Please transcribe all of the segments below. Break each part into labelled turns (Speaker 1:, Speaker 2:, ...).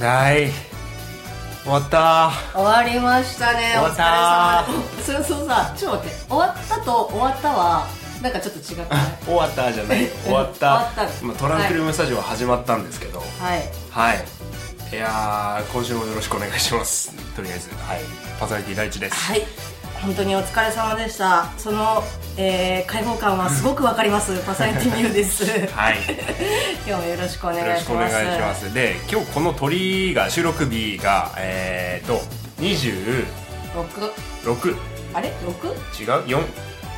Speaker 1: はい終わった
Speaker 2: 終わりましたね
Speaker 1: 終わった
Speaker 2: お疲れ様で それそうさちょっと待って終わったと終わったはなんかちょっと違くない
Speaker 1: 終わったじゃない 終わった
Speaker 2: 終わった
Speaker 1: まあトランクルームスタジオは始まったんですけど
Speaker 2: はい
Speaker 1: はい、い、やー今週もよろしくお願いしますとりあえずはいパーソナリティ第一です
Speaker 2: はい本当にお疲れ様でしたその、えー、開放感はすごくわか りますパサイティミューです
Speaker 1: はい
Speaker 2: 今日もよろしくお願いし
Speaker 1: よ
Speaker 2: ま
Speaker 1: ろ
Speaker 2: す
Speaker 1: しくお願いしますで今日この鳥が収録日がえー、と26
Speaker 2: 6あれ
Speaker 1: 違う4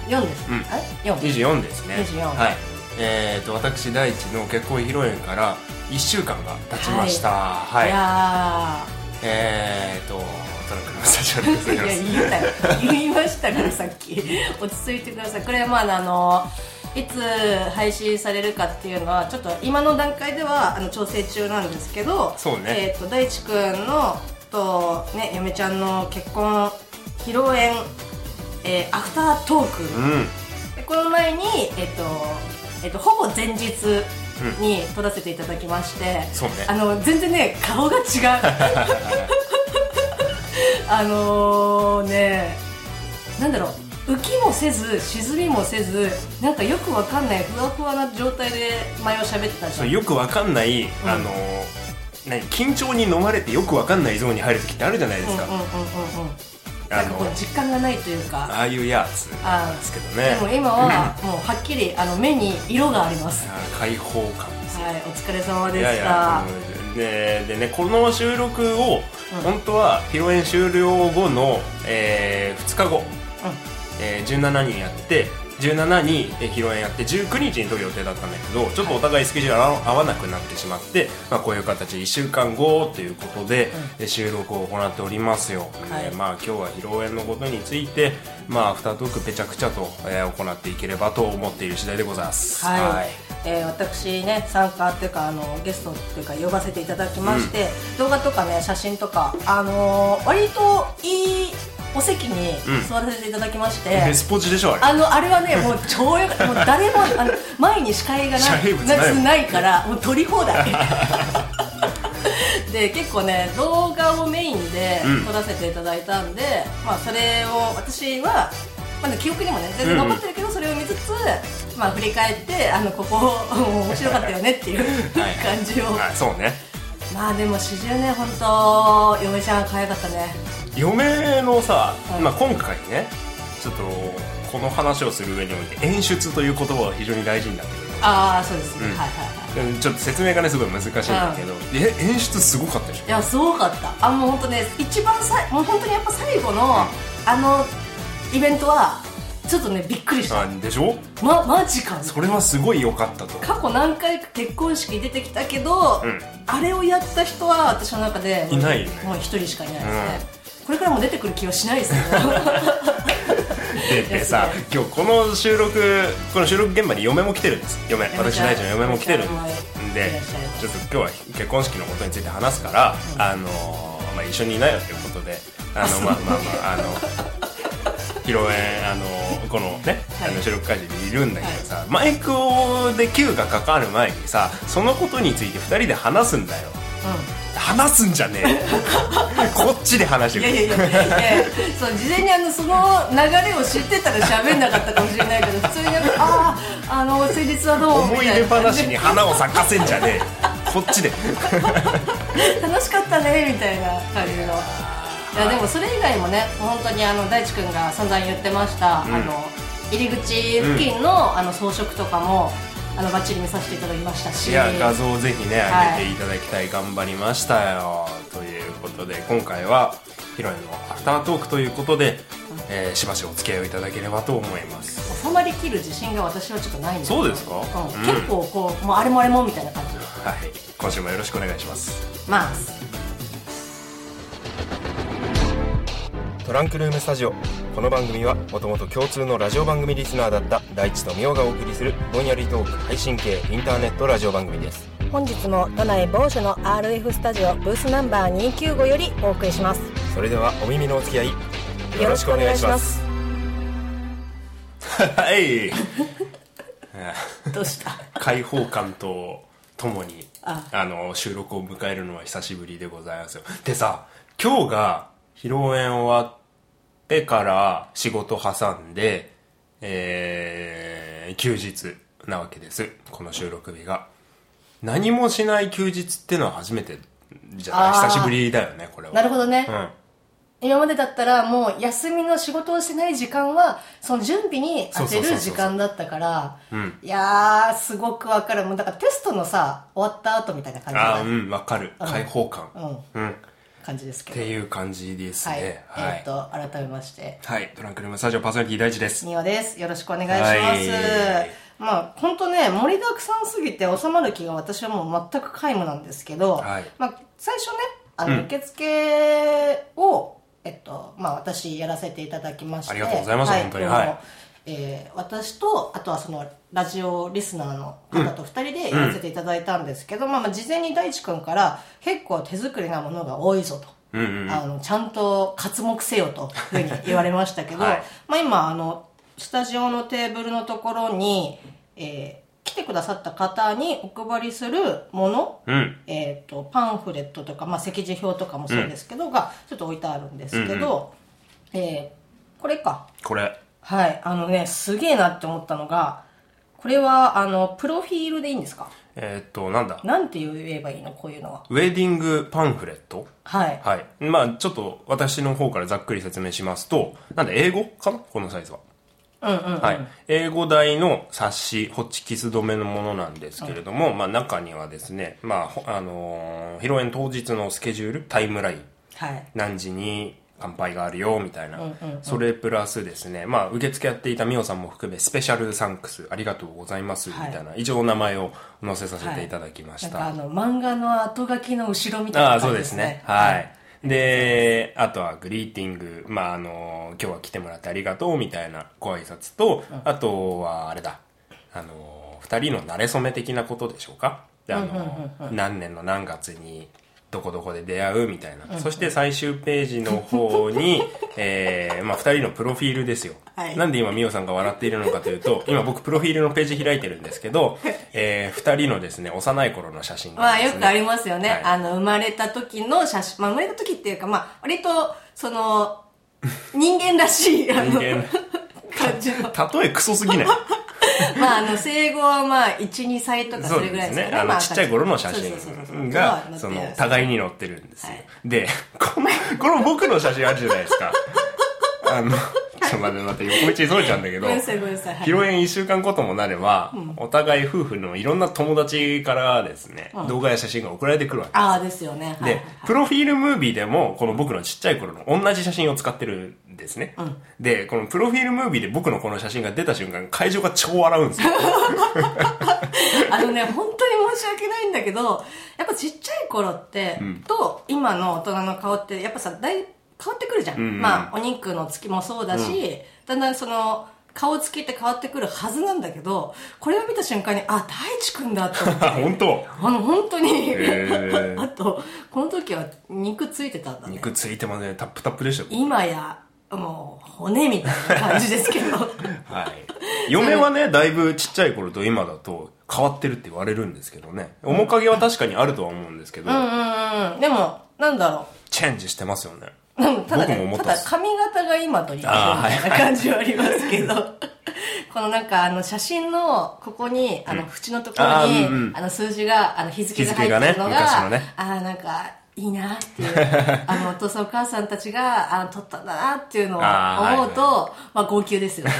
Speaker 2: 6?4 です、
Speaker 1: うん
Speaker 2: あれ4
Speaker 1: 24ですね
Speaker 2: 24
Speaker 1: はいえー、と私大地の結婚披露宴から1週間が経ちましたはい
Speaker 2: いや
Speaker 1: えー、とトランクルームスタジオでござ
Speaker 2: ー
Speaker 1: います
Speaker 2: いや言った言いましたからさっき落ち着いてくださいこれまああのいつ配信されるかっていうのはちょっと今の段階ではあの調整中なんですけど
Speaker 1: そうね
Speaker 2: えー、と大地くんのとね嫁ちゃんの結婚披露宴、えーアフタートーク、
Speaker 1: うん
Speaker 2: でこの前に、えっとえっと、ほぼ前日に撮らせていただきまして、
Speaker 1: そうね
Speaker 2: あの全然ね顔が違う あのねなんだろう浮きもせず沈みもせずなんかよくわかんないふわふわな状態で前を喋ってたじ
Speaker 1: そ
Speaker 2: ゃ
Speaker 1: の
Speaker 2: ん
Speaker 1: よくわかんない、あの何緊張に飲まれてよくわかんないゾーンに入る時ってあるじゃないですか、
Speaker 2: うんうんうんうんうん
Speaker 1: あ
Speaker 2: なんかこ
Speaker 1: の
Speaker 2: う実感がないというか
Speaker 1: ああいうやつなんですけど
Speaker 2: で
Speaker 1: ね
Speaker 2: も今はもうはっきりあの目に色があります
Speaker 1: あー開放感です
Speaker 2: はいお疲れ様で
Speaker 1: い
Speaker 2: した
Speaker 1: やいやうんででねこの収録を、
Speaker 2: うん
Speaker 1: 本当は披露宴終了後の、え2日後、
Speaker 2: うん
Speaker 1: えー17人やって17にえー披露宴やって19日に撮る予定だったんだけどちょっとお互いスケジュール合わ合わなくなってしまって、まあ、こういう形1週間後ということで、えー収録を行っておりますよ、
Speaker 2: はい
Speaker 1: えーまあ、今日は披露宴のことについて、まあ、アフタートークぺちゃくちゃと、えー行っていければと思っている次第でございます
Speaker 2: はい、えー私ね参加っていうかあのゲストっていうか呼ばせていただきまして、動画とかね写真とかあのー割といいお席に
Speaker 1: うん
Speaker 2: 座らせていただきまして、
Speaker 1: デスポジでしょあれ
Speaker 2: あのあれは ねもう超よかったもう誰もあの前に視界がな
Speaker 1: 遮蔽
Speaker 2: い
Speaker 1: 物ないもん
Speaker 2: ないからもう撮り放 題で結構ね動画をメインで
Speaker 1: うん
Speaker 2: 撮らせていただいたんで、まあそれを私は、まあね記憶にもね全然残ってるけど、それを見つつまあ振り返ってあのここ面白かったよねっていう
Speaker 1: はい
Speaker 2: 感じを、
Speaker 1: はいそうね
Speaker 2: まあでも四十年本当嫁ちゃん可愛かったね
Speaker 1: 嫁のさ、
Speaker 2: うん
Speaker 1: まあ、今回ねちょっとこの話をする上において演出という言葉は非常に大事になってくる
Speaker 2: ああそうですね、
Speaker 1: うん
Speaker 2: はいはいはい
Speaker 1: うんちょっと説明がねすごい難しいんだけど、え演出すごかったでしょ
Speaker 2: いやすごかったあもう本当ね一番さいもう本当にやっぱ最後の、あのイベントはちょっとねびっくりした
Speaker 1: あでしょ
Speaker 2: まマジかみたいな
Speaker 1: それはすごい良かったと
Speaker 2: 過去何回か結婚式出てきたけど、
Speaker 1: うん
Speaker 2: あれをやった人は私の中で
Speaker 1: いないよね
Speaker 2: もう一人しかいないですね、これからも出てくる気はしないですよ
Speaker 1: で
Speaker 2: いや
Speaker 1: でさ
Speaker 2: す
Speaker 1: 今日この収録この収録現場に嫁も来てるんです嫁
Speaker 2: 嫁
Speaker 1: 私
Speaker 2: ちゃん
Speaker 1: 大ちゃん嫁も来てるん
Speaker 2: 嫁ちゃんもい
Speaker 1: で
Speaker 2: らっしゃいます
Speaker 1: ちょっと今日は結婚式のことについて話すから、あのーまあ、一緒にいないよということであのまあまあまああの披露宴あのーこのね、
Speaker 2: はい
Speaker 1: あの収録会場にいるんだけどさ、マイクをで Q がかかる前にさそのことについて2人で話すんだよ話すんじゃね えよこっちで話して
Speaker 2: うん、い
Speaker 1: く
Speaker 2: や
Speaker 1: れ
Speaker 2: いやいやいやいやそう事前にあのその流れを知ってたら喋んなかったかもしれないけど普通になんかあああの先日はどうもみ
Speaker 1: 思い
Speaker 2: た
Speaker 1: 出
Speaker 2: いな感じ
Speaker 1: 話に花を咲かせんじゃねえよこっちで
Speaker 2: 楽しかったねみたいな感じのいやでもそれ以外もね本当にあの大地君が散々言ってました、
Speaker 1: ん
Speaker 2: あの入り口付近の,、あの装飾とかもあのバッチリ見させていただきましたし
Speaker 1: いや画像をぜひね
Speaker 2: はい
Speaker 1: 上げていただきたい、頑張りましたよということで今回はヒロインのアフタートークということで、えーしばしお付き合いをいただければと思います
Speaker 2: 収まりきる自信が私はちょっとないん
Speaker 1: そうですか
Speaker 2: うん
Speaker 1: うん
Speaker 2: 結構こうもうあれもあれもみたいな感じ
Speaker 1: はい今週もよろしくお願いします
Speaker 2: まあ
Speaker 1: トランクルームスタジオこの番組はもともと共通のラジオ番組リスナーだった大地とみおがお送りするぼんやりトーク配信系インターネットラジオ番組です
Speaker 2: 本日も都内某所の RF スタジオブースナンバー295よりお送りします
Speaker 1: それではお耳のお付き合いよ
Speaker 2: よろしくお願いします
Speaker 1: はい
Speaker 2: どうした
Speaker 1: 開放感とともに
Speaker 2: あ
Speaker 1: あの収録を迎えるのは久しぶりでございますよでさ今日が披露宴終わってから仕事挟んでえー、休日なわけですこの収録日が何もしない休日ってのは初めてじゃない
Speaker 2: あー
Speaker 1: 久しぶりだよねこれは
Speaker 2: なるほどね、
Speaker 1: うん
Speaker 2: 今までだったらもう休みの仕事をしない時間はその準備に当てる時間だったから
Speaker 1: うん
Speaker 2: いやーすごくわかるもうだからテストのさ終わった後みたいな感じ
Speaker 1: あ
Speaker 2: だ
Speaker 1: ー
Speaker 2: ね
Speaker 1: うんわかる開放感
Speaker 2: うん
Speaker 1: うんっ
Speaker 2: 感じですけど
Speaker 1: ていう感じです
Speaker 2: はい、
Speaker 1: ねはい、
Speaker 2: えっ、と改めまして
Speaker 1: はい、トランクルームスタジオパーソナリティ大地です
Speaker 2: ニオですよろしくお願いし
Speaker 1: はい
Speaker 2: ますまあ本当ね盛りだくさんすぎて収まる気が私はもう全く皆無なんですけど、
Speaker 1: はい
Speaker 2: まあ、最初ねあの受付を、えっとまあ、私やらせていただきまして
Speaker 1: ありがとうございます本当に
Speaker 2: どうも
Speaker 1: はい
Speaker 2: えー私とあとはそのラジオリスナーの方と2人でやらせていただいたんですけど、まあ、まあ事前に大地君から結構手作りなものが多いぞと。
Speaker 1: うんうん
Speaker 2: あのちゃんと活目せよというふうに言われましたけ ど、
Speaker 1: はい
Speaker 2: まあ、今あのスタジオのテーブルのところに、えー来てくださった方にお配りするもの、
Speaker 1: うん
Speaker 2: えー、とパンフレットとか、まあ、席次表とかもそうですけど、がちょっと置いてあるんですけど、えーこれか
Speaker 1: これ
Speaker 2: はいあのねすげえなって思ったのがこれはあのプロフィールでいいんですか
Speaker 1: えーっとなんだ
Speaker 2: なんて言えばいいのこういうのは
Speaker 1: ウェディングパンフレット
Speaker 2: はい
Speaker 1: はい。まあちょっと私の方からざっくり説明しますと、なんで英語かなこのサイズは。
Speaker 2: うんうん
Speaker 1: はい。英語大の冊子、ホッチキス止めのものなんですけれども、まあ中にはですね、まあ、ほあのー披露宴当日のスケジュール、タイムライン、
Speaker 2: はい
Speaker 1: 何時に乾杯があるよ、みたいな。それプラスですね、まあ受付やっていたミオさんも含め、スペシャルサンクス、ありがとうございます、み
Speaker 2: はい
Speaker 1: たいな、以上名前を載せさせていただきまし
Speaker 2: なん
Speaker 1: た。
Speaker 2: かあの漫画の後書きの後ろみたい
Speaker 1: ああ
Speaker 2: な
Speaker 1: ーそ
Speaker 2: 感
Speaker 1: う
Speaker 2: じ
Speaker 1: ですねはいであとはグリーティングまああの今日は来てもらってありがとうみたいなご挨拶と、あとはあれだあの二人の馴れ初め的なことでしょうかであの、何年の何月にどこどこで出会うみたいな、そして最終ページの方に、 えーまあ、2人のプロフィールですよ、
Speaker 2: はい
Speaker 1: なんで今、ミオさんが笑っているのかというと、 今僕、プロフィールのページ開いてるんですけど、え2人のですね、幼い頃の写真が
Speaker 2: まあ
Speaker 1: です
Speaker 2: よ
Speaker 1: ね
Speaker 2: くありますよね、
Speaker 1: はい
Speaker 2: あの生まれた時の写真、まあ、生まれた時っていうかまあ割とその人間 らしいあの
Speaker 1: 人間
Speaker 2: 感じの
Speaker 1: 例えクソす ぎない
Speaker 2: まああの生後はまあ12歳とかそれぐらいですよね
Speaker 1: あ
Speaker 2: ま
Speaker 1: のちっちゃい頃の写真がその互いに載ってるんですよ、
Speaker 2: はい
Speaker 1: でこのこの僕の写真あるじゃないですか あのちょっと待って待って横道急いちゃうんだけど
Speaker 2: ごめんなさいごめんなさい、は
Speaker 1: 披露宴1週間後ともなれば、お互い夫婦のいろんな友達からですね、動画や写真が送られてくるわけ
Speaker 2: ああですよね、はい
Speaker 1: で、プロフィールムービーでも、この僕のちっちゃい頃の同じ写真を使ってるんですね。で、このプロフィールムービーで僕のこの写真が出た瞬間、会場が超笑うんです よ。
Speaker 2: あのね、本当に申し訳ないんだけど、やっぱちっちゃい頃って、と今の大人の顔って、やっぱさ、だい変わってくるじゃん。
Speaker 1: うん
Speaker 2: まあ、お肉のつきもそうだし、だんだんその、顔つきって変わってくるはずなんだけど、これを見た瞬間に、あ、大地くんだって思っ て、
Speaker 1: あ本当
Speaker 2: あの、本当に、
Speaker 1: へー
Speaker 2: あと、この時は肉ついてたんだね。
Speaker 1: 肉ついてますね。タップタップでしたよ
Speaker 2: 今や、もう、骨みたいな感じですけど。
Speaker 1: はい。嫁はね、だいぶちっちゃい頃と今だと変わってるって言われるんですけどね。面影は確かにあるとは思うんですけど、
Speaker 2: うんうんうん。でも、なんだろう。
Speaker 1: チェンジしてますよね。
Speaker 2: うんた
Speaker 1: 僕
Speaker 2: だ
Speaker 1: も
Speaker 2: ね
Speaker 1: 思ったたっ
Speaker 2: だ
Speaker 1: す
Speaker 2: 髪型が今と似てるみたいな感じはありますけど、 このなんかあの写真のここに、あの縁のところに、
Speaker 1: あーうんう
Speaker 2: あの数字が、あの日付が入ってるのが、
Speaker 1: 日付がね昔のね
Speaker 2: ああ、なんかいいなっていう、 あのお父さんお母さんたちが、あ撮ったんだなっていうのを
Speaker 1: あー
Speaker 2: 思うと、まあ号泣です よね。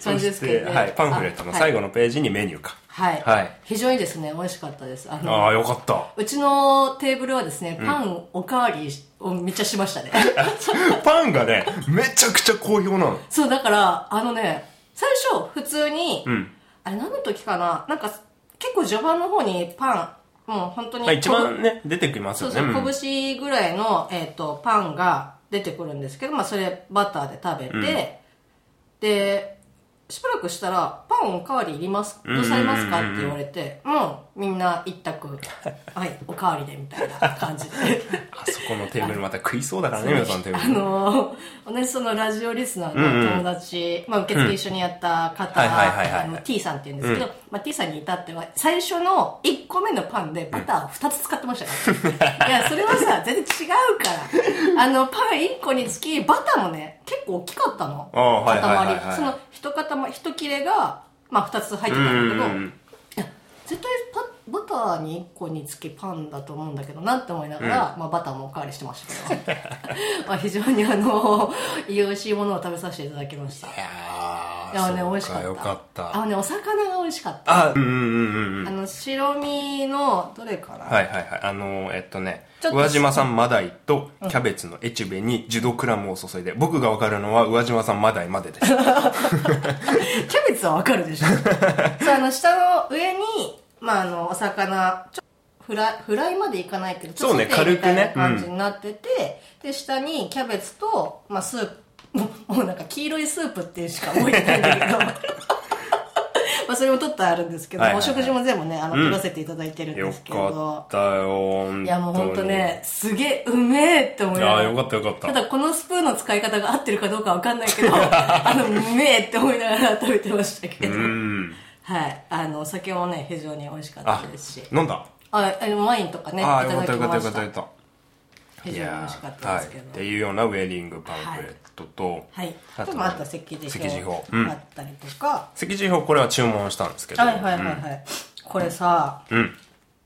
Speaker 2: そうですけどね
Speaker 1: はい、パンフレットの最後のページにメニューか。
Speaker 2: はい、
Speaker 1: はい
Speaker 2: 非常にですね、美味しかったです。あの
Speaker 1: ああ、よかった。
Speaker 2: うちのテーブルはですね、パンおかわりをめっちゃし ましたね。
Speaker 1: パンがね、めちゃくちゃ好評なの。
Speaker 2: そう、だから、あのね、最初、普通に、
Speaker 1: ん
Speaker 2: あれ何の時かななんか、結構序盤の方にパン、もう本当に、
Speaker 1: まあ一番ね、出てきます
Speaker 2: そ
Speaker 1: よ
Speaker 2: う
Speaker 1: ね。
Speaker 2: そう
Speaker 1: うん、
Speaker 2: 拳ぐらいの、えっ、と、パンが出てくるんですけど、まあ、それ、バターで食べて、で、しばらくしたら、パンおかわりいります
Speaker 1: んうんうん
Speaker 2: どうされますかって言われて、うん、みんな一択、 はい、おかわりで、みたいな感じで。
Speaker 1: あそこのテーブルまた食いそうだからね皆さんのテー
Speaker 2: あ
Speaker 1: ブル
Speaker 2: のー、同じそのラジオリスナーの友達、まあ受付一緒にやった方、
Speaker 1: はいはいはいはいはい
Speaker 2: あの T さんって言うんですけど、まあ T さんに至っては、最初の1個目のパンでバターを2つ使ってましたから。 いや、それはさ、全然違うから。あの、パン1個につき、バターもね、結構大きかったの。
Speaker 1: ああはいはいはいはい
Speaker 2: 塊。その一塊、一切れが、まあ2つ入ってたんだけど、
Speaker 1: うんうんうん
Speaker 2: いや絶対パバターに1個につきパンだと思うんだけどなって思いながら、まあ、バターもおかわりしてましたけどまあ非常にあの 美味しいものを食べさせていただきましたい
Speaker 1: いやー
Speaker 2: やね
Speaker 1: そう
Speaker 2: 美味しかった
Speaker 1: よかった
Speaker 2: あのねお魚が美味しかった
Speaker 1: あうんうんうんうん
Speaker 2: あの白身のどれかな、
Speaker 1: はいはいはいあのーえっとね
Speaker 2: ちょっ
Speaker 1: 宇
Speaker 2: と
Speaker 1: 和島産マダイとキャベツのエチュベにジュドクラムを注いで僕が分かるのは宇和島産マダイまでです
Speaker 2: キャベツはわかるで しょそうあの下の上に、まあ、あのお魚ちょフライフライまでいかないけどちょっ
Speaker 1: そう
Speaker 2: と
Speaker 1: ね
Speaker 2: ソテーみたいな
Speaker 1: 軽くねうん
Speaker 2: 感じになってて、で下にキャベツと、まあ、スープもうもうなんか黄色いスープっていうしか覚えてないん だけどまあそれも取ってあるんですけど、
Speaker 1: はいはいはい
Speaker 2: お食事も全部ねあの取らせていただいてるん
Speaker 1: よ
Speaker 2: ですけ
Speaker 1: か
Speaker 2: ど
Speaker 1: っ、たよ
Speaker 2: いやもうほんとねすげえうめえって思
Speaker 1: い
Speaker 2: い
Speaker 1: や
Speaker 2: な
Speaker 1: ー
Speaker 2: が
Speaker 1: よか
Speaker 2: ら
Speaker 1: ったよかった
Speaker 2: ただこのスプーンの使い方が合ってるかどうかわかんない けどあのうめえって思いながら食べてましたけど、
Speaker 1: うん
Speaker 2: はい、あのお酒もね非常に美味しかっ
Speaker 1: あ
Speaker 2: たですし
Speaker 1: 飲んだ
Speaker 2: ああのワインとかねい
Speaker 1: あ
Speaker 2: た
Speaker 1: あよか
Speaker 2: だ
Speaker 1: った
Speaker 2: き
Speaker 1: よかったよかった
Speaker 2: まし
Speaker 1: よ
Speaker 2: た
Speaker 1: かった
Speaker 2: 非常に美味しかったですけ
Speaker 1: いやーはい、っ
Speaker 2: ど
Speaker 1: ていうようなウェディングパンフレットと、
Speaker 2: はい
Speaker 1: あ
Speaker 2: あ
Speaker 1: と
Speaker 2: とまああと席次
Speaker 1: 席次表
Speaker 2: 表
Speaker 1: うん
Speaker 2: あったりとか、
Speaker 1: 席次表これは注文したんですけど
Speaker 2: はいはいはいはい、これさ
Speaker 1: うん、うん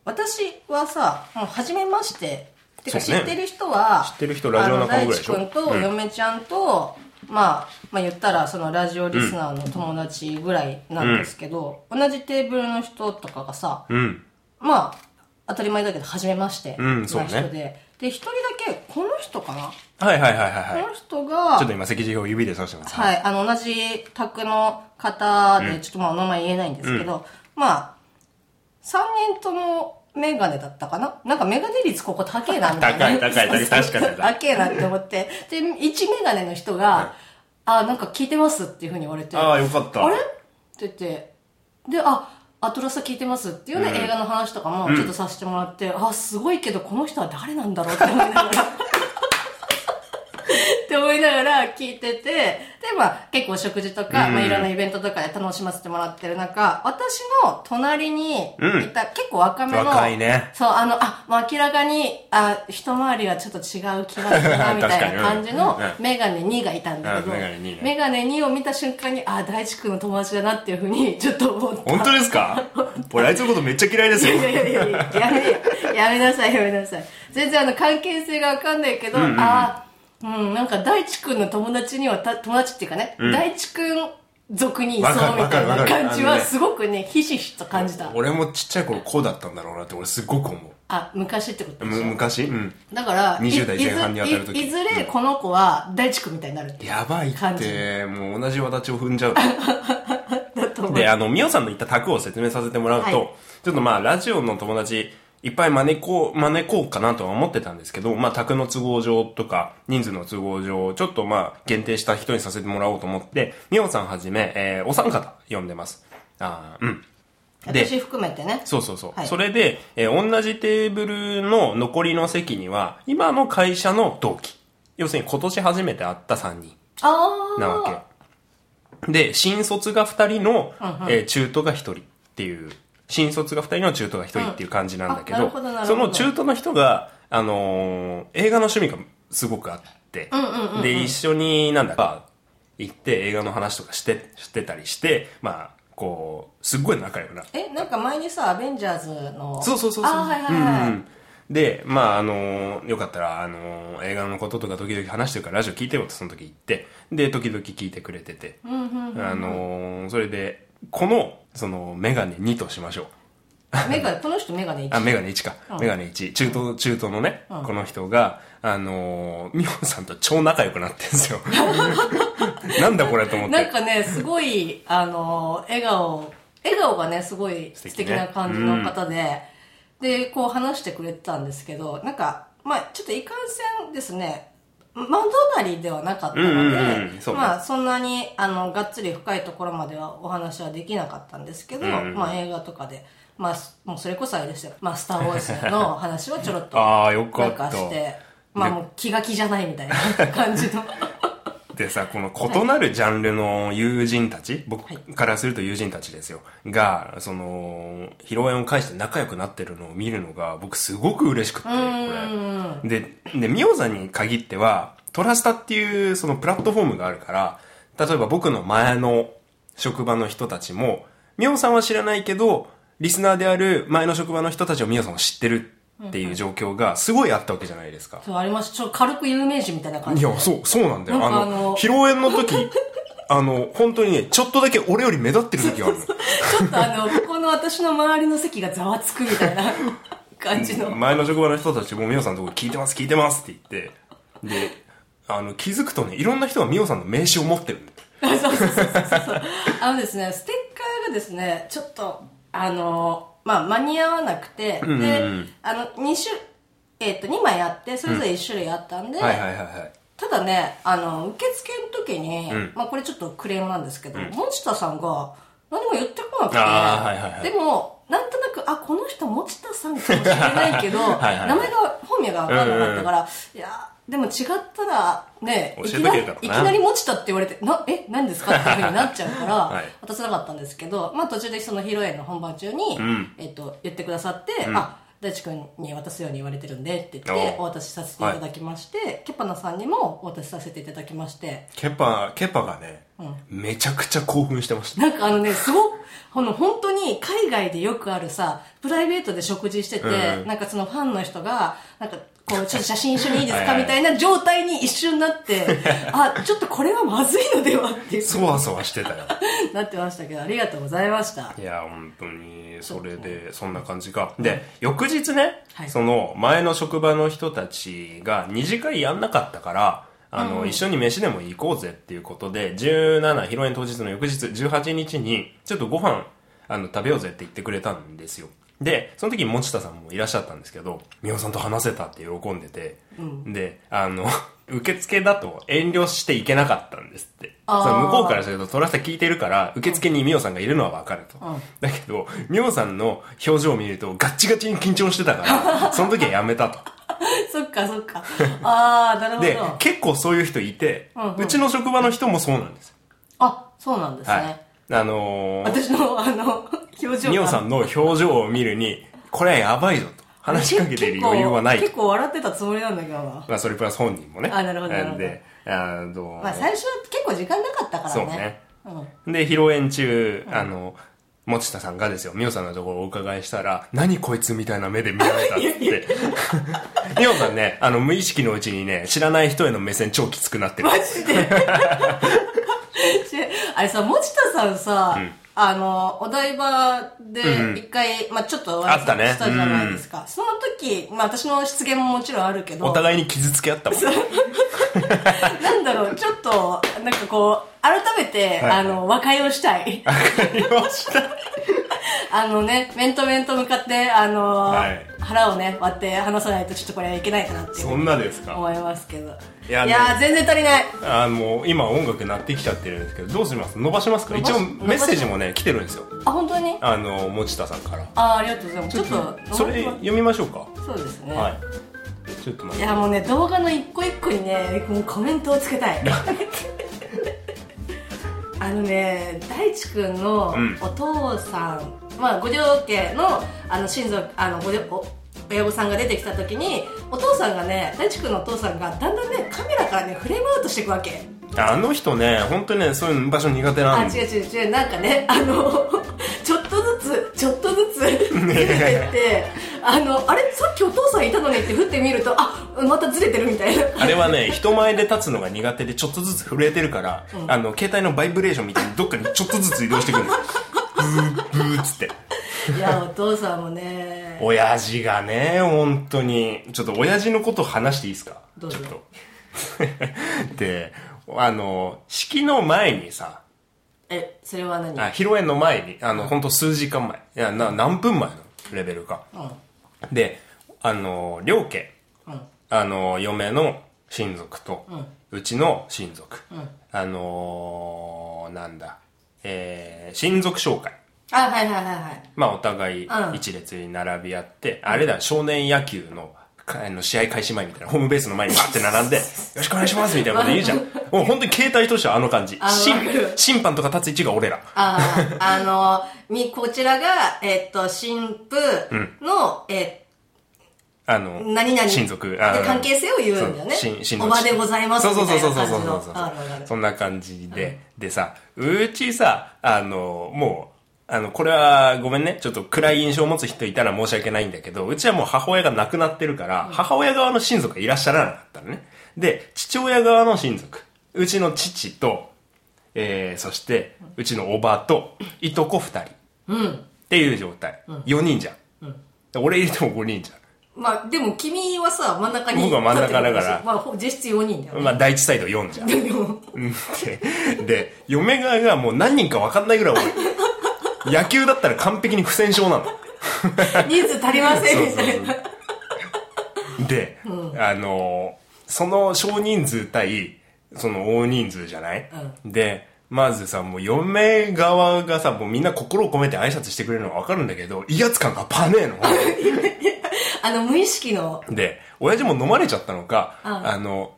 Speaker 2: 私はさもう初めましててか
Speaker 1: そ
Speaker 2: 知
Speaker 1: うね
Speaker 2: ってる人は、
Speaker 1: 知ってる人ラジオ仲間ぐらいでしょ
Speaker 2: あの大地君と嫁ちゃんと、まあ、まあ言ったらそのラジオリスナーの友達ぐらいなんですけど、同じテーブルの人とかがさ、
Speaker 1: うん
Speaker 2: まあ、当たり前だけど、初めまして
Speaker 1: うんそうね
Speaker 2: な人で。で、一人だけ、この人かな、
Speaker 1: はいはいはいはい
Speaker 2: こ
Speaker 1: はい
Speaker 2: の人が
Speaker 1: ちょっ、と今席次表を指で指してます
Speaker 2: はい、あの、同じ宅の方で、ちょっとまあ、お名前言えないんですけど、まあ、3人ともメガネだったかななんかメガネ率ここ高えな、みたいな。
Speaker 1: 高い高い高い確かに
Speaker 2: 高えなって思って。で、1メガネの人が、あ、なんか聞いてますっていうふうに言われて。
Speaker 1: ああよかった
Speaker 2: あれって言ってであアトラスは聞いてますっていうね、映画の話とかもちょっとさせてもらって、あすごいけどこの人は誰なんだろうって思いながらって思いながら聞いててでまあ結構お食事とか、まあ、いろんなイベントとかで楽しませてもらってる中私の隣にいた、
Speaker 1: うん
Speaker 2: 結構若めの
Speaker 1: 若いね
Speaker 2: そうあのあもう明らかにあ一回りはちょっと違う気が するなみたいな感じの
Speaker 1: 確かにう
Speaker 2: メガネ2がいたんだけど、
Speaker 1: うんメガネ2ね
Speaker 2: メガネ2を見た瞬間に、あ、大地君の友達だなっていうふうに、ちょっと思った。
Speaker 1: 本当ですか俺あいつのことめっちゃ嫌いですよ
Speaker 2: いやいやいやいや、やめ、やめなさい、やめなさい。全然あの、関係性がわかんないけど、あ、うん、なんか大地君の友達にはた、友達っていうかね、大地君族にいそうみ
Speaker 1: わか
Speaker 2: たい
Speaker 1: るわかる
Speaker 2: な
Speaker 1: わかる
Speaker 2: 感じ
Speaker 1: あの
Speaker 2: は、
Speaker 1: ね
Speaker 2: すごくね、ひしひしと感じた。
Speaker 1: 俺もちっちゃい頃こうだったんだろうなって俺すごく思
Speaker 2: あ、昔ってこと
Speaker 1: う
Speaker 2: で
Speaker 1: む
Speaker 2: しょ。
Speaker 1: 昔うん
Speaker 2: だから、い
Speaker 1: 20代前半に当たる時
Speaker 2: いずいいずれこの子は大地君みたいになるっていう
Speaker 1: やばいっ
Speaker 2: 感じ
Speaker 1: てもう同じ轍を踏んじゃう
Speaker 2: だと思う。
Speaker 1: で、あの、みおさんの言った卓を説明させてもらうと、
Speaker 2: はい
Speaker 1: ちょっとまあ、ラジオの友達、いっぱい招こう、招こうかなとは思ってたんですけど、まあ、卓の都合上とか、人数の都合上、ちょっとまあ、限定した人にさせてもらおうと思って、みおさんはじめ、えーお三方呼んでます。あーうん。で
Speaker 2: 私含めてね。
Speaker 1: そうそうそう。
Speaker 2: はい
Speaker 1: それで、えー同じテーブルの残りの席には、今の会社の同期。要するに今年初めて会った3人。
Speaker 2: あー。
Speaker 1: なわけ。で、新卒が2人の、えー中途が1人っていう、新卒が2人の中途が1人っていう感じなんだけど、
Speaker 2: うんあなるほどなるほ
Speaker 1: そ
Speaker 2: ど
Speaker 1: の中途の人が、あのー映画の趣味がすごくあって、で、一緒になんだか、行って映画の話とかして、してたりして、まあ、こう、すっごい仲良くなって
Speaker 2: えなんか前にさ「アベンジャーズの」
Speaker 1: そうそうそうそう。
Speaker 2: あはいはいはい、
Speaker 1: うんうんで、まあ、あのーよかったら、あのー映画のこととか時々話してるからラジオ聞いてよってその時言って、で、時々聞いてくれてて、あのーそれで、この、その、メガネ2としましょう。
Speaker 2: メガネこの人メガネ
Speaker 1: あ、
Speaker 2: 1
Speaker 1: メガネ1か。メガネ1。中東、中東のね、この人が、あのー、ミホさんと超仲良くなってん ですよ。なんだこれと思って。
Speaker 2: なんか ねすごいあの笑顔笑顔がねすごい
Speaker 1: 素
Speaker 2: 素
Speaker 1: 敵ね
Speaker 2: 敵,、な感じの方で、でこう話してくれてたんですけどなんかまあちょっといかんせんですねマンドナリーではなかったので、
Speaker 1: うんうんうんそうね
Speaker 2: まあそんなにあのがっつり深いところまではお話はできなかったんですけど、
Speaker 1: うんうん
Speaker 2: まあ映画とかで、まあすもうそれこそあれですよ、まあスター・ウォーズの話はちょろっと
Speaker 1: ああよか
Speaker 2: な
Speaker 1: っ
Speaker 2: ん
Speaker 1: た
Speaker 2: かして、まあもう気が気じゃないみたいな感じ の。
Speaker 1: でさ、この異なるジャンルの友人たち、僕からすると友人たちですよ。が、その、披露宴を介して仲良くなってるのを見るのが、僕すごく嬉しくって、これ。で、で、ミオザに限っては、トラスタっていうそのプラットフォームがあるから、例えば僕の前の職場の人たちも、ミオさんは知らないけど、リスナーである前の職場の人たちをミオさんは知ってるっていう状況がすごいあったわけじゃないですか。
Speaker 2: そうあります。ちょっと軽く有名人みたいな感
Speaker 1: い
Speaker 2: じ。
Speaker 1: や、そう、そうなんだよ。
Speaker 2: な
Speaker 1: あ
Speaker 2: んか
Speaker 1: の、
Speaker 2: あの
Speaker 1: 披露宴の時、 あの、本当にね、ちょっとだけ俺より目立ってる時がある
Speaker 2: ちょっとあの、ここの私の周りの席がざわつくみ たいな感じの。
Speaker 1: の。前の職場の人たちも、みおさんのとこ聞いてます、聞いてますって言って、で、あの、気づくとね、いろんな人がみおさんの名刺を持ってるんだよ。
Speaker 2: そうそうそうそうそう。あのですね、ステッカーがですね、ちょっと、あのーまあ、間に合わなくて、
Speaker 1: んうん
Speaker 2: で
Speaker 1: うん、
Speaker 2: あの、2種、えっ、と、2枚あって、それぞれ1種類あったんで、
Speaker 1: はいはいはいはい。
Speaker 2: ただね、あの、受付の時に、
Speaker 1: ん
Speaker 2: まあ、これちょっとクレームなんですけど、持田さんが何も言ってこなくて、
Speaker 1: あーはいはいはい
Speaker 2: でも、なんとなく、あ、この人持田さんかもしれないけ ど、
Speaker 1: はいはい
Speaker 2: 名前が、本名が分かんなかったから、いやー、でも違ったら、ね、い
Speaker 1: 教え
Speaker 2: き
Speaker 1: てく
Speaker 2: な
Speaker 1: れ
Speaker 2: り、
Speaker 1: たのかない
Speaker 2: きなり持田って言われて、な、え、何ですかって いうふうになっちゃうから、
Speaker 1: はい
Speaker 2: 渡せなかったんですけど、まあ途中でその披露宴の本番中に、
Speaker 1: ん
Speaker 2: えっと、言ってくださって、あ、大地君に渡すように言われてるんでって言って、
Speaker 1: お
Speaker 2: お渡しさせていただきまして、ケパナさんにもお渡しさせていただきまして、
Speaker 1: ケパ、ケパがね、めちゃくちゃ興奮してました。
Speaker 2: なんかあのね、すごく、あの、本当に海外でよくあるさ、プライベートで食事してて、
Speaker 1: うん
Speaker 2: なんかそのファンの人が、なんか、こう、ちょっと写真一緒にいいです
Speaker 1: はい
Speaker 2: か
Speaker 1: はい
Speaker 2: みたいな状態に一瞬になって、 あ、ちょっとこれはまずいのではっていう
Speaker 1: そわそわしてたよ。
Speaker 2: なってましたけど、ありがとうございました。
Speaker 1: いや、本当に、それで、そんな感じか。で、翌日ね、
Speaker 2: はい
Speaker 1: その、前の職場の人たちが二次会やんなかったから、あの、一緒に飯でも行こうぜっていうことで、17、披露宴当日の翌日、18日に、ちょっとご飯、あの、食べようぜって言ってくれたんですよ。で、その時に持田さんもいらっしゃったんですけど、美穂さんと話せたって喜んでて、で、あの、 受付だと遠慮していけなかったんですって。
Speaker 2: あー
Speaker 1: その向こうからすると、トラスタ聞いてるから、受付にミオさんがいるのはわかると。だけど、ミオさんの表情を見ると、ガッチガチに緊張してた から、その時はやめたと。
Speaker 2: そっかそっか。あー、なるほ
Speaker 1: で
Speaker 2: ど、。
Speaker 1: 結構そういう人いて、
Speaker 2: うんうん
Speaker 1: うちの職場の人もそうなんですよ。
Speaker 2: あ、そうなんですね。
Speaker 1: はい。あのー、
Speaker 2: 私の、あの、表情
Speaker 1: ミオ
Speaker 2: が
Speaker 1: さんの表情を見るに、これはやばいぞと。話しかけている余裕はない
Speaker 2: 結構。結構笑ってたつもりなんだけどな。
Speaker 1: まあ、それプラス本人もね。
Speaker 2: あなるほどなるほど
Speaker 1: で、あの、
Speaker 2: まあ最初は結構時間なかったからね。
Speaker 1: そうね。
Speaker 2: うん。
Speaker 1: で、披露宴中、あの、持田さんがですよ、みおさんのところをお伺いしたら、何こいつみたいな目で見ら れたっつ って。みおさんね、あの、無意識のうちにね、知らない人への目線超きつくなってる
Speaker 2: マ。ジであれさ、持田さんさ、あの、お台場
Speaker 1: うんう
Speaker 2: で
Speaker 1: ん
Speaker 2: 一回、まあちょっとお
Speaker 1: あったね
Speaker 2: したじゃないですか。その時、まあ私の失言ももちろんあるけど、
Speaker 1: お互いに傷つけ合ったもん。
Speaker 2: なんだろう、ちょっと、なんかこう、改めて、
Speaker 1: はい
Speaker 2: あの、和解をし たい。 あのね、面と面と向かって、あの、
Speaker 1: はい
Speaker 2: 腹をね、割って話さないとちょっとこれはいけないかなっていう
Speaker 1: そんなですか
Speaker 2: 思いますけど。
Speaker 1: いやね
Speaker 2: ー全然足りない。
Speaker 1: あの、今音楽鳴ってきちゃってるんですけど、どうします伸ばしますか
Speaker 2: 伸ば
Speaker 1: 一
Speaker 2: し
Speaker 1: 応メッセージもね、来てるんですよ。
Speaker 2: あ、本当に
Speaker 1: あの、持田さんから。
Speaker 2: あー、ありがとうございます。ちょっと、
Speaker 1: それ読みましょうか。
Speaker 2: そうですね。
Speaker 1: はい。ちょっと待
Speaker 2: い
Speaker 1: って。
Speaker 2: やもうね動画の一個一個にねもうコメントをつけたい あのね大地君の
Speaker 1: うん
Speaker 2: お父さん、まあご両家のあの親族あのご両お親御さんが出てきた時にお父さんがね大地君のお父さんがだんだんねカメラからねフレームアウトしていくわけ
Speaker 1: あの人ね、本当にね、そういう場所苦手
Speaker 2: あ
Speaker 1: なんで。
Speaker 2: 違う違う違うなんかねあの ちょっとずつちょっとずつずれてってあのあれさっきお父さんいたのにって振ってみるとあまたずれてるみたいな
Speaker 1: あれはね、人前で立つのが苦手で、ちょっとずつ震えてるから、あの、携帯のバイブレーションみたいにどっかにちょっとずつ移動してくるの。ブー、ブーっつって。
Speaker 2: いや、お父さんもね。
Speaker 1: 親父がね、本当に。ちょっと親父のこと話していいですか
Speaker 2: どうぞ
Speaker 1: ちょっと。 で、あの、式の前にさ、
Speaker 2: え、それは何
Speaker 1: あ披露宴の前に、あの、本当数時間前。いや、な、何分前のレベルか。
Speaker 2: うん。
Speaker 1: で、あの、両家、
Speaker 2: うん。
Speaker 1: あの、嫁の親族と、
Speaker 2: ん
Speaker 1: うちの親族、
Speaker 2: うん
Speaker 1: あのー、なんだ、えー、親族紹介。
Speaker 2: あ、はいはいはいはい。
Speaker 1: まあ、お互い
Speaker 2: うん
Speaker 1: 一列に並び合って、あれだ、少年野球の、かあの、試合開始前みたいな、ホームベースの前にバーって並ん で、よろしくお願いしますみたいなこと言うじゃん。もう本当に携帯としてはあの感じ
Speaker 2: あ。
Speaker 1: 審
Speaker 2: わかる
Speaker 1: 審判とか立つ位置が俺ら。
Speaker 2: あーあの、み、こちらが、えっと、新婦の、え
Speaker 1: あの、
Speaker 2: 何々
Speaker 1: 親族。
Speaker 2: で関係性を言うんだよね
Speaker 1: そう親親
Speaker 2: おばでございます
Speaker 1: そうそうそうそう
Speaker 2: み
Speaker 1: そ
Speaker 2: た
Speaker 1: う
Speaker 2: いな
Speaker 1: そうそうそ
Speaker 2: 感じの
Speaker 1: う
Speaker 2: あるあるある
Speaker 1: そんな感じで、でさ、うちさ、あの、もう、あの、これはごめんね。ちょっと暗い印象を持つ人いたら申し訳ないんだけど、うちはもう母親が亡くなってるから、母親側の親族がいらっしゃらなかったのね。で、父親側の親族。うちの父と、えー、そして、うちのおばと、いとこ二人。っていう状態。四人じゃん。俺入れても五人じゃん。
Speaker 2: ーまあ、でも君はさ、真ん中に。
Speaker 1: 僕は真ん中だから
Speaker 2: 立ってるしまあ、ほ実質4人だよね。
Speaker 1: まあ、第一サイド4じゃん。
Speaker 2: でも
Speaker 1: でで、嫁側がもう何人か分かんないぐらい多い。野球だったら完璧に不戦勝なの。
Speaker 2: 人数足りませんみたいな。
Speaker 1: で、あのーその少人数対、その大人数じゃない、で、まずさ、もう嫁側がさ、もうみんな心を込めて挨拶してくれるのは分かるんだけど、威圧感がパネーの。
Speaker 2: あの、無意識の。
Speaker 1: で、親父も飲まれちゃったのか、あの、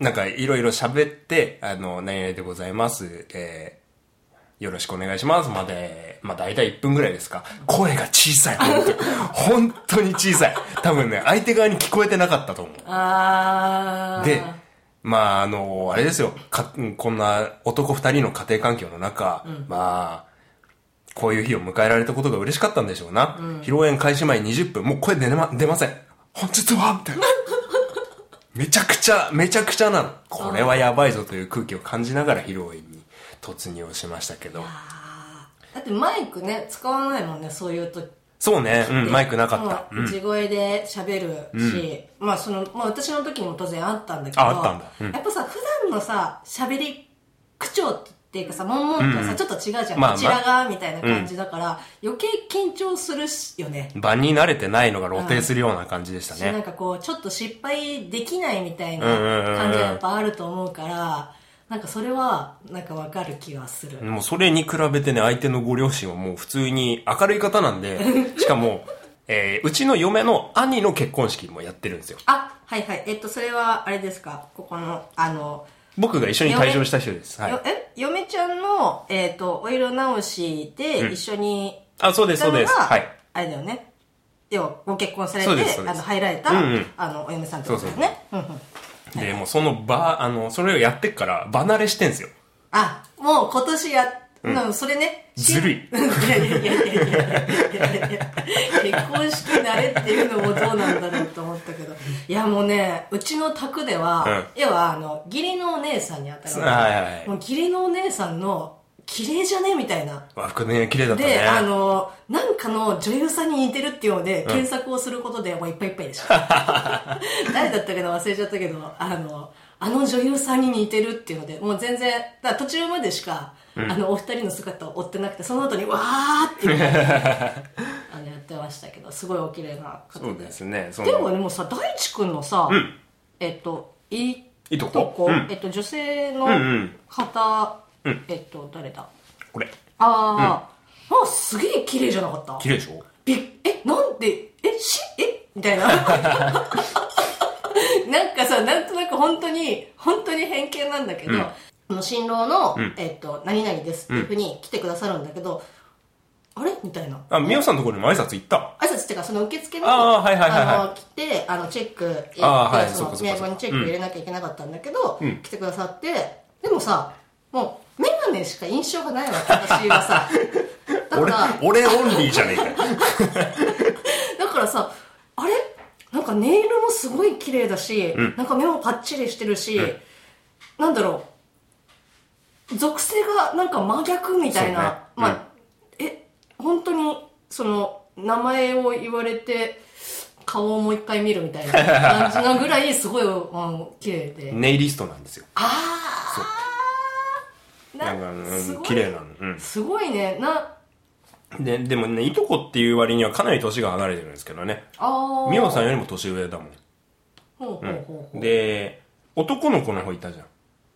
Speaker 1: なんかいろいろ喋って、あの、何々でございます、えーよろしくお願いしますまで、まあ大体1分ぐらいですか。声が小さい、本当に。本当に小さい。多分ね、相手側に聞こえてなかったと思う。
Speaker 2: あー。
Speaker 1: で、まあ、あの、あれですよ。かこんな男二人の家庭環境の中、まあ、こういう日を迎えられたことが嬉しかったんでしょうな。披露宴開始前20分、もう声出,、ま、出ません。本日は みたいな。めちゃくちゃ、めちゃくちゃなの。これはやばいぞという空気を感じながら披露宴に突入をしましたけど。
Speaker 2: だってマイクね、使わないもんね、そういう時。
Speaker 1: そうね、うん、マイクなかった。
Speaker 2: うん地声で喋るし、まあその、まあ私の時にも当然あったんだけど、
Speaker 1: ああったんだうん
Speaker 2: やっぱさ、普段のさ、喋り口調っていうかさ、悶々とはさ、ちょっと違うじゃん。
Speaker 1: まあまあ
Speaker 2: こちらが、みたいな感じだから、余計緊張するしよね。
Speaker 1: 場に慣れてないのが露呈するような感じでしたね。
Speaker 2: なんかこう、ちょっと失敗できないみたいな
Speaker 1: うんうんうんうん
Speaker 2: 感じがやっぱあると思うから、なんかそれは、なんかわかる気はする。
Speaker 1: もうそれに比べてね、相手のご両親はもう普通に明るい方なん で、しかも、えーうちの嫁の兄の結婚式もやってるんですよ。
Speaker 2: あ、はいはい。えっと、それは、あれですか、ここの、あの、
Speaker 1: 僕が一緒に退場した人です。はい
Speaker 2: よ。え嫁ちゃんの、えっとお色直しで一緒に
Speaker 1: あ、そうです、そうです。
Speaker 2: 行ったのが
Speaker 1: はい。
Speaker 2: あれだよね要はご結婚されて
Speaker 1: そうですそうです
Speaker 2: あの入られた、
Speaker 1: うんうん
Speaker 2: あのお嫁さんってことですねうんうん
Speaker 1: で、もうその場、あの、それをやってっから離れしてんですよ。
Speaker 2: あもう今年やうん、それね
Speaker 1: ずるい
Speaker 2: いやいやいやいやいやいやいや結婚式慣れっていうのもどうなんだろうと思ったけどいやもうねうちの宅では、要はあの義理のお姉さんにあたる
Speaker 1: はいはいはい
Speaker 2: もう義理のお姉さんの綺麗じゃねみたいな
Speaker 1: 和服ね、綺麗だったね。
Speaker 2: で、あの、なんかの女優さんに似てるっていうので、検索をすることでもういっぱいいっぱいでした。 誰だったけど忘れちゃったけど、あの、あの女優さんに似てるっていうので、もう全然、だから途中までしか、あの、お二人の姿を追ってなくて、その後に、わーっていうのを あのやってましたけど、すごいお綺麗な方
Speaker 1: そうですね。そ
Speaker 2: でも
Speaker 1: の、
Speaker 2: ね、もうさ、大地くんのさ、えっと、い
Speaker 1: いとこうん
Speaker 2: えっと、女性の
Speaker 1: んうん
Speaker 2: 方、えっと、誰だ
Speaker 1: これ、
Speaker 2: ああ、あすげえ綺麗じゃなかった
Speaker 1: 綺麗でしょ
Speaker 2: びっえなんでえしえみたいな なんかさなんとなく本当に本当に偏見なんだけど、この新郎の、えっと「何々です」っていうふうに来てくださるんだけど、あれみたいな
Speaker 1: あ、みおさんのところにも挨拶行った。
Speaker 2: 挨拶っていうかその受付の
Speaker 1: あーはいはいはいはい
Speaker 2: あの来てあのチェック入れて
Speaker 1: あーはい
Speaker 2: そ
Speaker 1: そう
Speaker 2: の
Speaker 1: かそうか
Speaker 2: 宮古にチェック入れなきゃいけなかったんだけど、来てくださってでもさもう眼鏡しか印象がないわけ私はさだか
Speaker 1: 俺
Speaker 2: ら、
Speaker 1: 俺オンリーじゃねえかよ。
Speaker 2: だからさあれなんかネイルもすごい綺麗だし、なんか目もパッチリしてるし、なんだろう属性がなんか真逆みたいな、
Speaker 1: そうね
Speaker 2: まあ、え本当にその名前を言われて顔をもう一回見るみたいな感じなぐら いすごい、うん、綺麗で、
Speaker 1: ネイリストなんですよ。
Speaker 2: ああ
Speaker 1: なんか、うん綺麗なの。うん。
Speaker 2: すごいねな
Speaker 1: で、でもね、いとこっていう割にはかなり年が離れてるんですけどね。
Speaker 2: ああ
Speaker 1: みおさんよりも年上だもん。
Speaker 2: ほうほうほうほう。
Speaker 1: で男の子の方いたじゃん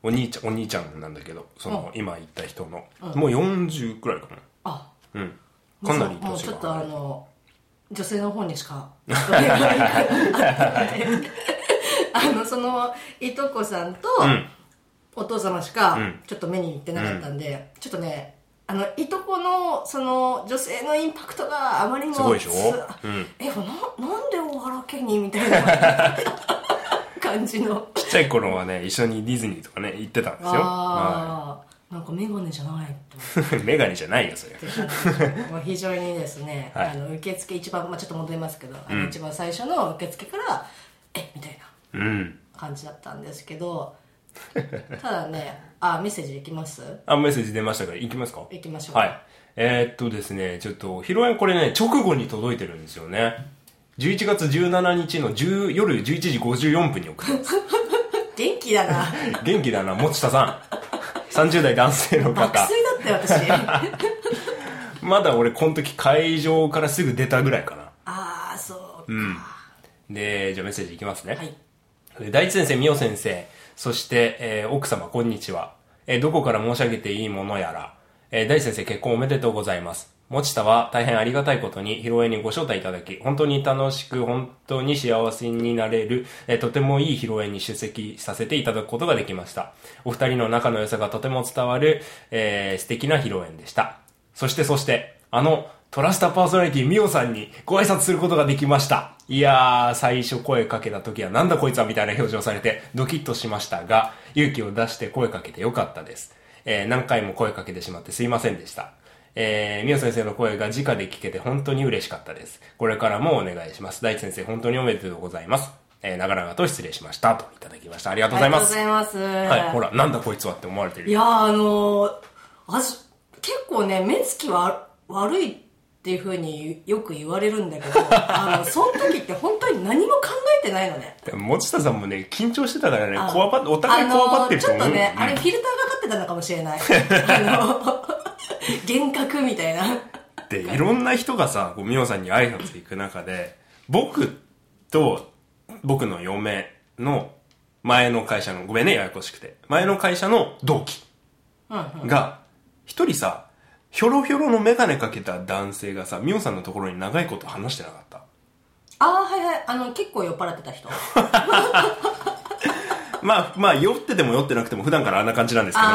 Speaker 1: お兄ちゃんお兄ちゃんなんだけどその、今言った人の、もう40くらいか
Speaker 2: あ、
Speaker 1: なうんかなり
Speaker 2: もう
Speaker 1: 年
Speaker 2: ちょ
Speaker 1: が
Speaker 2: っとあ
Speaker 1: 離れてる
Speaker 2: の、女性の方に しか、あの、その、いとこさんと、
Speaker 1: ん
Speaker 2: お父様しか
Speaker 1: ん、
Speaker 2: ちょっと目に行ってなかったんで、ちょっとね、あの、いとこの、その、女性のインパクトがあまりにも、
Speaker 1: すごいでしょ
Speaker 2: つ
Speaker 1: うん
Speaker 2: え、な、なんで大原家にみたいな感じの。
Speaker 1: ちっちゃい頃はね一緒にディズニーとかね行ってたんですよは
Speaker 2: ああ、なんかメガネじゃないと。
Speaker 1: い メガネじゃないよそれ
Speaker 2: もう非常にですね、
Speaker 1: はい
Speaker 2: あの受付一番、まあ、ちょっと戻りますけど、あの一番最初の受付からえみたいな
Speaker 1: うん
Speaker 2: 感じだったんですけど ただねあメッセージいきます
Speaker 1: あメッセージ出ましたから行きますか
Speaker 2: いきましょう
Speaker 1: はい。えーっとですね、ちょっと、披露宴これね、直後に届いてるんですよね。11月17日の10夜11時54分に送ってます。
Speaker 2: 元気だな
Speaker 1: 元気だな、持田さん。30代男性の
Speaker 2: 爆
Speaker 1: 方。
Speaker 2: 睡だったよ 私
Speaker 1: まだ俺、この時会場からすぐ出たぐらいかな。
Speaker 2: ああそうか、
Speaker 1: で、じゃあメッセージいきますね。
Speaker 2: はい
Speaker 1: えー大地先生、美桜先生、そして、えー奥様、こんにちは。えーどこから申し上げていいものやら。えー大地先生、結婚おめでとうございます。持田は大変ありがたいことに披露宴にご招待いただき、本当に楽しく、本当に幸せになれる、えーとてもいい披露宴に出席させていただくことができました。お二人の仲の良さがとても伝わる、えー素敵な披露宴でした。そしてそして、あの、トラスタパーソナリティミオさんにご挨拶することができました。いやー、最初声かけた時はなんだこいつはみたいな表情をされてドキッとしましたが、勇気を出して声かけてよかったです。えー何回も声かけてしまってすいませんでした。えー、みお先生の声が直で聞けて本当に嬉しかったです。これからもお願いします。大地先生、本当におめでとうございます。えー長々と失礼しました。といただきました。ありがとうございます。
Speaker 2: ありがとうございます、
Speaker 1: はい、ほら、なんだこいつはって思われてる
Speaker 2: い。やーあのー、あし結構ね目つきは悪いっていうふうによく言われるん だけどあのその時って本当に何も考えてないのね
Speaker 1: でも持田さんもね、緊張してたからね、
Speaker 2: あ
Speaker 1: こわばお互いこわばってると思う。
Speaker 2: あのーちょっとね、
Speaker 1: うん
Speaker 2: あれフィルターがかってたのかもしれ ない。あの、幻覚みたいな。
Speaker 1: で、いろんな人がさ、こう、みおさんに挨拶行く中で、僕と、僕の嫁の、前の会社の、ごめんね、ややこしくて。前の会社の同期
Speaker 2: うんうん
Speaker 1: が、一人さ、ひょろひょろのメガネかけた男性がさ、みおさんのところに長いこと話してなかった。
Speaker 2: ああ、はいはい。あの、結構酔っ払ってた人。
Speaker 1: まあ、まあ、酔ってても酔ってなくても、普段からあんな感じなんですけど。
Speaker 2: あ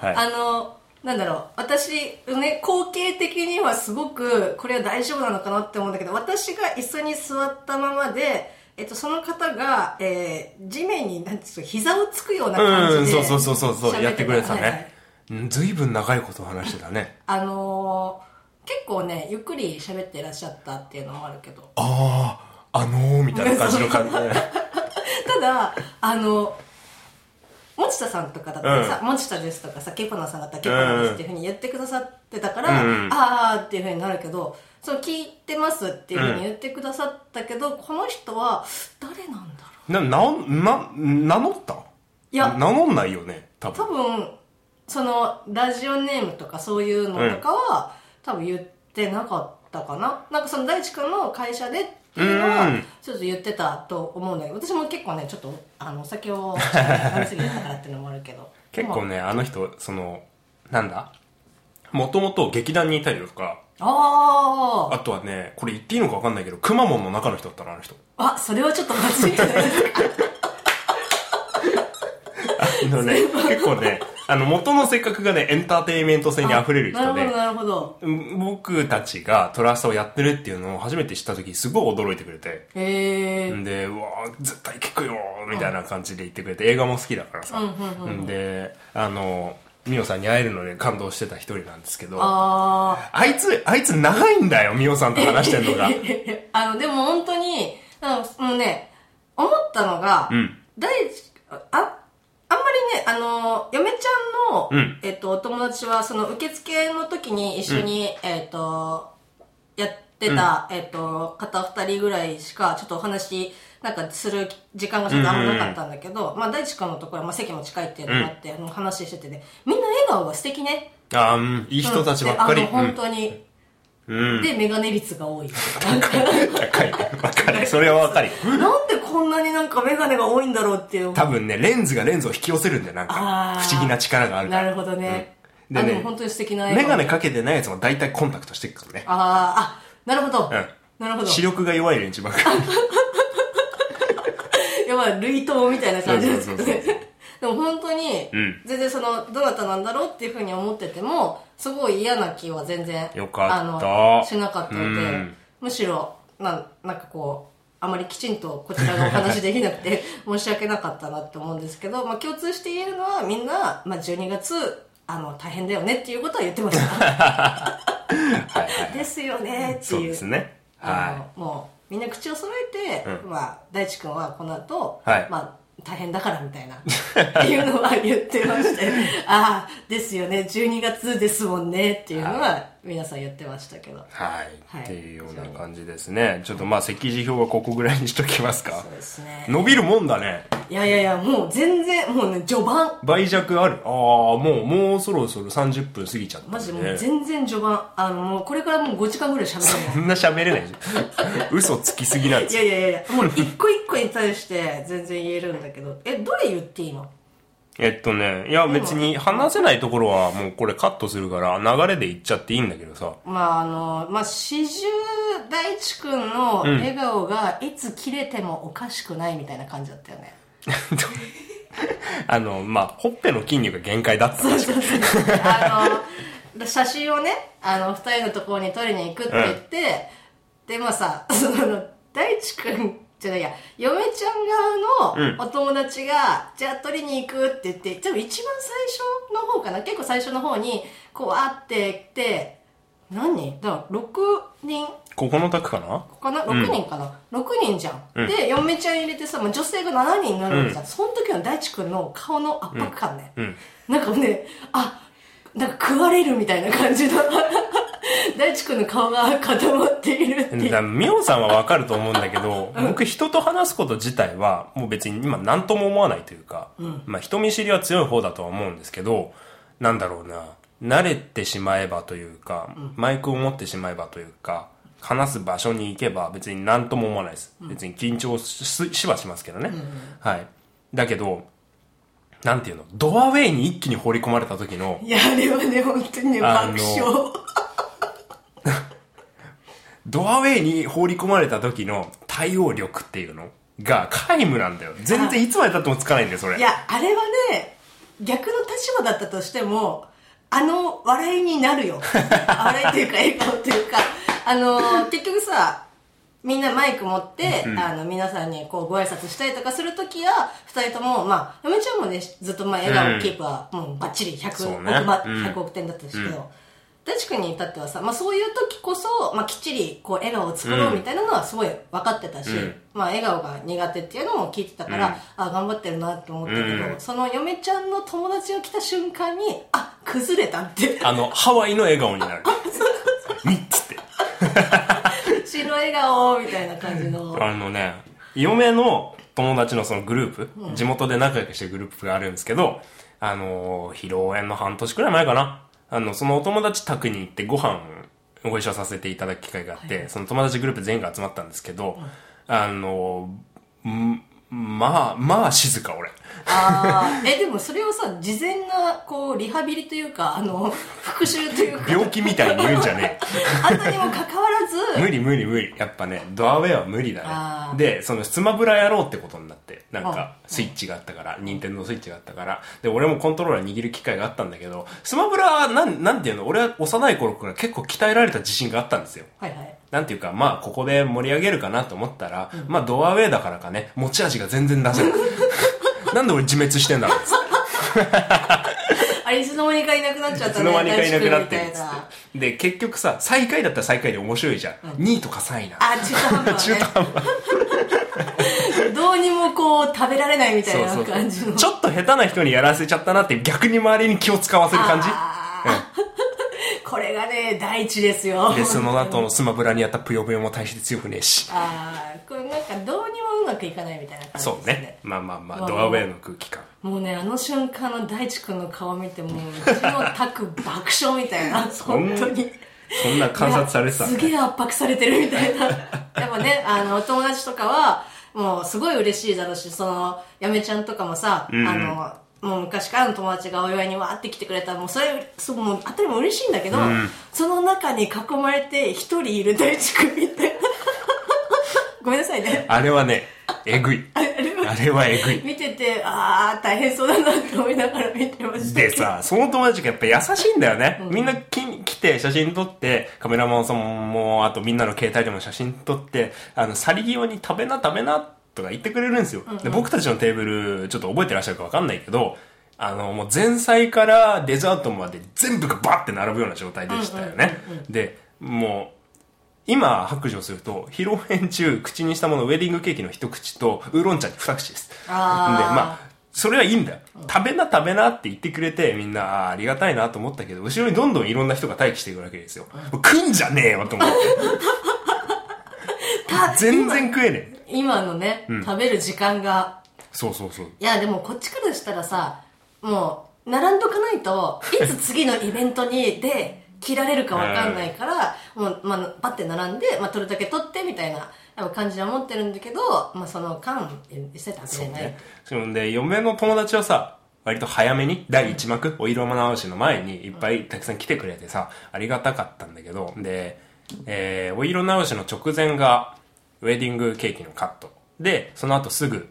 Speaker 2: あ、
Speaker 1: はい
Speaker 2: あの、なんだろう。私、ね、光景的にはすごく、これは大丈夫なのかなって思うんだけど、私が椅子に座ったままで、えっと、その方が、えー、地面に、なんていうんですか、膝をつくような
Speaker 1: う
Speaker 2: 感
Speaker 1: ん、
Speaker 2: じで。
Speaker 1: そうそうそうそうそう、やってくれてた
Speaker 2: はいはい
Speaker 1: ね。うんずいぶん長いこと話してたね。
Speaker 2: あのー、結構ね、ゆっくり喋ってらっしゃったっていうのもあるけど。
Speaker 1: ああ、あのー、みたいな感じの感じ で。
Speaker 2: ただあの持田さんとかだったらさ「持田です」とかさ「ケパナさんだったら「ケパナです」っていうふうに言ってくださってたから「
Speaker 1: うん
Speaker 2: ああ」っていうふうになるけど「その聞いてます」っていうふうに言ってくださったけど、この人は誰なんだろう
Speaker 1: な、な、な、名乗った
Speaker 2: いや
Speaker 1: 名乗んないよね、多
Speaker 2: 多
Speaker 1: 分。
Speaker 2: 分そのラジオネームとかそういうのとかは、多分言ってなかったかななんかその大地君の会社でっていうのは、
Speaker 1: うん
Speaker 2: ちょっと言ってたと思うんだけど私も結構ねちょっとあのお酒をちょっと飲みすぎてたからっていうのもあるけど
Speaker 1: 結
Speaker 2: まあ
Speaker 1: 構ね、あの人、その、なんだもともと劇団にいたりとか、
Speaker 2: あ
Speaker 1: あとはね、これ言っていいのかわかんないけど、くまモンの中の人だったら、あの人。
Speaker 2: ああそれはちょっと まずいじゃないですか
Speaker 1: あのね、結構ね、あの、元の性格がね、エンターテインメント性に溢れる人
Speaker 2: なるほど
Speaker 1: で、
Speaker 2: なるほど
Speaker 1: うん僕たちがトラスタをやってるっていうのを初めて知った時、すごい驚いてくれて、
Speaker 2: へえー、
Speaker 1: んで、うわー絶対聞くよーみたいな感じで言ってくれて、映画も好きだからさ。んで、あの、ミオさんに会えるので感動してた一人なんですけど、あ
Speaker 2: あ
Speaker 1: いつ、あいつ長いんだよ、ミオさんと話してんの が。
Speaker 2: ー あのでも本当にあのもうね思ったのが、
Speaker 1: うん
Speaker 2: 第一あああんまりねあの嫁ちゃんの、
Speaker 1: うん
Speaker 2: えっとお友達はその受付の時に一緒に、えっとやってた、えっと方二人ぐらいしかちょっとお話なんかする時間がちょっとあんまなかったんだけど、まあ大地君のところは、まあ、席も近いっていうのもあって、あの話しててねみんな笑顔が素敵ね
Speaker 1: あーうんいい人たちばっかり。
Speaker 2: であの本当に、でメガネ率が多い
Speaker 1: 高い。わかる。それはわかる。
Speaker 2: なんでこんなになんかメガネが多いんだろうっていう
Speaker 1: 多分ね、レンズがレンズを引き寄せるんだよ、なんか。
Speaker 2: あー
Speaker 1: 不思議な力があるか
Speaker 2: な
Speaker 1: ら。
Speaker 2: るほどね、
Speaker 1: うん
Speaker 2: あ
Speaker 1: でね
Speaker 2: でも本当に素敵な笑
Speaker 1: メ
Speaker 2: 顔
Speaker 1: ガネかけてないやつも大体コンタクトしてるからね。
Speaker 2: あーあなるほど、
Speaker 1: うん
Speaker 2: なるほど
Speaker 1: 視力が弱い連中ばっかり。
Speaker 2: やばい類刀みたいな感じです
Speaker 1: そう
Speaker 2: ね
Speaker 1: そうそうそう
Speaker 2: でも本当に、
Speaker 1: うん
Speaker 2: 全然そのどなたなんだろうっていうふうに思っててもすごい嫌な気は全然
Speaker 1: よかった
Speaker 2: あのしなかったので、
Speaker 1: うん
Speaker 2: むしろなんなんかこうあまりきちんとこちらがお話できなくて 申し訳なかったなって思うんですけど、まあ、共通して言えるのはみんな、まあ、12月あの大変だよねっていうことは言って ました
Speaker 1: はいはい。
Speaker 2: ですよねって
Speaker 1: そう
Speaker 2: い
Speaker 1: で
Speaker 2: う
Speaker 1: すね。
Speaker 2: あ
Speaker 1: は
Speaker 2: のもうみんな口を揃えて、まあ、大地君はこの後、
Speaker 1: はい
Speaker 2: まあ大変だからみたいなっていうのは言ってま してああですよね12月ですもんねっていうのは皆さん言ってましたけど
Speaker 1: い。はい。
Speaker 2: はい
Speaker 1: っていうような感じですね。ちょっとまあ、席次表はここぐらいにしときますか
Speaker 2: そう。ですね
Speaker 1: 伸びるもんだね。
Speaker 2: いやいやいやもう全然もうね序盤
Speaker 1: 倍弱ある。ああ、もう、もうそろそろ30分過ぎちゃったんで。
Speaker 2: マジでもう全然序盤あのもうこれからもう5時間ぐらい喋るも ん
Speaker 1: そんな喋れないじ ゃん。嘘つきすぎなんで
Speaker 2: い
Speaker 1: すよ。
Speaker 2: やいやいやいやもう一個一個に対して全然言えるんだけどえどれ言っていいの
Speaker 1: えっとね、いや別に話せないところはもうこれカットするから流れでいっちゃっていいんだけどさ。
Speaker 2: まああの、まあ、四十大地くんの笑顔がいつ切れてもおかしくないみたいな感じだったよね。
Speaker 1: あの、まあ、ほっぺの筋肉が限界だった。確かに
Speaker 2: あの、写真をね、あの、二人のところに撮りに行くって言って、で、まあさ、その、大地くんじゃないや、嫁ちゃん側のお友達が、じゃあ撮りに行くって言って、でも一番最初の方かな、結構最初の方に、こう、会ってきて、何人だから6人
Speaker 1: ここの卓かな
Speaker 2: かな6人かな、六6人じゃん、で嫁ちゃん入れてさ、まあ、女性が7人になるわけじゃん、その時の大地君の顔の圧迫感ね、
Speaker 1: うん。
Speaker 2: なんかねあなんか食われるみたいな感じの 大地君の顔が固まっているって
Speaker 1: だ
Speaker 2: いう
Speaker 1: からミオさんはわかると思うんだけど、僕人と話すこと自体は、もう別に今何とも思わないというか、まあ人見知りは強い方だとは思うんですけど、なんだろうな、慣れてしまえばというか、マイクを持ってしまえばというか、話す場所に行けば別に何とも思わないです。別に緊張ししはしますけどね。はい。だけど、なんていうの、ドアウェイに一気に放り込まれた時の、
Speaker 2: いやあれはね本当にね
Speaker 1: あの
Speaker 2: 爆笑
Speaker 1: ドアウェイに放り込まれた時の対応力っていうのが皆無なんだよ。全然いつまで経ってもつかないんだよ、それ。
Speaker 2: いやあれはね逆の立場だったとしてもあの笑いになる よあ笑いっていうか笑顔っていうかあの結局さみんなマイク持って、あの皆さんにこうご挨拶したりとかするときは2人ともまあ嫁ちゃんもねずっとまあ笑顔キープはもうバッチリ
Speaker 1: そ
Speaker 2: 100
Speaker 1: う
Speaker 2: 億,、
Speaker 1: ね
Speaker 2: ま
Speaker 1: うん
Speaker 2: 100億点だったんですけど、大地君に至ってはさ、まあ、そういう時こそ、まあ、きっちりこう笑顔を作ろうみたいなのはすごい分かってたし、
Speaker 1: うん
Speaker 2: まあ、笑顔が苦手っていうのも聞いてたから、あ頑張ってるなって思ったけど、
Speaker 1: うん
Speaker 2: その嫁ちゃんの友達が来た瞬間にあ崩れた って
Speaker 1: あの、ハワイの笑顔になる。みっつって。
Speaker 2: 白笑顔みたいな感じの
Speaker 1: あのね、嫁の友達のそのグループ、地元で仲良くしてるグループがあるんですけど、あのー、披露宴の半年くらい前かな。あの、そのお友達宅に行ってご飯ご一緒させていただく機会があって、その友達グループ全員が集まったんですけど、あのー、んまあ、まあ静か、俺。
Speaker 2: あーえでもそれをさ事前なこうリハビリというかあの復習というか
Speaker 1: 病気みたいに言うんじゃねえ。
Speaker 2: 後にもかかわらず
Speaker 1: 無理無理無理やっぱねドアウェイは無理だね
Speaker 2: あー
Speaker 1: でそのスマブラやろうってことになってなんかスイッチがあったから任天堂スイッチがあったからで俺もコントローラー握る機会があったんだけどスマブラはなんなんていうの俺は幼い頃から結構鍛えられた自信があったんですよ
Speaker 2: はいはい
Speaker 1: なんていうかまあここで盛り上げるかなと思ったら、まあドアウェイだからかね持ち味が全然出 せないなんで俺自滅してんだろうっつって
Speaker 2: あれいつの間にかいなくなっちゃっ
Speaker 1: い
Speaker 2: た
Speaker 1: つの間にかいなくなってる
Speaker 2: 大地
Speaker 1: っ
Speaker 2: 君みたい
Speaker 1: つっ
Speaker 2: な
Speaker 1: てで結局さ最下位だったら最下位で面白いじゃん、2位とか3位な
Speaker 2: あ中途半端、ね、どうにもこう食べられないみたいな感じの
Speaker 1: ちょっと下手な人にやらせちゃったなって逆に周りに気を使わせる感じ
Speaker 2: あーこれがね大地ですよ
Speaker 1: で、その後のスマブラにやったぷよぷよも大して強くねえし。
Speaker 2: ああこれなんかどうにもうまくいかないみたいな感じ
Speaker 1: そう
Speaker 2: です
Speaker 1: ね
Speaker 2: ね。
Speaker 1: まあまあま
Speaker 2: ま
Speaker 1: あ、
Speaker 2: あ
Speaker 1: ドアウェイの空気感。
Speaker 2: もうねあの瞬 間の大地君の顔見てもううちのタク爆笑みたいな
Speaker 1: ん
Speaker 2: 本当に
Speaker 1: そんな観察されてた
Speaker 2: いやすげえ圧迫されてるみたいな やっぱねあのお友達とかはもうすごい嬉しいだろうしそのやめちゃんとかもさ、
Speaker 1: んうん
Speaker 2: あのもう昔からの友達がお祝いにわーって来てくれたらもうそれそうもう当たりも嬉しいんだけど、その中に囲まれて一人いる大地君みたいな ごめんなさいね
Speaker 1: あれはね、えぐい。あれはえぐい。
Speaker 2: 見ててああ大変そうだなって思いながら見てましたけ
Speaker 1: で
Speaker 2: ど
Speaker 1: さ、その友達がやっぱ優しいんだよね。みんなき来て写真撮って、カメラマンさんも、あとみんなの携帯でも写真撮って、あの、去り際に食べな食べなとか言ってくれるんですよ。で、僕たちのテーブル、ちょっと覚えてらっしゃるかわかんないけど、あの、もう前菜からデザートまで全部がバッて並ぶような状態でしたよね。で、もう、今白状すると披露宴中口にしたものウェディングケーキの一口とウーロン茶に二口です
Speaker 2: あー
Speaker 1: でまあそれはいいんだよ食べな食べなって言ってくれてみんなあーありがたいなと思ったけど後ろにどんどんいろんな人が待機していくわけですよもう来んじゃねえよと思って全然食えねえ
Speaker 2: 今のね、食べる時間が
Speaker 1: そうそうそう
Speaker 2: いやでもこっちからしたらさもう並んどかないといつ次のイベント にで切られるかわかんないから、もう、まあ、バッて並んで、まあ、取るだけ取ってみたいなやっぱ感じは持ってるんだけど、まあ、その間してたわけじゃない、
Speaker 1: ね。そんで、嫁の友達はさ、割と早めに、第1幕、お色直しの前に、いっぱいたくさん来てくれてさ、ありがたかったんだけど、で、えー、お色直しの直前が、ウェディングケーキのカット。で、その後すぐ、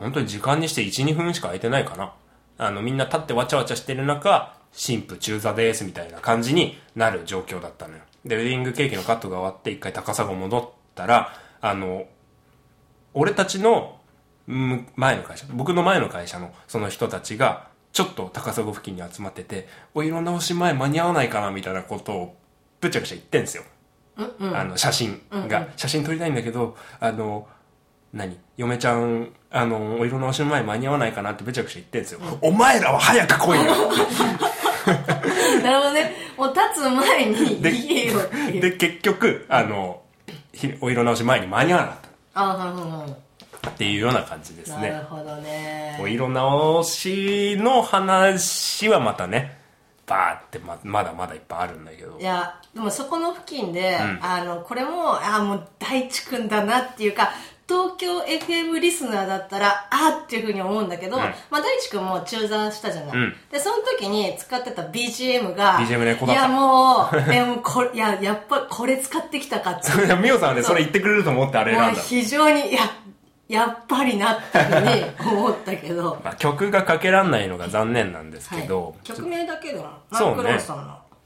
Speaker 1: 本当に時間にして1、2分しか空いてないかな。あの、みんな立ってわちゃわちゃしてる中、新婦中座ですみたいな感じになる状況だったのよ。で、ウェディングケーキのカットが終わって、一回高砂戻ったら、あの、俺たちのむ前の会社僕の前の会社のその人たちがちょっと高砂付近に集まっててお色直し前間に合わないかなみたいなことをぶちゃくちゃ言ってんすよ、あの写真が、写真撮りたいんだけどあの何嫁ちゃんあのお色直しの前間に合わないかなってぶちゃくちゃ言ってんすよ、お前らは早く来いよ
Speaker 2: なるほどねもう立つ前に
Speaker 1: で
Speaker 2: 言えよっていう
Speaker 1: で結局あのひお色直し前に間に合わなかっ
Speaker 2: ああうんうん
Speaker 1: たっていうような感じですね
Speaker 2: なるほどね
Speaker 1: お色直しの話はまたねバーってままだまだいっぱいあるんだけど
Speaker 2: いやでもそこの付近で、あのこれもああもう大地君だなっていうか東京 FM リスナーだったらあーっていうふうに思うんだけど、
Speaker 1: ん
Speaker 2: まあ、大地君も中座したじゃない、
Speaker 1: ん
Speaker 2: でその時に使ってた BGM が
Speaker 1: BGM ねこだ
Speaker 2: い
Speaker 1: わ
Speaker 2: やもうえもうこれいややっぱこれ使ってきた かっていう
Speaker 1: それミオさんはねそれ言ってくれると思ってあれ
Speaker 2: も
Speaker 1: なん
Speaker 2: う
Speaker 1: だ、
Speaker 2: 非常にいややっぱりなっていうふう に思ったけど
Speaker 1: まあ、曲がかけらんないのが残念なんですけど、
Speaker 2: はい、曲名だけでもマ
Speaker 1: そうね
Speaker 2: ックローソン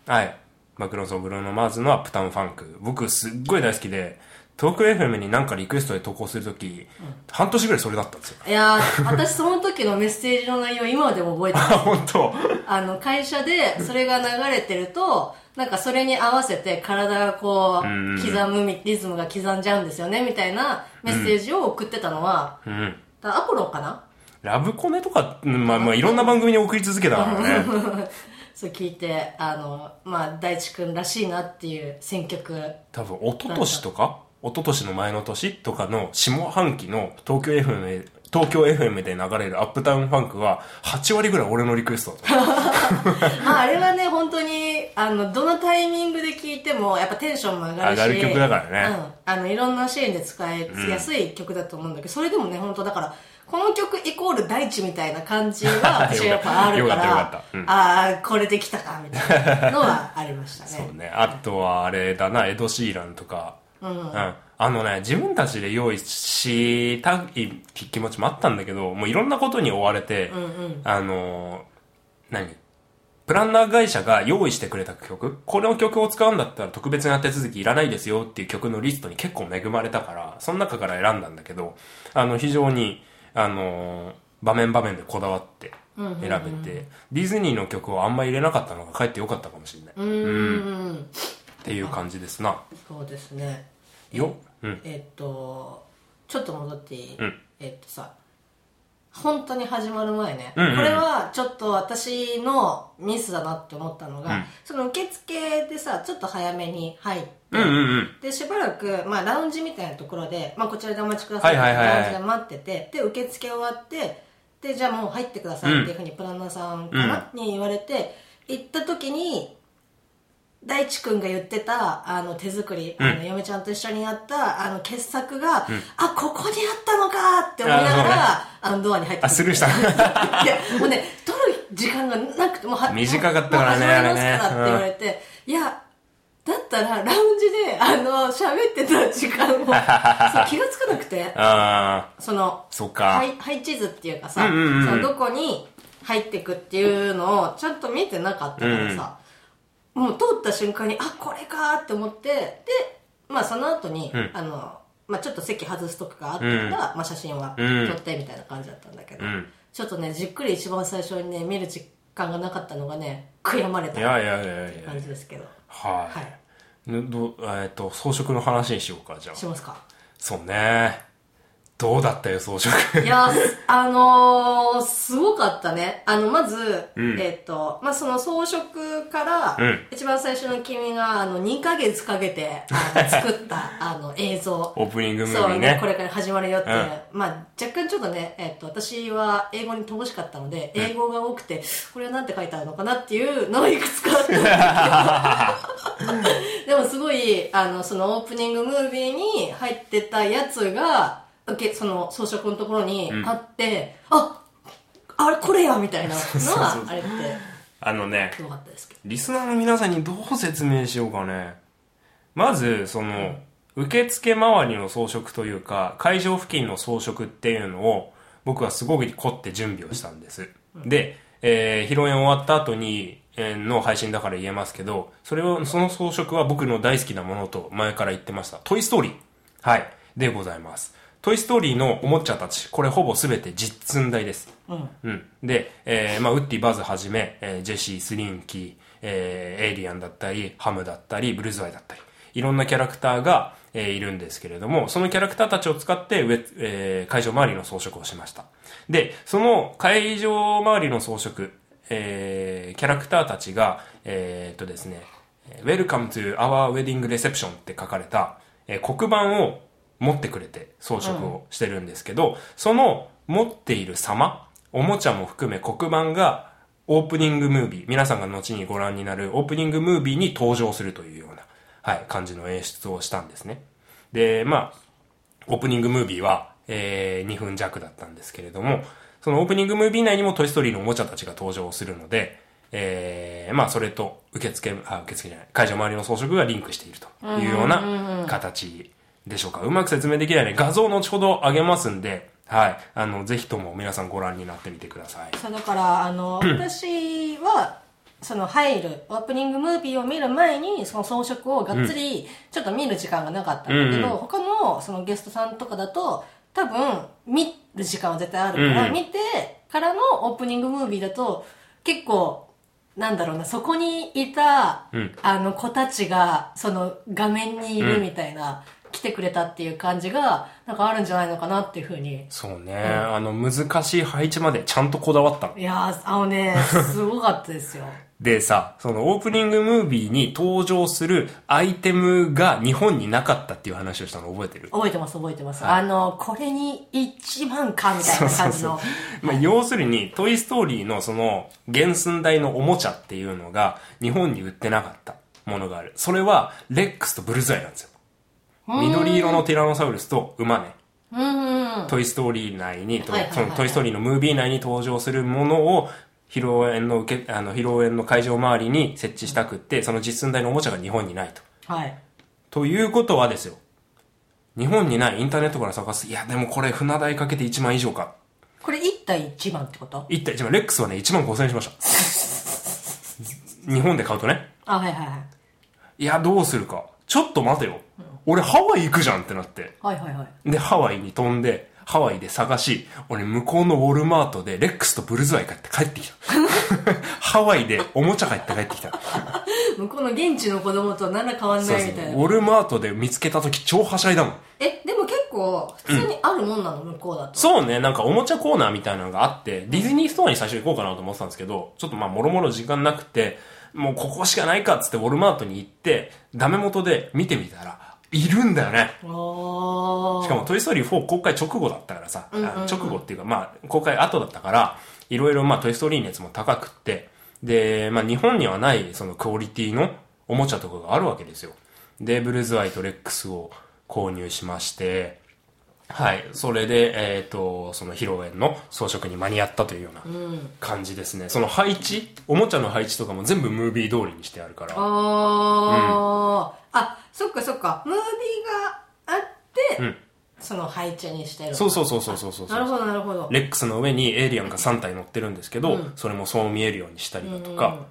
Speaker 2: の、
Speaker 1: はい。マクロンソン・ブローノ・マーズのアップタウン・ファンク。僕、すっごい大好きで、トーク FM になんかリクエストで投稿するとき、半年ぐらいそれだったんですよ。
Speaker 2: いやー私その時のメッセージの内容今でも覚えてる
Speaker 1: あ、本当
Speaker 2: あの会社でそれが流れてるとなんかそれに合わせて体がこう刻むみリズムが刻んじゃうんですよねみたいなメッセージを送ってたのは、
Speaker 1: うん。
Speaker 2: だアポロかな
Speaker 1: ラブコネとか、うんまあまあ、いろんな番組に送り続けたか らね。
Speaker 2: そう聞いてあのまあ大地君らしいなっていう選曲
Speaker 1: 多分、一昨年とか、一昨年の前の年とかの下半期の東京 FM、東京 FM で流れるアップタウンファンクは、8割ぐらい俺のリクエストだった。
Speaker 2: まああれはね本当にあのどのタイミングで聞いてもやっぱテンションも上が
Speaker 1: 上
Speaker 2: るし
Speaker 1: がる曲だからね
Speaker 2: うん、あのいろんなシーンで使いやすい曲だと思うんだけど、それでもね本当だからこの曲イコール大地みたいな感じ は私はやっぱある
Speaker 1: よか
Speaker 2: から
Speaker 1: ったよかったうん
Speaker 2: ああこれできたかみたいなのはありましたね
Speaker 1: そうね。あとはあれだな、エド・シーランとか。うん。あのね、自分たちで用意したい気持ちもあったんだけど、もういろんなことに追われて、あの、何プランナー会社が用意してくれた曲、この曲を使うんだったら特別な手続きいらないですよっていう曲のリストに結構恵まれたから、その中から選んだんだけど、あの、非常に、あの、場面場面でこだわって選べて、ディズニーの曲をあんま入れなかったのがかえってよかったかもしれない。
Speaker 2: うーん
Speaker 1: っていう感じですな。
Speaker 2: そうですね
Speaker 1: よ。うん。
Speaker 2: えっとちょっと戻っていい、
Speaker 1: ん
Speaker 2: えっとさ本当に始まる前ね、
Speaker 1: んうんうん
Speaker 2: これはちょっと私のミスだなって思ったのが、その受付でさちょっと早めに入って、
Speaker 1: うんうんうん。
Speaker 2: でしばらく、まあ、ラウンジみたいなところで、まあ、こちらでお待ちください,、
Speaker 1: はいはいはいはい
Speaker 2: ラウンジで待っててで受付終わってでじゃあもう入ってくださいっていうふうにプランナーさんかな、に言われて行った時に大地君が言ってたあの手作り、あの嫁ちゃんと一緒にやったあの傑作が、あここにあったのかって思いながらあのドアに入って
Speaker 1: あスルーした
Speaker 2: いやもうね撮る時間がなくてもうは
Speaker 1: 短かったからね
Speaker 2: もう始まりますからって
Speaker 1: あれね
Speaker 2: 言われて、いやだったらラウンジであの喋ってた時間 をそう気がつかなくて
Speaker 1: ああ
Speaker 2: その
Speaker 1: そっか、
Speaker 2: 配配置図っていうかさ、
Speaker 1: うんうんうん
Speaker 2: そのどこに入ってくっていうのをちゃんと見てなかったからさ、もう通った瞬間にあこれかーって思ってでまあその後に、
Speaker 1: ん
Speaker 2: あのまあちょっと席外すとかがあったから、
Speaker 1: うん
Speaker 2: まあ写真は
Speaker 1: うん
Speaker 2: 撮ってみたいな感じだったんだけど、
Speaker 1: うん
Speaker 2: ちょっとねじっくり一番最初にね見る時間がなかったのがね悔やまれた
Speaker 1: いやいやいやいや
Speaker 2: 感じですけど
Speaker 1: はい、
Speaker 2: はい
Speaker 1: ぬどえーっと装飾の話にしようかじゃあ
Speaker 2: しますか
Speaker 1: そうねどうだったよ装飾
Speaker 2: いや、すあのー、すごかったね。あの、まず、
Speaker 1: うん
Speaker 2: えっ、と、まあ、その装飾から、
Speaker 1: うん
Speaker 2: 一番最初の君が、あの、2ヶ月かけて、あの作った、あの、映像。
Speaker 1: オープニングムー
Speaker 2: そ
Speaker 1: ビ
Speaker 2: う
Speaker 1: ー
Speaker 2: ね
Speaker 1: ね、
Speaker 2: これから始まるよっていう。まあ、若干ちょっとね、えっ、と、私は英語に乏しかったので、英語が多くて、これはなんて書いてあるのかなっていうのをいくつかあったんですけ ど。でもすごい、あの、そのオープニングムービーに入ってたやつが、受けその装飾のところにあって、ああれこれやみたいなのは、あれって、
Speaker 1: あのね
Speaker 2: すごかったですけど。
Speaker 1: リスナーの皆さんにどう説明しようかねまずその受付周りの装飾というか会場付近の装飾っていうのを僕はすごく凝って準備をしたんです、で、えー披露宴終わった後にえーの配信だから言えますけどそれをその装飾は僕の大好きなものと前から言ってました「トイ・ストーリー」はいでございます「トイ・ストーリー」のおもちゃたちこれほぼ全て実寸大です
Speaker 2: うん。
Speaker 1: うん、で、えーまあ、ウッディ、バズはじめ、えージェシー、スリンキー、えーエイリアンだったり、ハムだったり、ブルーズアイだったり、いろんなキャラクターが、えーいるんですけれども、そのキャラクターたちを使って、ウェえー会場周りの装飾をしました。で、その会場周りの装飾、えーキャラクターたちが、えーっとですね、Welcome to our wedding reception って書かれた、えー黒板を持ってくれて装飾をしてるんですけど、その持っている様おもちゃも含め黒板がオープニングムービー皆さんが後にご覧になるオープニングムービーに登場するというような、はい、感じの演出をしたんですねでまあオープニングムービーは、えー2分弱だったんですけれども、そのオープニングムービー内にもトイストーリーのおもちゃたちが登場するので、えーまあそれと受付、あ、受付じゃない、会場周りの装飾がリンクしているというような形でしょうか。うまく説明できないね。画像後ほど上げますんで、はい。あの、ぜひとも皆さんご覧になってみてください。
Speaker 2: そうだからあの私はその入るオープニングムービーを見る前にその装飾をがっつりちょっと見る時間がなかったんだけど、
Speaker 1: うんう
Speaker 2: 他のそのゲストさんとかだと多分見る時間は絶対あるから、
Speaker 1: うんうん
Speaker 2: 見てからのオープニングムービーだと結構なんだろうなそこにいた、
Speaker 1: うん
Speaker 2: あの子たちがその画面にいるみたいな、来てくれたっていう感じがなんかあるんじゃないのかなっていうふうに
Speaker 1: そうね。あの、難しい配置までちゃんとこだわったの。
Speaker 2: いやーあの ねすごかったですよ。
Speaker 1: でさ、そのオープニングムービーに登場するアイテムが日本になかったっていう話をしたの覚えてる
Speaker 2: 覚えてます覚えてます、
Speaker 1: はい
Speaker 2: あのこれに1万かみたいな感じの
Speaker 1: まあ、要するに、トイストーリーのその原寸大のおもちゃっていうのが日本に売ってなかったものがある。それは、レックスとブルーズアイなんですよ。緑色のティラノサウルスと馬ね。
Speaker 2: うんうん
Speaker 1: トイストーリー内にと
Speaker 2: はいはいはいはい
Speaker 1: そのトイストーリーのムービー内に登場するものを、披露宴の受け、あの、披露宴の会場周りに設置したくって、その実寸大のおもちゃが日本にないと。
Speaker 2: はい
Speaker 1: ということはですよ。日本にないインターネットから探す。いや、でもこれ船代かけて1万以上か。
Speaker 2: これ1対1万ってこと
Speaker 1: 一体一万、レックスはね、1万5000円しました。日本で買うとね。
Speaker 2: あはいはいはい
Speaker 1: いや、どうするか。ちょっと待てよ。俺ハワイ行くじゃんってなって。
Speaker 2: はいはいはい
Speaker 1: で、ハワイに飛んで、ハワイで探し、俺向こうのウォルマートでレックスとブルズアイ買って帰ってき た。ハワイでおもちゃ買って帰ってきた。
Speaker 2: 向こうの現地の子供と何ら変わん
Speaker 1: そう
Speaker 2: ない
Speaker 1: そう
Speaker 2: みたいな
Speaker 1: ウォルマートで見つけた時超はしゃいだもん。
Speaker 2: えでも結構普通にあるもんなの、向こうだと
Speaker 1: そうね、なんかおもちゃコーナーみたいなのがあって、ディズニーストアに最初行こうかなと思ってたんですけど、ちょっとまあ、もろもろ時間なくて、もうここしかないかっつってウォルマートに行って、ダメ元で見てみたら、いるんだよね。
Speaker 2: あ
Speaker 1: しかも、トイ・ストーリー4公開直後だったからさ、あ直後っていうか、まあ、公開後だったから、いろいろまあ、トイ・ストーリー熱も高くって、で、まあ、日本にはない、そのクオリティの、おもちゃとかがあるわけですよ。で、ブルーズアイとレックスを購入しまして、はい。それで、えっ、と、その披露宴の装飾に間に合ったというような感じですね。その配置、おもちゃの配置とかも全部ムービー通りにしてあるから。
Speaker 2: あー、あそっかそっかムービーがあって、
Speaker 1: ん
Speaker 2: その配置にしてる
Speaker 1: そうそうそうそうそうそうそう。
Speaker 2: なるほどなるほど
Speaker 1: レックスの上にエイリアンが3体乗ってるんですけど、それもそう見えるようにしたりだとか、うん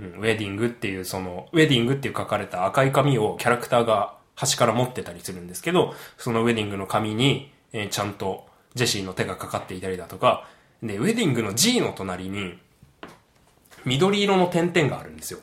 Speaker 1: ウェディングっていうその、ウェディングっていう書かれた赤い紙をキャラクターが端から持ってたりするんですけど、そのウェディングの紙に、えーちゃんとジェシーの手がかかっていたりだとか、で、ウェディングの G の隣に、緑色の点々があるんですよ。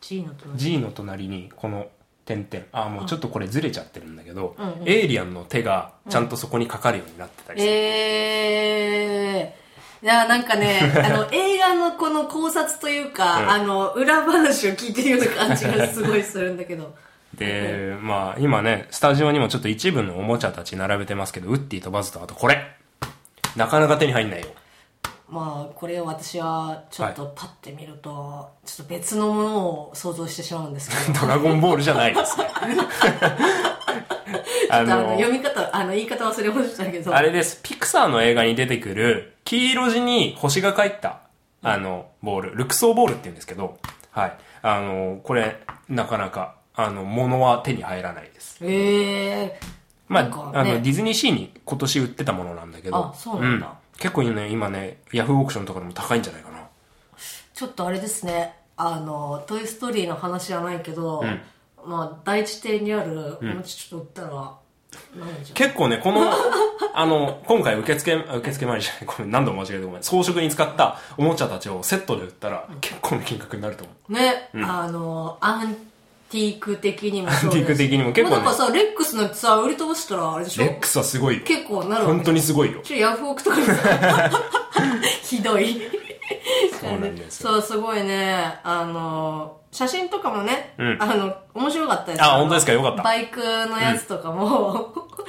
Speaker 2: G の隣
Speaker 1: G の隣にこの点々。あ、もうちょっとこれずれちゃってるんだけど、エイリアンの手がちゃんとそこにかかるようになってたりする。
Speaker 2: えー、いやなん かねあの映画のこの考察というか、
Speaker 1: うん
Speaker 2: あの裏話を聞いてるような感じがすごいするんだけど
Speaker 1: で、まあ今ね、スタジオにもちょっと一部のおもちゃたち並べてますけど、ウッディとバズとあとこれ。なかなか手に入んないよ。
Speaker 2: まあこれを私はちょっとパッて見ると、ちょっと別のものを想像してしまうんですけ どちょ
Speaker 1: ドラゴンボールじゃない ですね。あ
Speaker 2: っとあの
Speaker 1: の、
Speaker 2: 読み方あの言い方忘れましたけど
Speaker 1: あれです。ピクサーの映画に出てくる、黄色地に星が描いた、あの、ボール。ルクソーボールって言うんですけど、はい。あの、これ、なかなか、あの、物は手に入らないです。
Speaker 2: ええ
Speaker 1: ま
Speaker 2: なんか
Speaker 1: あ、あ
Speaker 2: ね
Speaker 1: の、ディズニーシーに今年売ってたものなんだけど。
Speaker 2: あそうなんだ
Speaker 1: 結構ね、今ね、ヤフーオークションとかでも高いんじゃないかな。
Speaker 2: ちょっとあれですねあの「トイ・ストーリー」の話じゃないけど、まあ第一邸にあるおもちゃちょっと売ったら、なんじゃ
Speaker 1: 結構ね、こ の、あの、今回受付、受付前じゃない、 ごめん、何度も間違えてごめん、装飾に使ったおもちゃたちをセットで売ったら、結構な金額になると思う。
Speaker 2: ね、あのアンティーク的にもそうだし
Speaker 1: アンティーク的にも結構ね
Speaker 2: うなんかさレックスのさ売り飛ばしたらあれでしょ
Speaker 1: レックスはすごいよ。
Speaker 2: 結構なるわけ
Speaker 1: 本当にすごいよ。
Speaker 2: ちょヤフオクとかにさ ひどい
Speaker 1: そうなんですよ。
Speaker 2: そうすごいねあの写真とかもね、
Speaker 1: うん
Speaker 2: あの面白かったです
Speaker 1: あ本当ですかよかった
Speaker 2: バイクのやつとかも、
Speaker 1: ん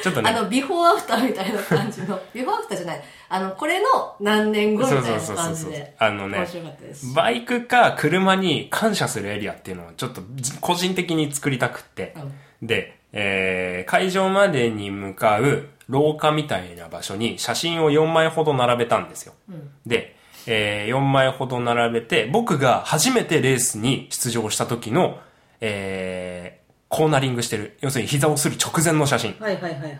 Speaker 1: ちょっとね
Speaker 2: あのビフォーアフターみたいな感じ のビフォーアフターじゃないあのこれの何年後みたいな
Speaker 1: そうそ
Speaker 2: 感
Speaker 1: うそう
Speaker 2: じ
Speaker 1: そう
Speaker 2: で
Speaker 1: あのね
Speaker 2: 面白かったです
Speaker 1: バイクか車に感謝するエリアっていうのをちょっと個人的に作りたくって。で、えー、会場までに向かう廊下みたいな場所に写真を4枚ほど並べたんですよ。で、え4枚ほど並べて、僕が初めてレースに出場した時の、えー、コーナリングしてる。要するに膝をする直前の写真。
Speaker 2: はいはいはいはい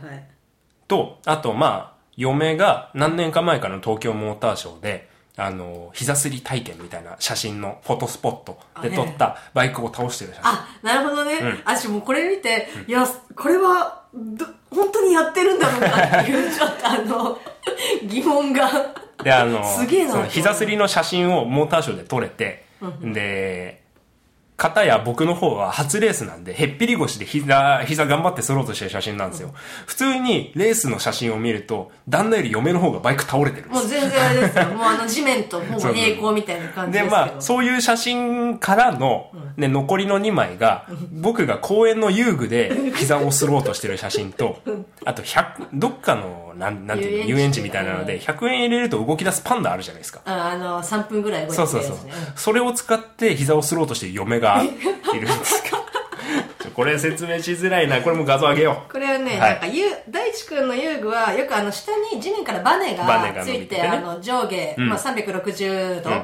Speaker 1: と、あと、まあ、嫁が何年か前からの東京モーターショーで、あの、膝すり体験みたいな写真のフォトスポットで撮ったバイクを倒してる写真。
Speaker 2: あ、なるほどね。あ、しもうこれ見て、いや、これは、ど、本当にやってるんだろうかっていう、ちょっとあの、 疑問が。
Speaker 1: で、あの、
Speaker 2: すげえな
Speaker 1: その膝すりの写真をモーターショーで撮れて、で、片や僕の方は初レースなんで、へっぴり腰で膝、膝頑張ってスローとしてる写真なんですよ。普通にレースの写真を見ると、旦那より嫁の方がバイク倒れてるんです
Speaker 2: も
Speaker 1: よ
Speaker 2: う全然あれですよ。もうあの地面とほぼ
Speaker 1: そう
Speaker 2: 平行みたいな感じです
Speaker 1: で、
Speaker 2: けど。
Speaker 1: まあ、そういう写真からの、ね、残りの2枚が、僕が公園の遊具 で膝をすろうとしてる写真と、あと、100どっかの、なん、なんていうの、
Speaker 2: 遊
Speaker 1: 遊
Speaker 2: 園
Speaker 1: 園
Speaker 2: 地
Speaker 1: 地みたいなので、100円入れると動き出すパンダあるじゃないですか。
Speaker 2: ああの、3分ぐらい動いて
Speaker 1: そう
Speaker 2: る
Speaker 1: そう
Speaker 2: や
Speaker 1: そう
Speaker 2: つね。。
Speaker 1: それを使って膝をすろうとしてる嫁がいるんですけど。ち ょこれ説明しづらいな。これも画像上げよう。
Speaker 2: これはね、
Speaker 1: はい
Speaker 2: なんか、ゆ、大地くんの遊具は、よくあの、下に地面からバネ
Speaker 1: バネ
Speaker 2: が
Speaker 1: が
Speaker 2: つ
Speaker 1: 伸
Speaker 2: い
Speaker 1: び
Speaker 2: て、
Speaker 1: てね
Speaker 2: あの、上下、まあ360度。
Speaker 1: うん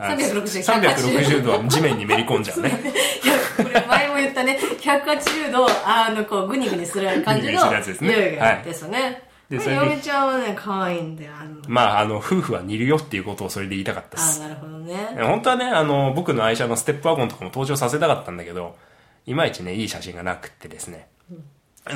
Speaker 1: あ
Speaker 2: 360
Speaker 1: 360度は地面にめり込んじゃうね。
Speaker 2: いや、これ前も言ったね、180度、あの、こう、グニグニする
Speaker 1: グ
Speaker 2: 感じの
Speaker 1: ニグニするやつですね
Speaker 2: 遊具ですね。
Speaker 1: いで
Speaker 2: こ
Speaker 1: そ
Speaker 2: れ
Speaker 1: れで
Speaker 2: 嫁ちゃんはね、可愛いんだよ、あの。
Speaker 1: まあ、あの、夫婦は似るよっていうことをそれで言いたかったで
Speaker 2: あ
Speaker 1: す
Speaker 2: ー。なるほどね。
Speaker 1: 本当はね、あの、僕の愛車のステップワゴンとかも登場させたかったんだけど、いまいちね、いい写真がなくってですね。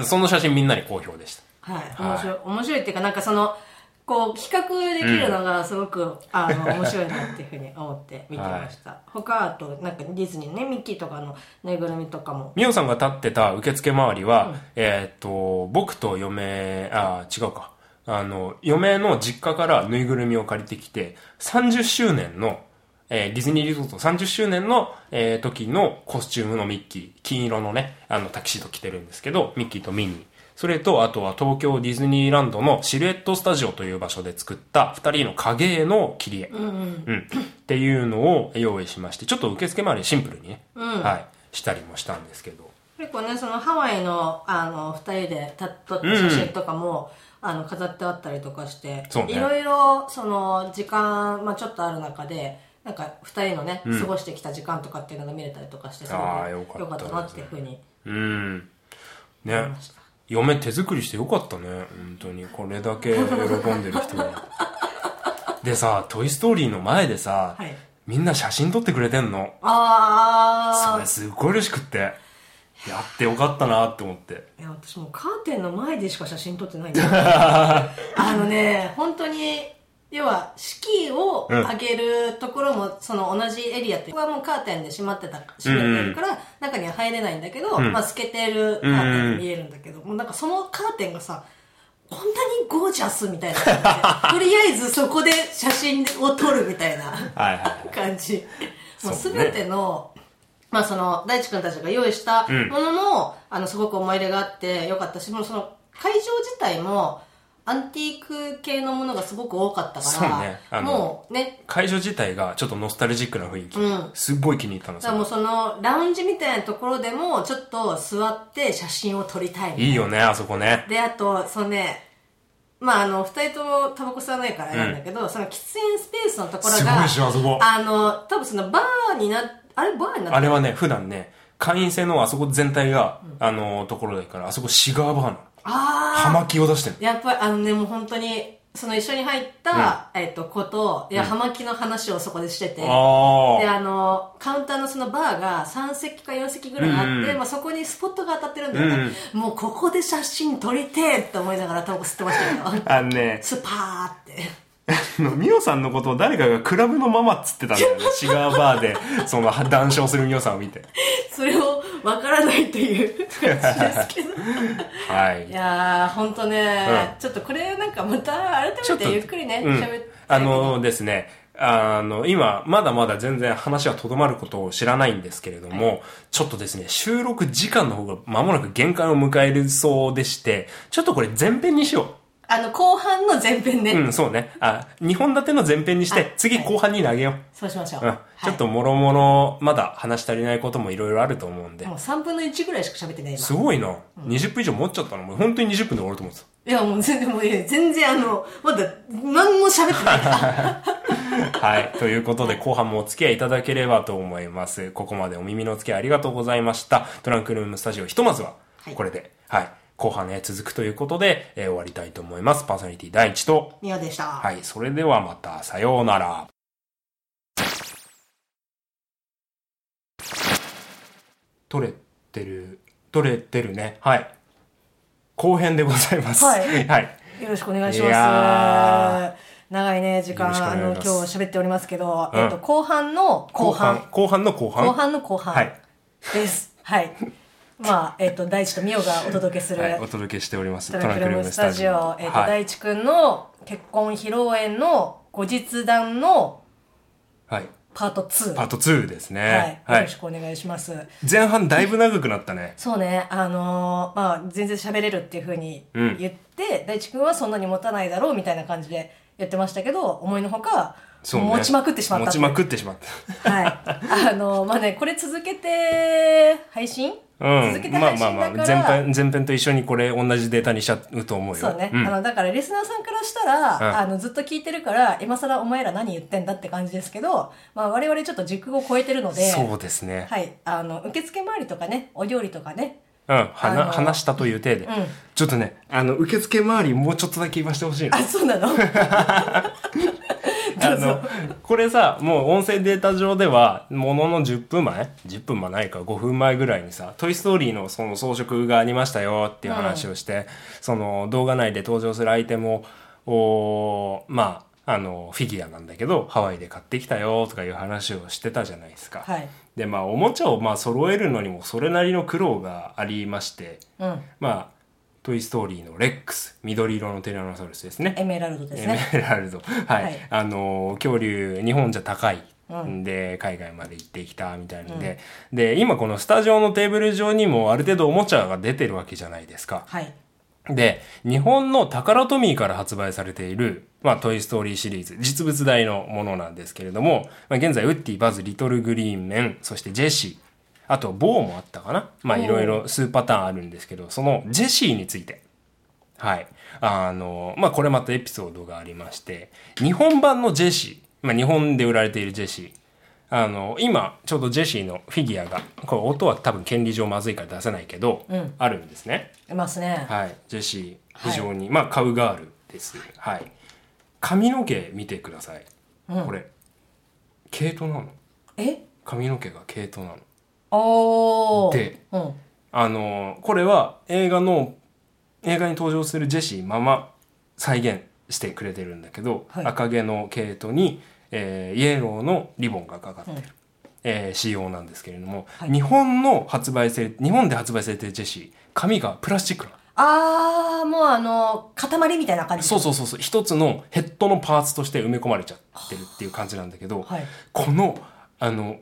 Speaker 1: その写真みんなに好評でした。
Speaker 2: はい。面白い、面白いっていうか、なんかその、こう、比較できるのがすごく、あの、面白いなっていうふうに思って見てました。他、あと、なんかディズニーね、ミッキーとかのぬいぐるみとかも。
Speaker 1: ミオさんが立ってた受付周りは、えーっと、僕と嫁、あー、違うか。あの、嫁の実家からぬいぐるみを借りてきて、30周年の、えーディズニーリゾート30周年の、えー時のコスチュームのミッキー、金色のね、あの、タキシード着てるんですけど、ミッキーとミニー。それと、あとは東京ディズニーランドのシルエットスタジオという場所で作った二人の影絵の切り絵。うんっていうのを用意しまして、ちょっと受付周りシンプルにね、はい、したりもしたんですけど。
Speaker 2: 結構ね、そのハワイの、あの、二人でた撮った写真とかも、あの、飾ってあったりとかして、
Speaker 1: そうね
Speaker 2: いろいろ、その、時間、まあちょっとある中で、なんか、二人のね、過ごしてきた時間とかっていうのが見れたりとかして、すごく
Speaker 1: あーよかった
Speaker 2: よかったなっていうふうに。
Speaker 1: うん。ね。嫁手作りしてよかったね。本当に。これだけ喜んでる人が。 でさ、トイストーリーの前でさ、
Speaker 2: はい
Speaker 1: みんな写真撮ってくれてんの。そ
Speaker 2: あ
Speaker 1: れすっごい嬉しくって。やってよかったなって思って。
Speaker 2: ーいや、私もうカーテンの前でしか写真撮ってないんだよ あのね、本当に、要は、式を上げるところも、その同じエリアって、ここはもうカーテンで閉まってた、閉めてるから、中には入れないんだけど、まあ透けてるカーテン見えるんだけど、もうなんかそのカーテンがさ、こんなにゴージャスみたいな感じで、とりあえずそこで写真を撮るみたいな。
Speaker 1: はいはい。
Speaker 2: 感じ。もう
Speaker 1: そう
Speaker 2: す
Speaker 1: ね
Speaker 2: べての、まあその、大地君たちが用意したものも、あの、すごく思い入れがあってよかったし、もうその、会場自体も、アンティーク系のものがすごく多かったから、
Speaker 1: そうねあの
Speaker 2: もうね、
Speaker 1: 会場自体がちょっとノスタルジックな雰囲気。
Speaker 2: うん
Speaker 1: すっごい気に入ったの
Speaker 2: だからもう
Speaker 1: さ。
Speaker 2: その、ラウンジみたいなところでも、ちょっと座って写真を撮りたいみたいない
Speaker 1: いよね、あそこね。
Speaker 2: で、あと、そのね、まあ、あの、二人ともタバコ吸わないからなんだけど、その喫煙スペースのところが、
Speaker 1: すごいでしょあそこ
Speaker 2: あの、多分そのバーにな、あれバーになって
Speaker 1: あれはね、普段ね、会員制のあそこ全体が、あのところだから、あそこシガーバーなの。
Speaker 2: あ
Speaker 1: 葉巻を出してる
Speaker 2: ーやっぱり、あのね、もう本当に、その一緒に入った、えっと、こと、いや、葉巻の話をそこでしてて、
Speaker 1: の。
Speaker 2: で、
Speaker 1: ああ。
Speaker 2: あの、カウンターのそのバーが3席か4席ぐらいあって、まあ、そこにスポットが当たってるんだよね。もうここで写真撮りてえって思いながらタバコ吸ってましたけど、
Speaker 1: あのね、
Speaker 2: スパーって。
Speaker 1: あの、ミオさんのことを誰かがクラブのママっつってたんだ よね。シガーバーで、その、は談笑するミオさんを見て。
Speaker 2: それをわからないという 感じですけど
Speaker 1: はい。
Speaker 2: いやーほんとね、ちょっとこれなんかまた改めてゆっくりね
Speaker 1: うん
Speaker 2: 喋って、
Speaker 1: あのですね、あの、今、まだまだ全然話はとどまることを知らないんですけれども、ちょっとですね、収録時間の方が間もなく限界を迎えるそうでして、ちょっとこれ前編にしよ
Speaker 2: あの後半の前編ね、
Speaker 1: う。うん、そうね。あ、2本立ての前編にし
Speaker 2: は
Speaker 1: て
Speaker 2: い、
Speaker 1: 次後半に投げよう。
Speaker 2: そうしましょう、
Speaker 1: うん。ちょっともろもろ、まだ話し足りないこともいろいろあると思うんで
Speaker 2: はい、も。う3分の1ぐらいしか喋ってない今
Speaker 1: すごいな。20分以上持っちゃったの。もう本当に20分で終わると思ってた。
Speaker 2: いやもう全然もういや全然あのまだ何も喋ってな いから
Speaker 1: はい。ということで、後半もお付き合いいただければと思います。ここまでお耳のお付き合いありがとうございました。トランクルームスタジオ、ひとまずは
Speaker 2: はい、
Speaker 1: これで、はい、後半ね、続くということで、えー終わりたいと思います。パーソナリティ第一と、
Speaker 2: ミオでした、
Speaker 1: はい。それではまた、さようなら。取れてる、取れてるね。はい。後編でございます。
Speaker 2: は い
Speaker 1: はい。
Speaker 2: よろしくお願いし
Speaker 1: い
Speaker 2: ま
Speaker 1: や
Speaker 2: す長いね時
Speaker 1: よろしくお
Speaker 2: 間あ
Speaker 1: 願いしま
Speaker 2: の今
Speaker 1: す
Speaker 2: 日喋っておりますけど、
Speaker 1: うん
Speaker 2: えっと後半の後半
Speaker 1: 後半の後半。
Speaker 2: 後半の後半
Speaker 1: はい
Speaker 2: です。はい。まあ、えっ、と、大地と美桜がお届けする、
Speaker 1: はい、お届けしております。
Speaker 2: トランクルームスタジオ、えっ、と、
Speaker 1: はい、
Speaker 2: 大地くんの結婚披露宴の後日談の
Speaker 1: はい。
Speaker 2: パート2。
Speaker 1: パート2ですね。
Speaker 2: は
Speaker 1: は
Speaker 2: い。よ
Speaker 1: い
Speaker 2: ろし。くお願いします。
Speaker 1: 前半だいぶ長くなったね。
Speaker 2: そうね、あのーまあ、全然喋れるっていうふうに
Speaker 1: うん
Speaker 2: 言って、大地くんはそんなに持たないだろうみたいな感じで言ってましたけど、思いのほか、
Speaker 1: そうね
Speaker 2: 持ちまくってしまっ
Speaker 1: 持
Speaker 2: たって
Speaker 1: ち
Speaker 2: いう
Speaker 1: まくってしまっ
Speaker 2: はい。あのーまあね、これ続けて配信、
Speaker 1: た。うん。
Speaker 2: 続けて
Speaker 1: まあ
Speaker 2: 配信だ
Speaker 1: ま
Speaker 2: か
Speaker 1: あ
Speaker 2: ら、
Speaker 1: まあ、前編、前編と一緒にこれ同じデータにしちゃうと思うよ。
Speaker 2: そうね、
Speaker 1: ん
Speaker 2: あのだからリスナーさんからしたら、
Speaker 1: うん
Speaker 2: あのずっと聞いてるから今更お前ら何言ってんだって感じですけど、まあ、我々ちょっと時空を超えてるので
Speaker 1: そうですね。
Speaker 2: はい、あの受付周りとかねお料理とかね
Speaker 1: うん。
Speaker 2: あ
Speaker 1: は
Speaker 2: の
Speaker 1: な、話したという体で。ちょっとね、あの、受付周りもうちょっとだけ言わせてほしいの
Speaker 2: あ。そ うなの
Speaker 1: あ
Speaker 2: どうぞ
Speaker 1: の、これさ、もう音声データ上では、ものの10分前 ?10 分もないか、5分前ぐらいにさ、トイストーリーのその装飾がありましたよっていう話をして、その動画内で登場するアイテムを、おーまあ、あの、フィギュアなんだけど、ハワイで買ってきたよとかいう話をしてたじゃないですか。
Speaker 2: はい
Speaker 1: で、まあ、おもちゃをまあ揃えるのにもそれなりの苦労がありまして、
Speaker 2: うん
Speaker 1: まあ、トイストーリーのレックス、緑色のティラノサウルスですね。
Speaker 2: エメラルドです
Speaker 1: エ
Speaker 2: ね
Speaker 1: メラルド。はい。
Speaker 2: はい
Speaker 1: あのー、恐竜、日本じゃ高い。んで、海外まで行ってきたみたいなんで、で、今このスタジオのテーブル上にもある程度おもちゃが出てるわけじゃないですか。
Speaker 2: はい
Speaker 1: で、日本のタカラトミーから発売されている、まあ、トイ・ストーリーシリーズ、実物大のものなんですけれども、まあ、現在、ウッディ、バズ、リトル・グリーン・メン、そしてジェシー、あと、ボーもあったかな。まあ、いろいろ数パターンあるんですけど、そのジェシーについて。はい。あの、まあ、これまたエピソードがありまして、日本版のジェシー、まあ、日本で売られているジェシー、あの、今、ちょうどジェシーのフィギュアが、これ音は多分権利上まずいから出せないけど、あるんですね。
Speaker 2: いますね。
Speaker 1: はい、ジェシー
Speaker 2: は
Speaker 1: 非
Speaker 2: い
Speaker 1: 常に、まあカウガールです。はい。髪の毛見てください。これ毛糸なの。
Speaker 2: え
Speaker 1: 髪の毛が毛糸なの。
Speaker 2: おー。
Speaker 1: で
Speaker 2: うん。
Speaker 1: あのーこれは映画の映画に登場するジェシーまま再現してくれてるんだけど、
Speaker 2: はい
Speaker 1: 赤毛の毛糸に、えーイエローのリボンがかかってる。えー仕様なんですけれども、
Speaker 2: はい
Speaker 1: 日本の発売され日本で発売されてるジェシー髪がプラスチックなの
Speaker 2: あー、もうあの、塊みたいな感じ。
Speaker 1: そうそうそうそう一つのヘッドのパーツとして埋め込まれちゃってるっていう感じなんだけど、
Speaker 2: はい
Speaker 1: このあの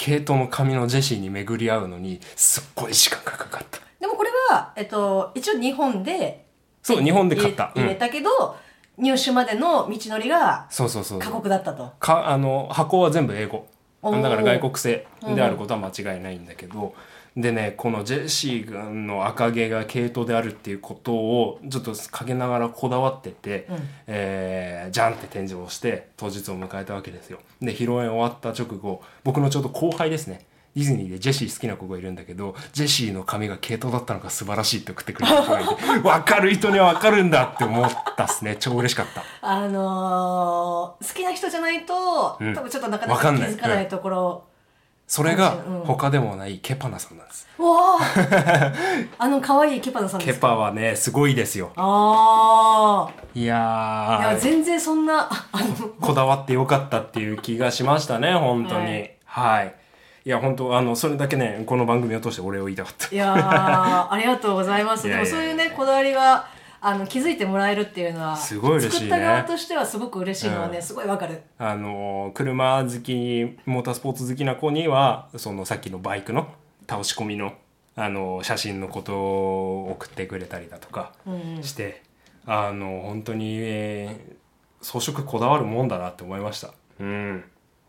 Speaker 1: 系統の髪のジェシーに巡り合うのにすっごい時間がかかった
Speaker 2: でもこれは、えっと、一応日本で
Speaker 1: そう日本で買った、う
Speaker 2: 入れ入れ
Speaker 1: ん、
Speaker 2: たけど、入手までの道のりが
Speaker 1: そうそうそう
Speaker 2: 過酷だったと。
Speaker 1: かあの箱は全部英語
Speaker 2: おー
Speaker 1: だから外国製であることは間違いないんだけど、でねこのジェシー君の赤毛が系統であるっていうことをちょっと陰ながらこだわってて、えーじゃんって展示をして当日を迎えたわけですよで披露宴終わった直後僕のちょうど後輩ですねディズニーでジェシー好きな子がいるんだけどジェシーの髪が系統だったのが素晴らしいって送ってくれた子がいて 分かる人には分かるんだって思ったっすね超嬉しかった
Speaker 2: あのー、好きな人じゃないと、
Speaker 1: うん
Speaker 2: 多分ちょっとなかな
Speaker 1: わか
Speaker 2: か
Speaker 1: ん
Speaker 2: 気
Speaker 1: ない
Speaker 2: づかないところ。
Speaker 1: それが
Speaker 2: うん
Speaker 1: 他でもないケパナさんなんです
Speaker 2: うわー あの可愛いケパナさんで
Speaker 1: ケ
Speaker 2: すか
Speaker 1: パはね、すごいですよ。
Speaker 2: あー。
Speaker 1: い
Speaker 2: いや、
Speaker 1: やー、
Speaker 2: 全然そんな、ああの、
Speaker 1: こだわってよかったっていう気がしましたね、本当に。はい。い、や、本当あの、それだけね、この番組を通してお礼を言いたかった。
Speaker 2: いやー、ありがとうございます。
Speaker 1: い
Speaker 2: で
Speaker 1: やい
Speaker 2: も
Speaker 1: やいや
Speaker 2: そういうね、こだわりが、あの、気づいてもらえるっていうのは、
Speaker 1: すごい嬉しいね
Speaker 2: 作った側としてはすごく嬉しいのはね、
Speaker 1: うん
Speaker 2: すごいわかる。
Speaker 1: あの、車好き、モータースポーツ好きな子には、そのさっきのバイクの倒し込みの、あの、写真のことを送ってくれたりだとかして、あの、本当に、えー装飾こだわるもんだなって思いました。うん。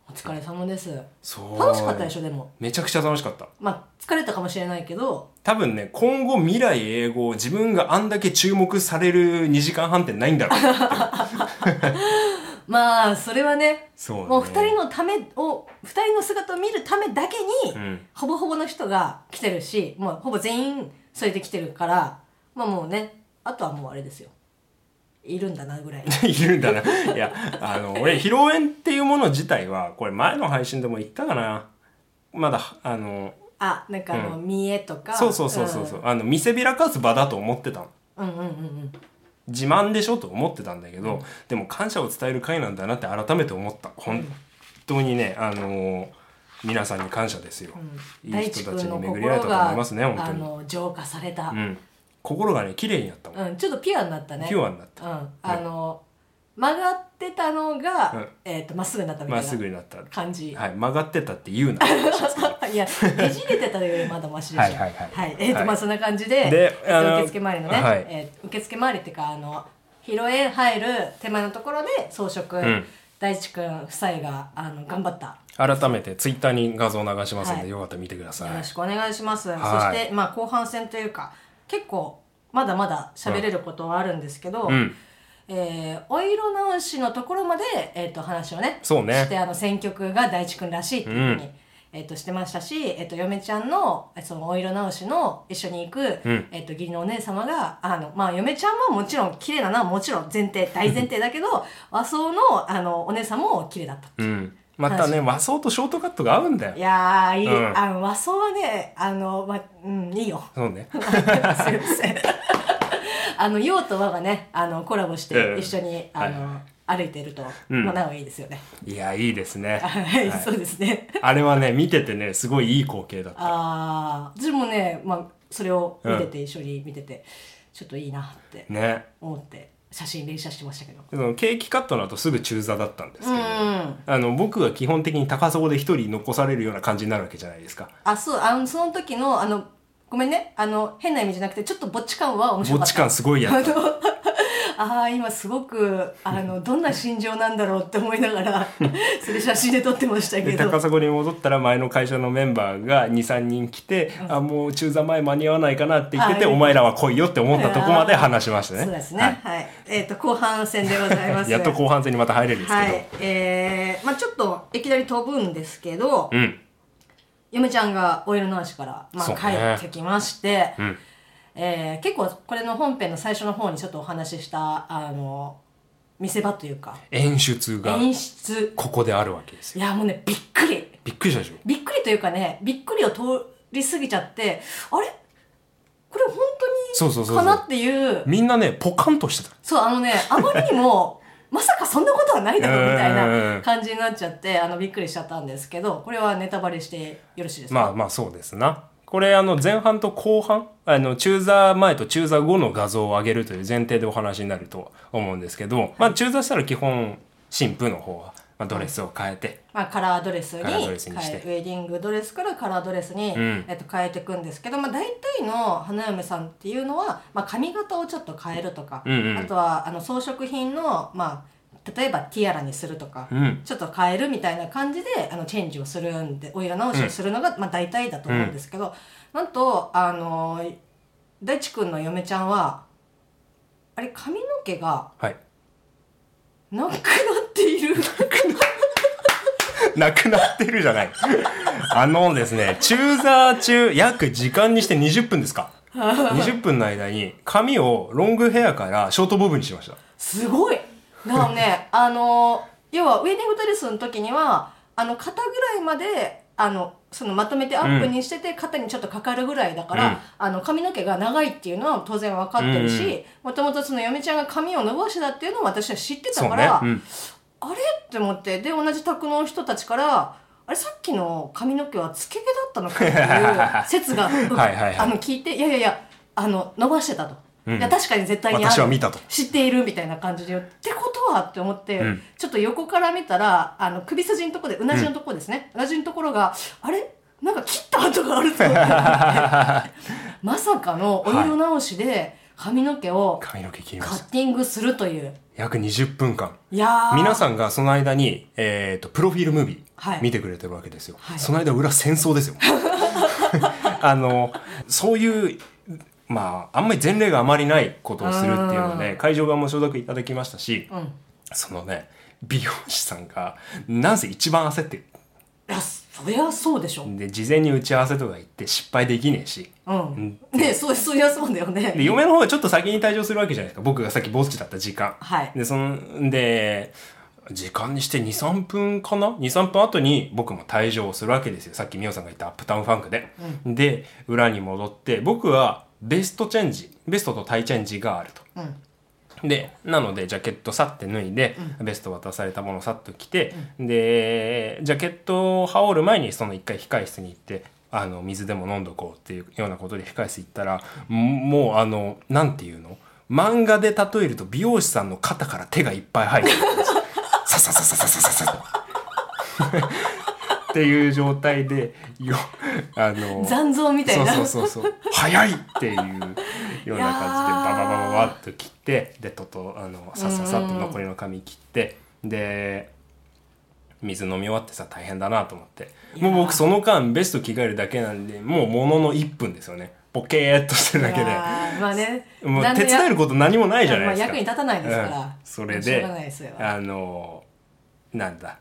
Speaker 2: お疲れ様です。
Speaker 1: そう。
Speaker 2: 楽しかったでしょ、でも。
Speaker 1: めちゃくちゃ楽しかった。
Speaker 2: まあ、疲れたかもしれないけど、
Speaker 1: 多分ね、今後未来英語を自分があんだけ注目される2時間半ってないんだろ う。
Speaker 2: まあ、それはね、
Speaker 1: そうね
Speaker 2: もう二人のためを、二人の姿を見るためだけに、
Speaker 1: うん
Speaker 2: ほぼほぼの人が来てるし、もうほぼ全員それで来てるから、まあもうね、あとはもうあれですよ。いるんだなぐらい。
Speaker 1: いるんだな。いや、あの、俺、披露宴っていうもの自体は、これ前の配信でも言ったかな。まだ、あの、
Speaker 2: あ、なんかあの、見栄とか。
Speaker 1: そうそうそうそうそうう、あの、見せびらかす場だと思ってたの。
Speaker 2: ん。うんうんうんうん。
Speaker 1: 自慢でしょと思ってたんだけど、でも感謝を伝える会なんだなって改めて思った。本当にね、あの、皆さんに感謝ですよ。いい
Speaker 2: 大地
Speaker 1: 人たち
Speaker 2: 君
Speaker 1: に
Speaker 2: の
Speaker 1: 巡り会え
Speaker 2: 心
Speaker 1: たと思
Speaker 2: が、
Speaker 1: いますね、本当
Speaker 2: あ
Speaker 1: に。
Speaker 2: の、浄化された、
Speaker 1: うん。心がね、綺麗になったもん。
Speaker 2: うん。ちょっとピュアになったね。
Speaker 1: ピュアになった。
Speaker 2: うん。あの、曲がってたのが、
Speaker 1: うん
Speaker 2: えっ、と、まっすぐになったみ
Speaker 1: ま
Speaker 2: た
Speaker 1: っす
Speaker 2: い
Speaker 1: ぐ
Speaker 2: な
Speaker 1: になった。
Speaker 2: 感じ。
Speaker 1: はい、曲がってたって言うな。
Speaker 2: いや、ねじれてたよりまだマシでしょ。
Speaker 1: はいはいはい
Speaker 2: えっ、
Speaker 1: は
Speaker 2: と、
Speaker 1: い
Speaker 2: まあ、そんな感じで、
Speaker 1: で
Speaker 2: えっと
Speaker 1: あの
Speaker 2: 受付周りのね、
Speaker 1: はい
Speaker 2: えー受付周りっていうか、あの、披露宴入る手前のところで装飾、
Speaker 1: うん
Speaker 2: 大地くん夫妻が、あの、頑張った。
Speaker 1: 改めてツイッターに画像流しますんで、
Speaker 2: はい
Speaker 1: よかったら見てくださ
Speaker 2: よろ
Speaker 1: い。
Speaker 2: しくお願いします。
Speaker 1: はい
Speaker 2: そして、まあ、後半戦というか、結構、まだまだ喋れることはあるんですけど、
Speaker 1: うん。
Speaker 2: えーお色直しのところまで、えっと話をね
Speaker 1: そうね
Speaker 2: してあの選曲が大地君らしいっていうふうに、えっとしてましたし、えっと嫁ちゃんのえそのお色直しの一緒に行く、
Speaker 1: ん
Speaker 2: えっと義理のお姉様があの、まあ、嫁ちゃんももちろん綺麗だなもちろん前提大前提だけど和装のあのお姉さんも綺麗だった。
Speaker 1: うん。またね、和装とショートカットが合うんだ
Speaker 2: い
Speaker 1: よ。
Speaker 2: やーいい、
Speaker 1: うん
Speaker 2: あの和装はねあの、まうん、いいよ。
Speaker 1: そう ね。
Speaker 2: すいません。 あの、洋と和がね、あの、コラボし
Speaker 1: え
Speaker 2: て
Speaker 1: え
Speaker 2: 一緒に、
Speaker 1: は
Speaker 2: あ
Speaker 1: い
Speaker 2: の、歩いていると、
Speaker 1: うん
Speaker 2: まあ、なおいいですよね。
Speaker 1: いや、いいですね。
Speaker 2: はい、そうですね。
Speaker 1: あれはね、見ててね、すごいいい光景だった。
Speaker 2: ああ、私もね、まあ、それを見てて、一緒に見てて、ちょっといいなって
Speaker 1: ね。
Speaker 2: 思って、写真連写してましたけど。
Speaker 1: そのケーキカットの後すぐ中座だったんですけ
Speaker 2: う
Speaker 1: ど、
Speaker 2: ん。
Speaker 1: あの、僕が基本的に高そこで一人残されるような感じになるわけじゃないですか。
Speaker 2: あ、そう、あの、その時の、あの、ごめんねあの変な意味じゃなくてちょっとぼっち感は面白
Speaker 1: ぼ
Speaker 2: か
Speaker 1: っ
Speaker 2: っ
Speaker 1: ち
Speaker 2: た
Speaker 1: 感すごいや
Speaker 2: あ
Speaker 1: った
Speaker 2: のあー今すごくあのどんな心情なんだろうって思いなが らそれ写真で撮ってましたけ
Speaker 1: で
Speaker 2: ど
Speaker 1: 高砂に戻ったら前の会社のメンバーが23人来て、あもう中座前間に合わないかなって言ってて、
Speaker 2: あは
Speaker 1: お
Speaker 2: い
Speaker 1: 前らは来いよって思ったとこまで話しましたね
Speaker 2: そうですねはい、えっ、と後半戦でございま す
Speaker 1: やっと後半戦にまた入れるんですけど、
Speaker 2: はいえー、まあちょっといきなり飛ぶんですけど、
Speaker 1: うん
Speaker 2: 嫁ちゃんがお色直しから、まあ、
Speaker 1: そう
Speaker 2: 帰
Speaker 1: ね
Speaker 2: ってきまして、
Speaker 1: ん
Speaker 2: えー結構これの本編の最初の方にちょっとお話ししたあの見せ場というか
Speaker 1: 演出が
Speaker 2: 演出
Speaker 1: ここであるわけですよ
Speaker 2: いやもうねびっくり
Speaker 1: びっくりしたでしょ
Speaker 2: びっくりというかねびっくりを通り過ぎちゃってあれこれ本
Speaker 1: そうそうそう
Speaker 2: 当に
Speaker 1: そ
Speaker 2: かな
Speaker 1: う
Speaker 2: っていう
Speaker 1: みんなねポカンとしてた
Speaker 2: そう、あ のね、あまりにも、まさかそんなことはないだろうみたいな感じになっちゃって、あの、びっくりしちゃったんですけど、これはネタバレしてよろしいですか、
Speaker 1: まあまあそうですな。これあの前半と後半あの中座前と中座後の画像を上げるという前提でお話になると思うんですけど、まあ、中座したら基本新婦の方はまあドレスを変えて、
Speaker 2: まあ、カラードレスに
Speaker 1: カラードレスにして
Speaker 2: 変えウェディングドレスからカラードレスに、
Speaker 1: ん
Speaker 2: えっと、変えていくんですけど、まあ、大体の花嫁さんっていうのは、まあ、髪型をちょっと変えるとか、
Speaker 1: うんうん
Speaker 2: あとはあの装飾品の、まあ、例えばティアラにするとか、
Speaker 1: ん
Speaker 2: ちょっと変えるみたいな感じであのチェンジをするんでお色直しをするのが、まあ、大体だと思うんですけど、なんとあの大地君の嫁ちゃんはあれ髪の毛が
Speaker 1: はい、
Speaker 2: なくなっている
Speaker 1: なくなってるじゃないあのですね中座中約時間にして20分です か20分の間に髪をロングヘアからショートボブにしました
Speaker 2: すごいだから ねあの要はウェディングドレスの時にはあの肩ぐらいまであのそのまとめてアップにしてて、肩にちょっとかかるぐらいだから、
Speaker 1: うん
Speaker 2: あの髪の毛が長いっていうのは当然分かってる
Speaker 1: うんう
Speaker 2: しもともとその嫁ちゃんが髪を伸ばしてたっていうのを私は知ってた
Speaker 1: そう
Speaker 2: か
Speaker 1: ね
Speaker 2: ら、、
Speaker 1: うん、
Speaker 2: あれって思ってで同じ宅の人たちからあれさっきの髪の毛はつけ毛だったのか っていう説が
Speaker 1: はいはいはい
Speaker 2: あの聞いていやいやいやあの伸ばしてたと、
Speaker 1: うん
Speaker 2: いや確かに絶対にある
Speaker 1: 私は見たと
Speaker 2: 知っているみたいな感じでってことはって思って、
Speaker 1: うん
Speaker 2: ちょっと横から見たらあの首筋のところでうなじのところですね、うなじのところがあれなんか切った跡があると思って まさかのお色直しで髪の毛を
Speaker 1: 髪の毛切りま
Speaker 2: カ
Speaker 1: した
Speaker 2: ッティングするという。
Speaker 1: 約20分間
Speaker 2: いやー
Speaker 1: 皆さんがその間に、えー、とプロフィールムービ
Speaker 2: は
Speaker 1: ー
Speaker 2: い
Speaker 1: 見てくれてるわけですよ、
Speaker 2: はい
Speaker 1: その間裏戦争ですよ あのそういうまああんまり前例があまりないことをするっていうので会場側も承諾いただきましたし、
Speaker 2: ん
Speaker 1: そのね美容師さんがなんせ一番焦ってる
Speaker 2: いやそりゃそうでしょ、うん
Speaker 1: で事前に打ち合わせとか行って失敗できねえし
Speaker 2: ねそうそりゃそうだよね
Speaker 1: で嫁の方がちょっと先に退場するわけじゃないですか僕がさっきぼっちだった時間
Speaker 2: はい
Speaker 1: でそので時間にして23分かな23分後に僕も退場するわけですよさっき美桜さんが言ったアップタウンファンクで、で裏に戻って僕はベストチェンジベストとタイチェンジがあると、
Speaker 2: うん
Speaker 1: でなのでジャケットさって脱いで、ベスト渡されたものさっと着て、でジャケットを羽織る前にその一回控室に行ってあの水でも飲んどこうっていうようなことで控室行ったらんもうあのなんていうの漫画で例えると美容師さんの肩から手がいっぱい入ってるんですよささささささささっていう状態でよあの
Speaker 2: 残像みたいな
Speaker 1: そうそうそうそう早いっていうような感じで
Speaker 2: いやー
Speaker 1: ババババババッと切ってでととあのさっさっさっと残りの髪切ってで水飲み終わってさ大変だなと思ってもう僕その間ベスト着替えるだけなんでもうものの1分ですよねボケーっとしてるだけ
Speaker 2: い
Speaker 1: で
Speaker 2: やーまあね
Speaker 1: もう手伝える
Speaker 2: る
Speaker 1: こと何もないじゃないですか、
Speaker 2: まあ役に立たないですから
Speaker 1: うんそれ
Speaker 2: しょう
Speaker 1: で
Speaker 2: がないですよ
Speaker 1: あのなんだ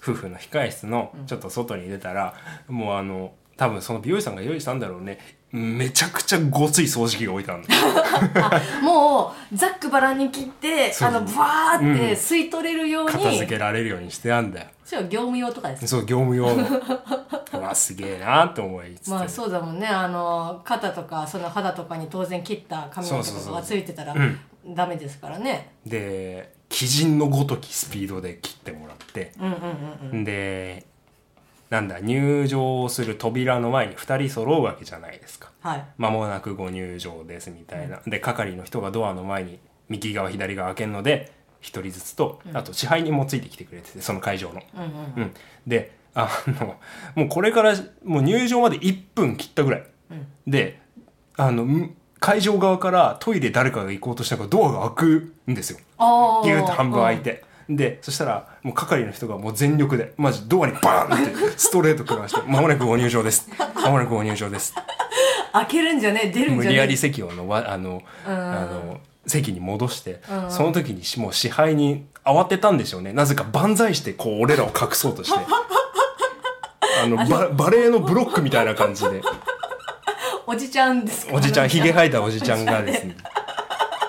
Speaker 1: 夫婦の控室のちょっと外に出たら、もうあの多分その美容師さんが用意したんだろうねめちゃくちゃごつい掃除機が置いてあ るの
Speaker 2: もうざっくばらんに切って
Speaker 1: そう
Speaker 2: あのバーっ
Speaker 1: うん
Speaker 2: て吸い取れるように、
Speaker 1: 片付けられるようにしてあんだよ
Speaker 2: そう業務用とかです
Speaker 1: そう業務用の うわすげえなって思いつつ、
Speaker 2: まあそうだもんねあの肩とかその肌とかに当然切った髪の毛とかがついてたら
Speaker 1: そうそうそう
Speaker 2: ダメですからね
Speaker 1: で鬼人のごときスピードで切ってもらって、でなんだ入場する扉の前に2人揃うわけじゃないですか
Speaker 2: はい
Speaker 1: 間もなくご入場ですみたいな、で係の人がドアの前に右側左側開けるので1人ずつと、あと支配人もついてきてくれててその会場の、
Speaker 2: うんうん
Speaker 1: うん、であのもうこれからもう入場まで1分切ったぐらい、であのん会場側からトイレ誰かが行こうとしたからドアが開くんですよ
Speaker 2: あ
Speaker 1: ギューって半分開いて、でそしたらもう係の人がもう全力でマジドアにバーンってストレート食らして「まもなくご入場です」「まもなくご入場です」
Speaker 2: 開けるんじゃねえ出るん
Speaker 1: 無
Speaker 2: じゃ
Speaker 1: 理
Speaker 2: ね
Speaker 1: や
Speaker 2: え
Speaker 1: り席をのわあの
Speaker 2: うん
Speaker 1: あの席に戻して、その時にしもう支配人慌てたんでしょうねなぜか万歳してこう俺らを隠そうとして あのババレエのブロックみたいな感じで
Speaker 2: おじちゃんですか
Speaker 1: おじちゃんひげ
Speaker 2: は
Speaker 1: 生えたおじちゃんが ですね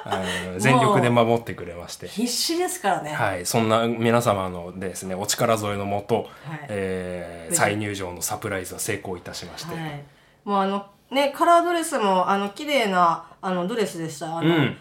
Speaker 1: あの全力で守ってくれまして。
Speaker 2: 必死ですからね、
Speaker 1: はい、そんな皆様のですねお力添えのもと、
Speaker 2: はい
Speaker 1: えー
Speaker 2: 無事
Speaker 1: 再入場のサプライズは成功いたしまして、
Speaker 2: はい、もうあのねカラードレスもあの綺麗なあのドレスでしたあ
Speaker 1: う
Speaker 2: の、
Speaker 1: ん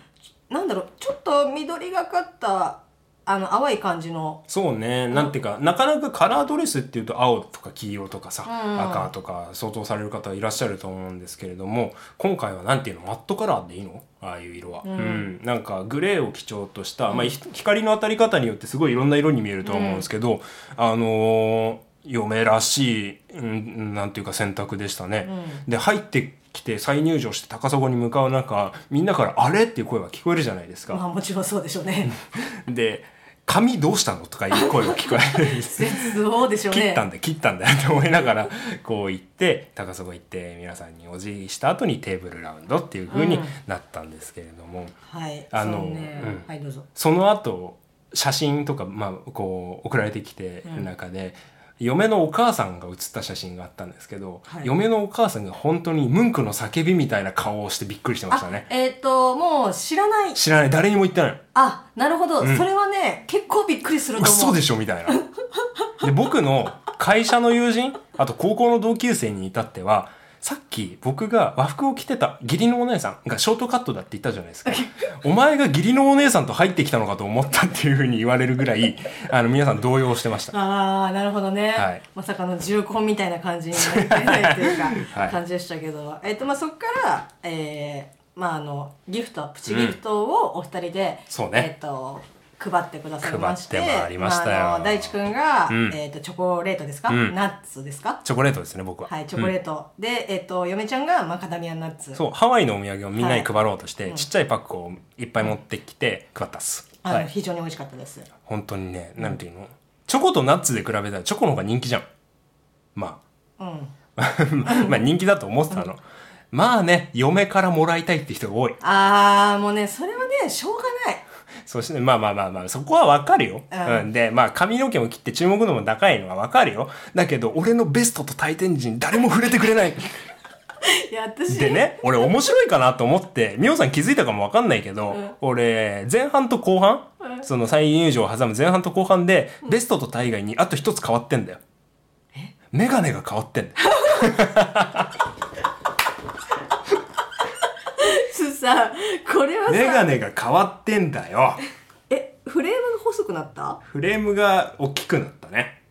Speaker 2: なんだろうちょっと緑がかったあの淡い感じの
Speaker 1: そうね、なんていうかなかなかカラードレスっていうと青とか黄色とかさ、
Speaker 2: うん
Speaker 1: 赤とか想像される方いらっしゃると思うんですけれども今回はなんていうのマットカラーでいいのああいう色は、うんなんかグレーを基調とした、まあ、ひ光の当たり方によってすごいいろんな色に見えると思うんですけど、あのー嫁らしい、うん、なんていうか選択でしたね、で入ってきて再入場して高砂に向かう中みんなから「あれ?」っていう声が聞こえるじゃないですか、
Speaker 2: まあもちろんそうでしょうね
Speaker 1: で「髪どうしたの?」とかいう声が聞こえるんです
Speaker 2: 絶望でしょうね
Speaker 1: 切ったんだよ切ったんだよって思いながらこう行って高砂行って皆さんにお辞儀した後にテーブルラウンドっていう風になったんですけれども、
Speaker 2: はい
Speaker 1: あの
Speaker 2: そうね
Speaker 1: うん
Speaker 2: はいどうぞ
Speaker 1: その後写真とか、まあ、こう送られてきてる中で、嫁のお母さんが写った写真があったんですけど、
Speaker 2: はい
Speaker 1: 嫁のお母さんが本当にムンクの叫びみたいな顔をしてびっくりしてました
Speaker 2: あ
Speaker 1: ね。
Speaker 2: えっ、ともう知らない
Speaker 1: 知らない誰にも言ってない
Speaker 2: あなるほど、
Speaker 1: ん
Speaker 2: それはね結構びっく りすると思
Speaker 1: 嘘
Speaker 2: う
Speaker 1: でしょみたいな。で僕の会社の友人あと高校の同級生に至ってはさっき僕が和服を着てた義理のお姉さんがショートカットだって言ったじゃないです かお前が義理のお姉さんと入ってきたのかと思ったっていうふうに言われるぐらいあの皆さん動揺してました
Speaker 2: ああなるほどね、
Speaker 1: はい
Speaker 2: まさかの重婚みたいな感じになってないという か、
Speaker 1: はい
Speaker 2: 感じでしたけど、えっとまあ、そこから、えーまあ、あのギフトプチギフトをお二人で、
Speaker 1: そうね
Speaker 2: えっと配ってくださいまして
Speaker 1: 配って回りましたよ
Speaker 2: あの大地君が、
Speaker 1: うん
Speaker 2: えっとチョコレートですか、
Speaker 1: うん
Speaker 2: ナッツですか
Speaker 1: チョコレートですね僕は
Speaker 2: はいチョコレート、で、えっと嫁ちゃんがマカダミアナッツ
Speaker 1: そうハワイのお土産をみんなに配ろうとして、ちっちゃいパックをいっぱい持ってきて配ったっす、
Speaker 2: あの、
Speaker 1: はい
Speaker 2: 非常に美味しかったです
Speaker 1: 本当にねなんていうのチョコとナッツで比べたらチョコの方が人気じゃんまあ
Speaker 2: うん
Speaker 1: まあ人気だと思ってたの。まあね、嫁からもらいたいって人が多い。
Speaker 2: ああもうねそれはねしょうがない
Speaker 1: そして、まあまあまあまあ、そこはわかるよ。
Speaker 2: うん
Speaker 1: うん。で、まあ髪の毛も切って注目度も高いのはわかるよ。だけど、俺のベストと回転時に誰も触れてくれない。
Speaker 2: いや私
Speaker 1: でね、俺面白いかなと思って、みおさん気づいたかもわかんないけど、俺、前半と後半、その再入場を挟む前半と後半で、ベストと大外にあと一つ変わってんだよ。メガネが変わってんだよ。
Speaker 2: さこれはさ
Speaker 1: メガネが変わってんだ よ。
Speaker 2: えフレームが細くなった
Speaker 1: フレームが大きくなったね。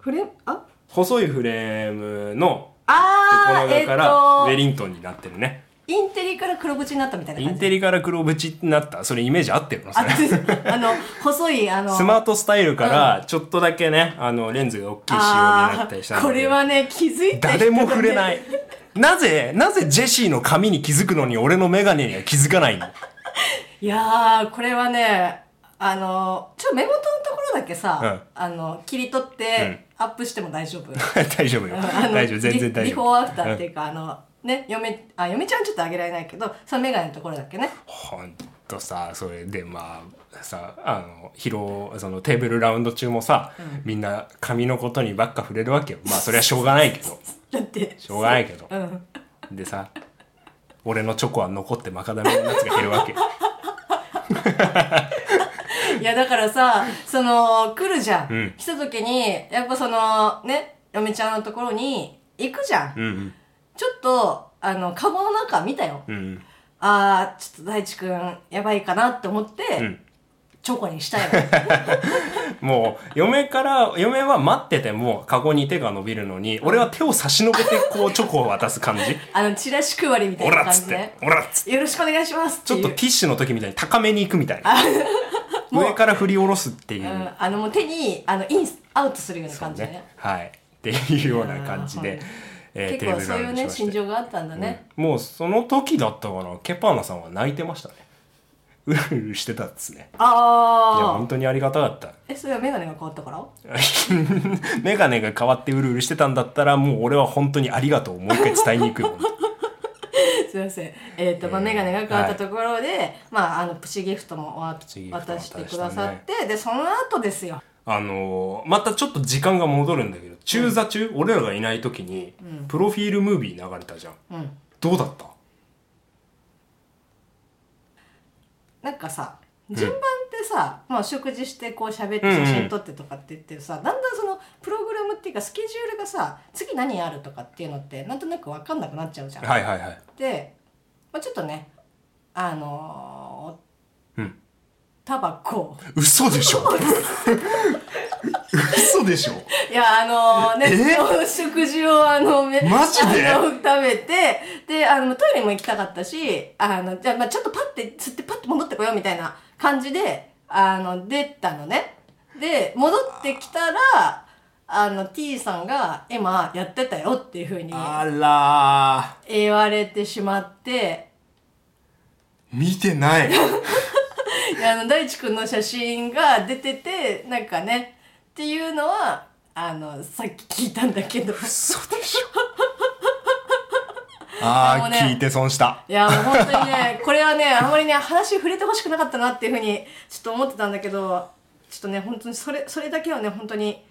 Speaker 2: フレームあ
Speaker 1: 細いフレームのとこ
Speaker 2: あ
Speaker 1: ろ
Speaker 2: ーえ
Speaker 1: だ
Speaker 2: っ、
Speaker 1: からウェ
Speaker 2: と
Speaker 1: リントンになってるね、
Speaker 2: インテリから黒縁になったみたいな
Speaker 1: イ
Speaker 2: 感
Speaker 1: ン
Speaker 2: じ
Speaker 1: テリから黒縁になったそれイメージ合ってるのそ
Speaker 2: あ
Speaker 1: れ
Speaker 2: あの細いあの
Speaker 1: スマートスタイルからちょっとだけね、あのレンズが大きい仕様にな
Speaker 2: あ
Speaker 1: ったりした
Speaker 2: ー
Speaker 1: ので
Speaker 2: これはね気づいた人
Speaker 1: 誰も触れないいなぜなぜジェシーの髪に気づくのに俺のメガネには気づかないの
Speaker 2: いやーこれはねあのちょ目元のところだけさ、あの切り取ってアップしても大丈夫
Speaker 1: 大丈夫よ
Speaker 2: あの
Speaker 1: 大丈夫全然
Speaker 2: ビ
Speaker 1: 大
Speaker 2: ビ
Speaker 1: 丈
Speaker 2: フォ
Speaker 1: 夫
Speaker 2: ーアフターっていうか、あのね嫁あ嫁ちゃんはちょっとあげられないけどそのメガネのところだけね
Speaker 1: ほんとさそれでまあさあの疲労そのテーブルラウンド中もさ、みんな髪のことにばっか触れるわけよまあそれはしょうがないけど
Speaker 2: だって
Speaker 1: しょうがないけど
Speaker 2: うん
Speaker 1: でさ俺のチョコは残ってマカダミアナッツが減るわけ
Speaker 2: いやだからさその来るじゃん、
Speaker 1: うん
Speaker 2: 来た時にやっぱそのね嫁ちゃんのところに行くじゃん、
Speaker 1: うんうん
Speaker 2: ちょっとあのカゴの中見たよ、
Speaker 1: うんうん
Speaker 2: ああちょっと大地くんやばいかなって思って、
Speaker 1: うん
Speaker 2: チョコにし たよ
Speaker 1: もう嫁から嫁は待っててもカゴに手が伸びるのに俺は手を差し伸べてこうチョコを渡す感じ
Speaker 2: あのチラシ配りみた
Speaker 1: オ
Speaker 2: いな
Speaker 1: ラっ
Speaker 2: 感
Speaker 1: つっ
Speaker 2: じ
Speaker 1: て
Speaker 2: ね
Speaker 1: オラっつって
Speaker 2: よろしくお願いしますって
Speaker 1: ちょ
Speaker 2: い
Speaker 1: っ
Speaker 2: う
Speaker 1: とティッシュの時みたいに高めに行くみたいな上から振り下ろすっていう、
Speaker 2: うん、あのもう手にあのインアウトするような感じね
Speaker 1: はいっていうような感じ
Speaker 2: いや
Speaker 1: でえー
Speaker 2: 結構
Speaker 1: テーブ
Speaker 2: そう
Speaker 1: ル
Speaker 2: い
Speaker 1: ラ
Speaker 2: う
Speaker 1: ンし
Speaker 2: ね
Speaker 1: まして
Speaker 2: 心情があったんだね、
Speaker 1: もうその時だったかなケパーナさんは泣いてましたねうるうるしてたっすねいや
Speaker 2: あ
Speaker 1: 本当にありがたかった
Speaker 2: あえそれは眼鏡が変わったから
Speaker 1: メガネが変わってうるうるしてたんだったらもう俺は本当にありがとうをもう一回伝えに行くよ
Speaker 2: すいません。えっ、と、まあ、メガネが変わったところで、まあ、あの、プチギフトもわ
Speaker 1: チギフトも
Speaker 2: 渡
Speaker 1: 渡
Speaker 2: し
Speaker 1: してて
Speaker 2: くださって、で、その後ですよ。
Speaker 1: あのーまたちょっと時間が戻るんだけど中座中、俺らがいない時に、プロフィールムービー流れたじゃん
Speaker 2: うん。
Speaker 1: どうだった
Speaker 2: なんかさ、順番ってさ、まあ、食事して、こう喋って、写真撮ってとかって言ってさ、だんだんその、プログラムっていうか、スケジュールがさ、次何あるとかっていうのって、なんとなくわかんなくなっちゃうじゃん。
Speaker 1: はいはいはい
Speaker 2: で、まあ、ちょっとね、あのー
Speaker 1: うん
Speaker 2: タバコ。
Speaker 1: 嘘でしょ嘘でしょ
Speaker 2: いや、あのね、食事をあの、め
Speaker 1: マジで
Speaker 2: あの食べて、で、あの、トイレも行きたかったし、あの、じゃあ、まあちょっとパッて、吸ってパッて戻ってこようみたいな感じで、あの、出たのね。で、戻ってきたら、あの、T さんが、今、やってたよっていうふうに
Speaker 1: あら
Speaker 2: 言われてしまって、
Speaker 1: ー見てない
Speaker 2: であの、大地くんの写真が出てて、なんかね、っていうのは、あの、さっき聞いたんだ けど。
Speaker 1: 嘘でしょあ
Speaker 2: あの
Speaker 1: あ、
Speaker 2: ね
Speaker 1: 聞いて損した
Speaker 2: いや、もう本当にね、これはね、あんまりね、話触れてほしくなかったなっていうふうに、ちょっと思ってたんだけど、ちょっとね、本当にそれ、それだけはね、本当に、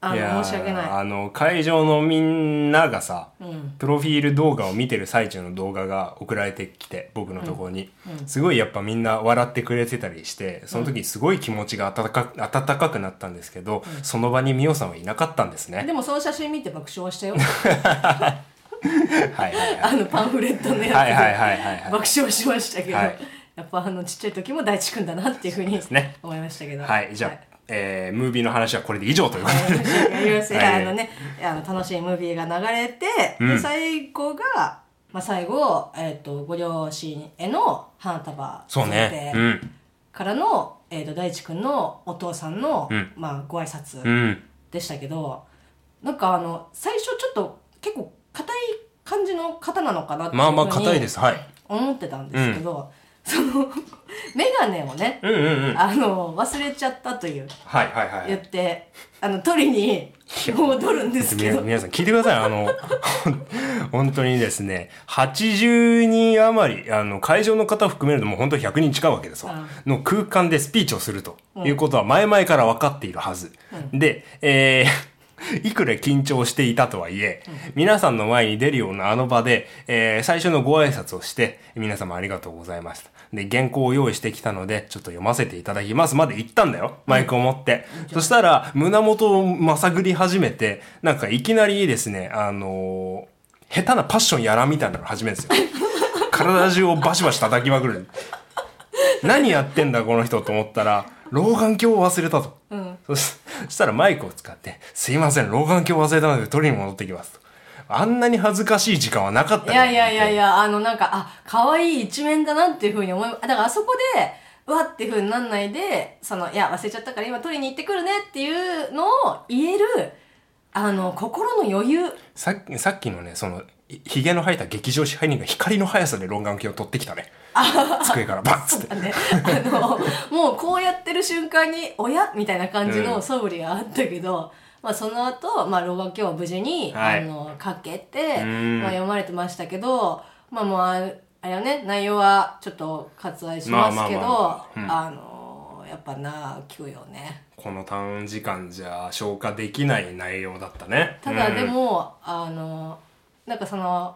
Speaker 2: あ
Speaker 1: いや
Speaker 2: の、
Speaker 1: ー
Speaker 2: 申し訳ない。
Speaker 1: あの会場のみんながさ、
Speaker 2: ん
Speaker 1: プロフィール動画を見てる最中の動画が送られてきて僕のところに、すごいやっぱみんな笑ってくれてたりしてその時すごい気持ちが温か温かくなったんですけど、その場にミオさんはいなかったんですね。
Speaker 2: でもその写真見て爆笑はしたよ。
Speaker 1: はいはいはい
Speaker 2: あのパンフレットのやつで。
Speaker 1: はいはいはいはいはい
Speaker 2: 爆笑しましたけど、
Speaker 1: はい
Speaker 2: やっぱあの、ちっちゃい時も大地くんだなっていうふうに
Speaker 1: すね
Speaker 2: 思いましたけど。
Speaker 1: はい、じゃあ、えームービーの話はこれで以上ということで。
Speaker 2: ありますよ
Speaker 1: はい
Speaker 2: あのね、あの楽しいムービーが流れて、で最後が、まあ、最後、えっとご両親への花束
Speaker 1: そうね。
Speaker 2: 贈呈からの、えっと大地君のお父さんの、
Speaker 1: ん
Speaker 2: まあ、ご挨
Speaker 1: うん。う
Speaker 2: 拶
Speaker 1: ん。
Speaker 2: でしたけど、なんかあの最初ちょっと結構硬い感じの方なのかなっていう
Speaker 1: まあまあ
Speaker 2: ふうに
Speaker 1: 硬いです。はい。
Speaker 2: 思ってたんですけど、その 眼鏡をね、
Speaker 1: うんうんうん。
Speaker 2: あの忘れちゃったという。
Speaker 1: はいはいはい。
Speaker 2: 言って、あの、取りに戻るんですけ
Speaker 1: 皆
Speaker 2: ど。
Speaker 1: 皆さん聞いてください。あの、 本当にですね、80人余り、あの、会場の方含めるともう本当100人近いわけですわ。の空間でスピーチをするということは前々から分かっているはず。で、えー いくら緊張していたとはいえ、皆さんの前に出るようなあの場で、えー最初のご挨拶をして、皆様ありがとうございました。で、原稿を用意してきたので、ちょっと読ませていただきますまで言ったんだよ。マイクを持って。そしたら、胸元をまさぐり始めて、なんかいきなりですね、あのー下手なパッションやらみたいなの始めるんですよ。体中をバシバシ叩きまくる。何やってんだこの人と思ったら、老眼鏡を忘れたと。そしそしたらマイクを使って、すいません、老眼鏡忘れたので取りに戻ってきますと。あんなに恥ずかしい時間はなかった
Speaker 2: い
Speaker 1: ね
Speaker 2: やいやいやい。や、あの、なんか、あ、可愛い一面だなっていうふうに思い、だからあそこで、うわっていうふうになんないで、その、いや、忘れちゃったから今取りに行ってくるねっていうのを言える、あの、心の余裕。
Speaker 1: さっきさっきのね、その、ひひげの生えた劇場支配人が光の速さで老眼鏡を取ってきたね。机からバッつって。
Speaker 2: ね、あの、もうこうやってる瞬間に、おやみたいな感じ
Speaker 1: う
Speaker 2: の
Speaker 1: ん
Speaker 2: 素振りがあったけど、まあその後、まあ老眼鏡を無事に、
Speaker 1: はい
Speaker 2: あの、かけて、
Speaker 1: うん
Speaker 2: まあ読まれてましたけど、まあもうあ、あれはね、内容はちょっと割愛しますけど、
Speaker 1: まあまあまあま
Speaker 2: あの、やっぱな、聞くよね。
Speaker 1: この短時間じゃ消化できない内容だったね。
Speaker 2: ただ
Speaker 1: うん
Speaker 2: で、も、あのなんかその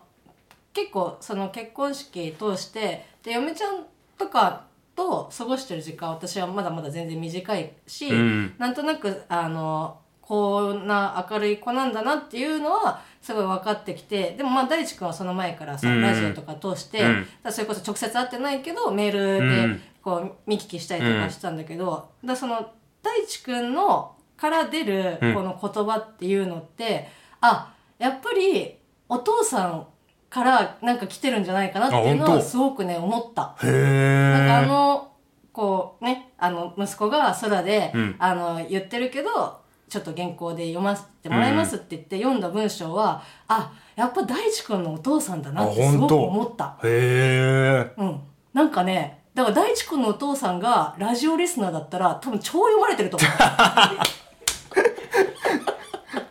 Speaker 2: 結構その結婚式通してで嫁ちゃんとかと過ごしてる時間私はまだまだ全然短いし、
Speaker 1: うん
Speaker 2: なんとなくあのこんな明るい子なんだなっていうのはすごい分かってきてでもまあ大地君はその前からさ、
Speaker 1: うん
Speaker 2: ラジオとか通して、
Speaker 1: うん
Speaker 2: だからそれこそ直接会ってないけどメー
Speaker 1: う
Speaker 2: ルで
Speaker 1: ん
Speaker 2: こう見聞きしたりとかしてたんだけど、だからその大地君のから出る
Speaker 1: うん
Speaker 2: この言葉っていうのって、あやっぱりお父さんからなんか来てるんじゃないかなっていうの
Speaker 1: あ
Speaker 2: は
Speaker 1: 本当
Speaker 2: すごくね思った。
Speaker 1: へー
Speaker 2: なんかあのこうねあの息子が空で、
Speaker 1: うん
Speaker 2: あの言ってるけどちょっと原稿で読ませてもらいますって言って読んだ文章は、あやっぱ大地君のお父さんだなってすごく思った
Speaker 1: へえ
Speaker 2: うんなんかねだから大地君のお父さんがラジオリスナーだったら多分超読まれてると思う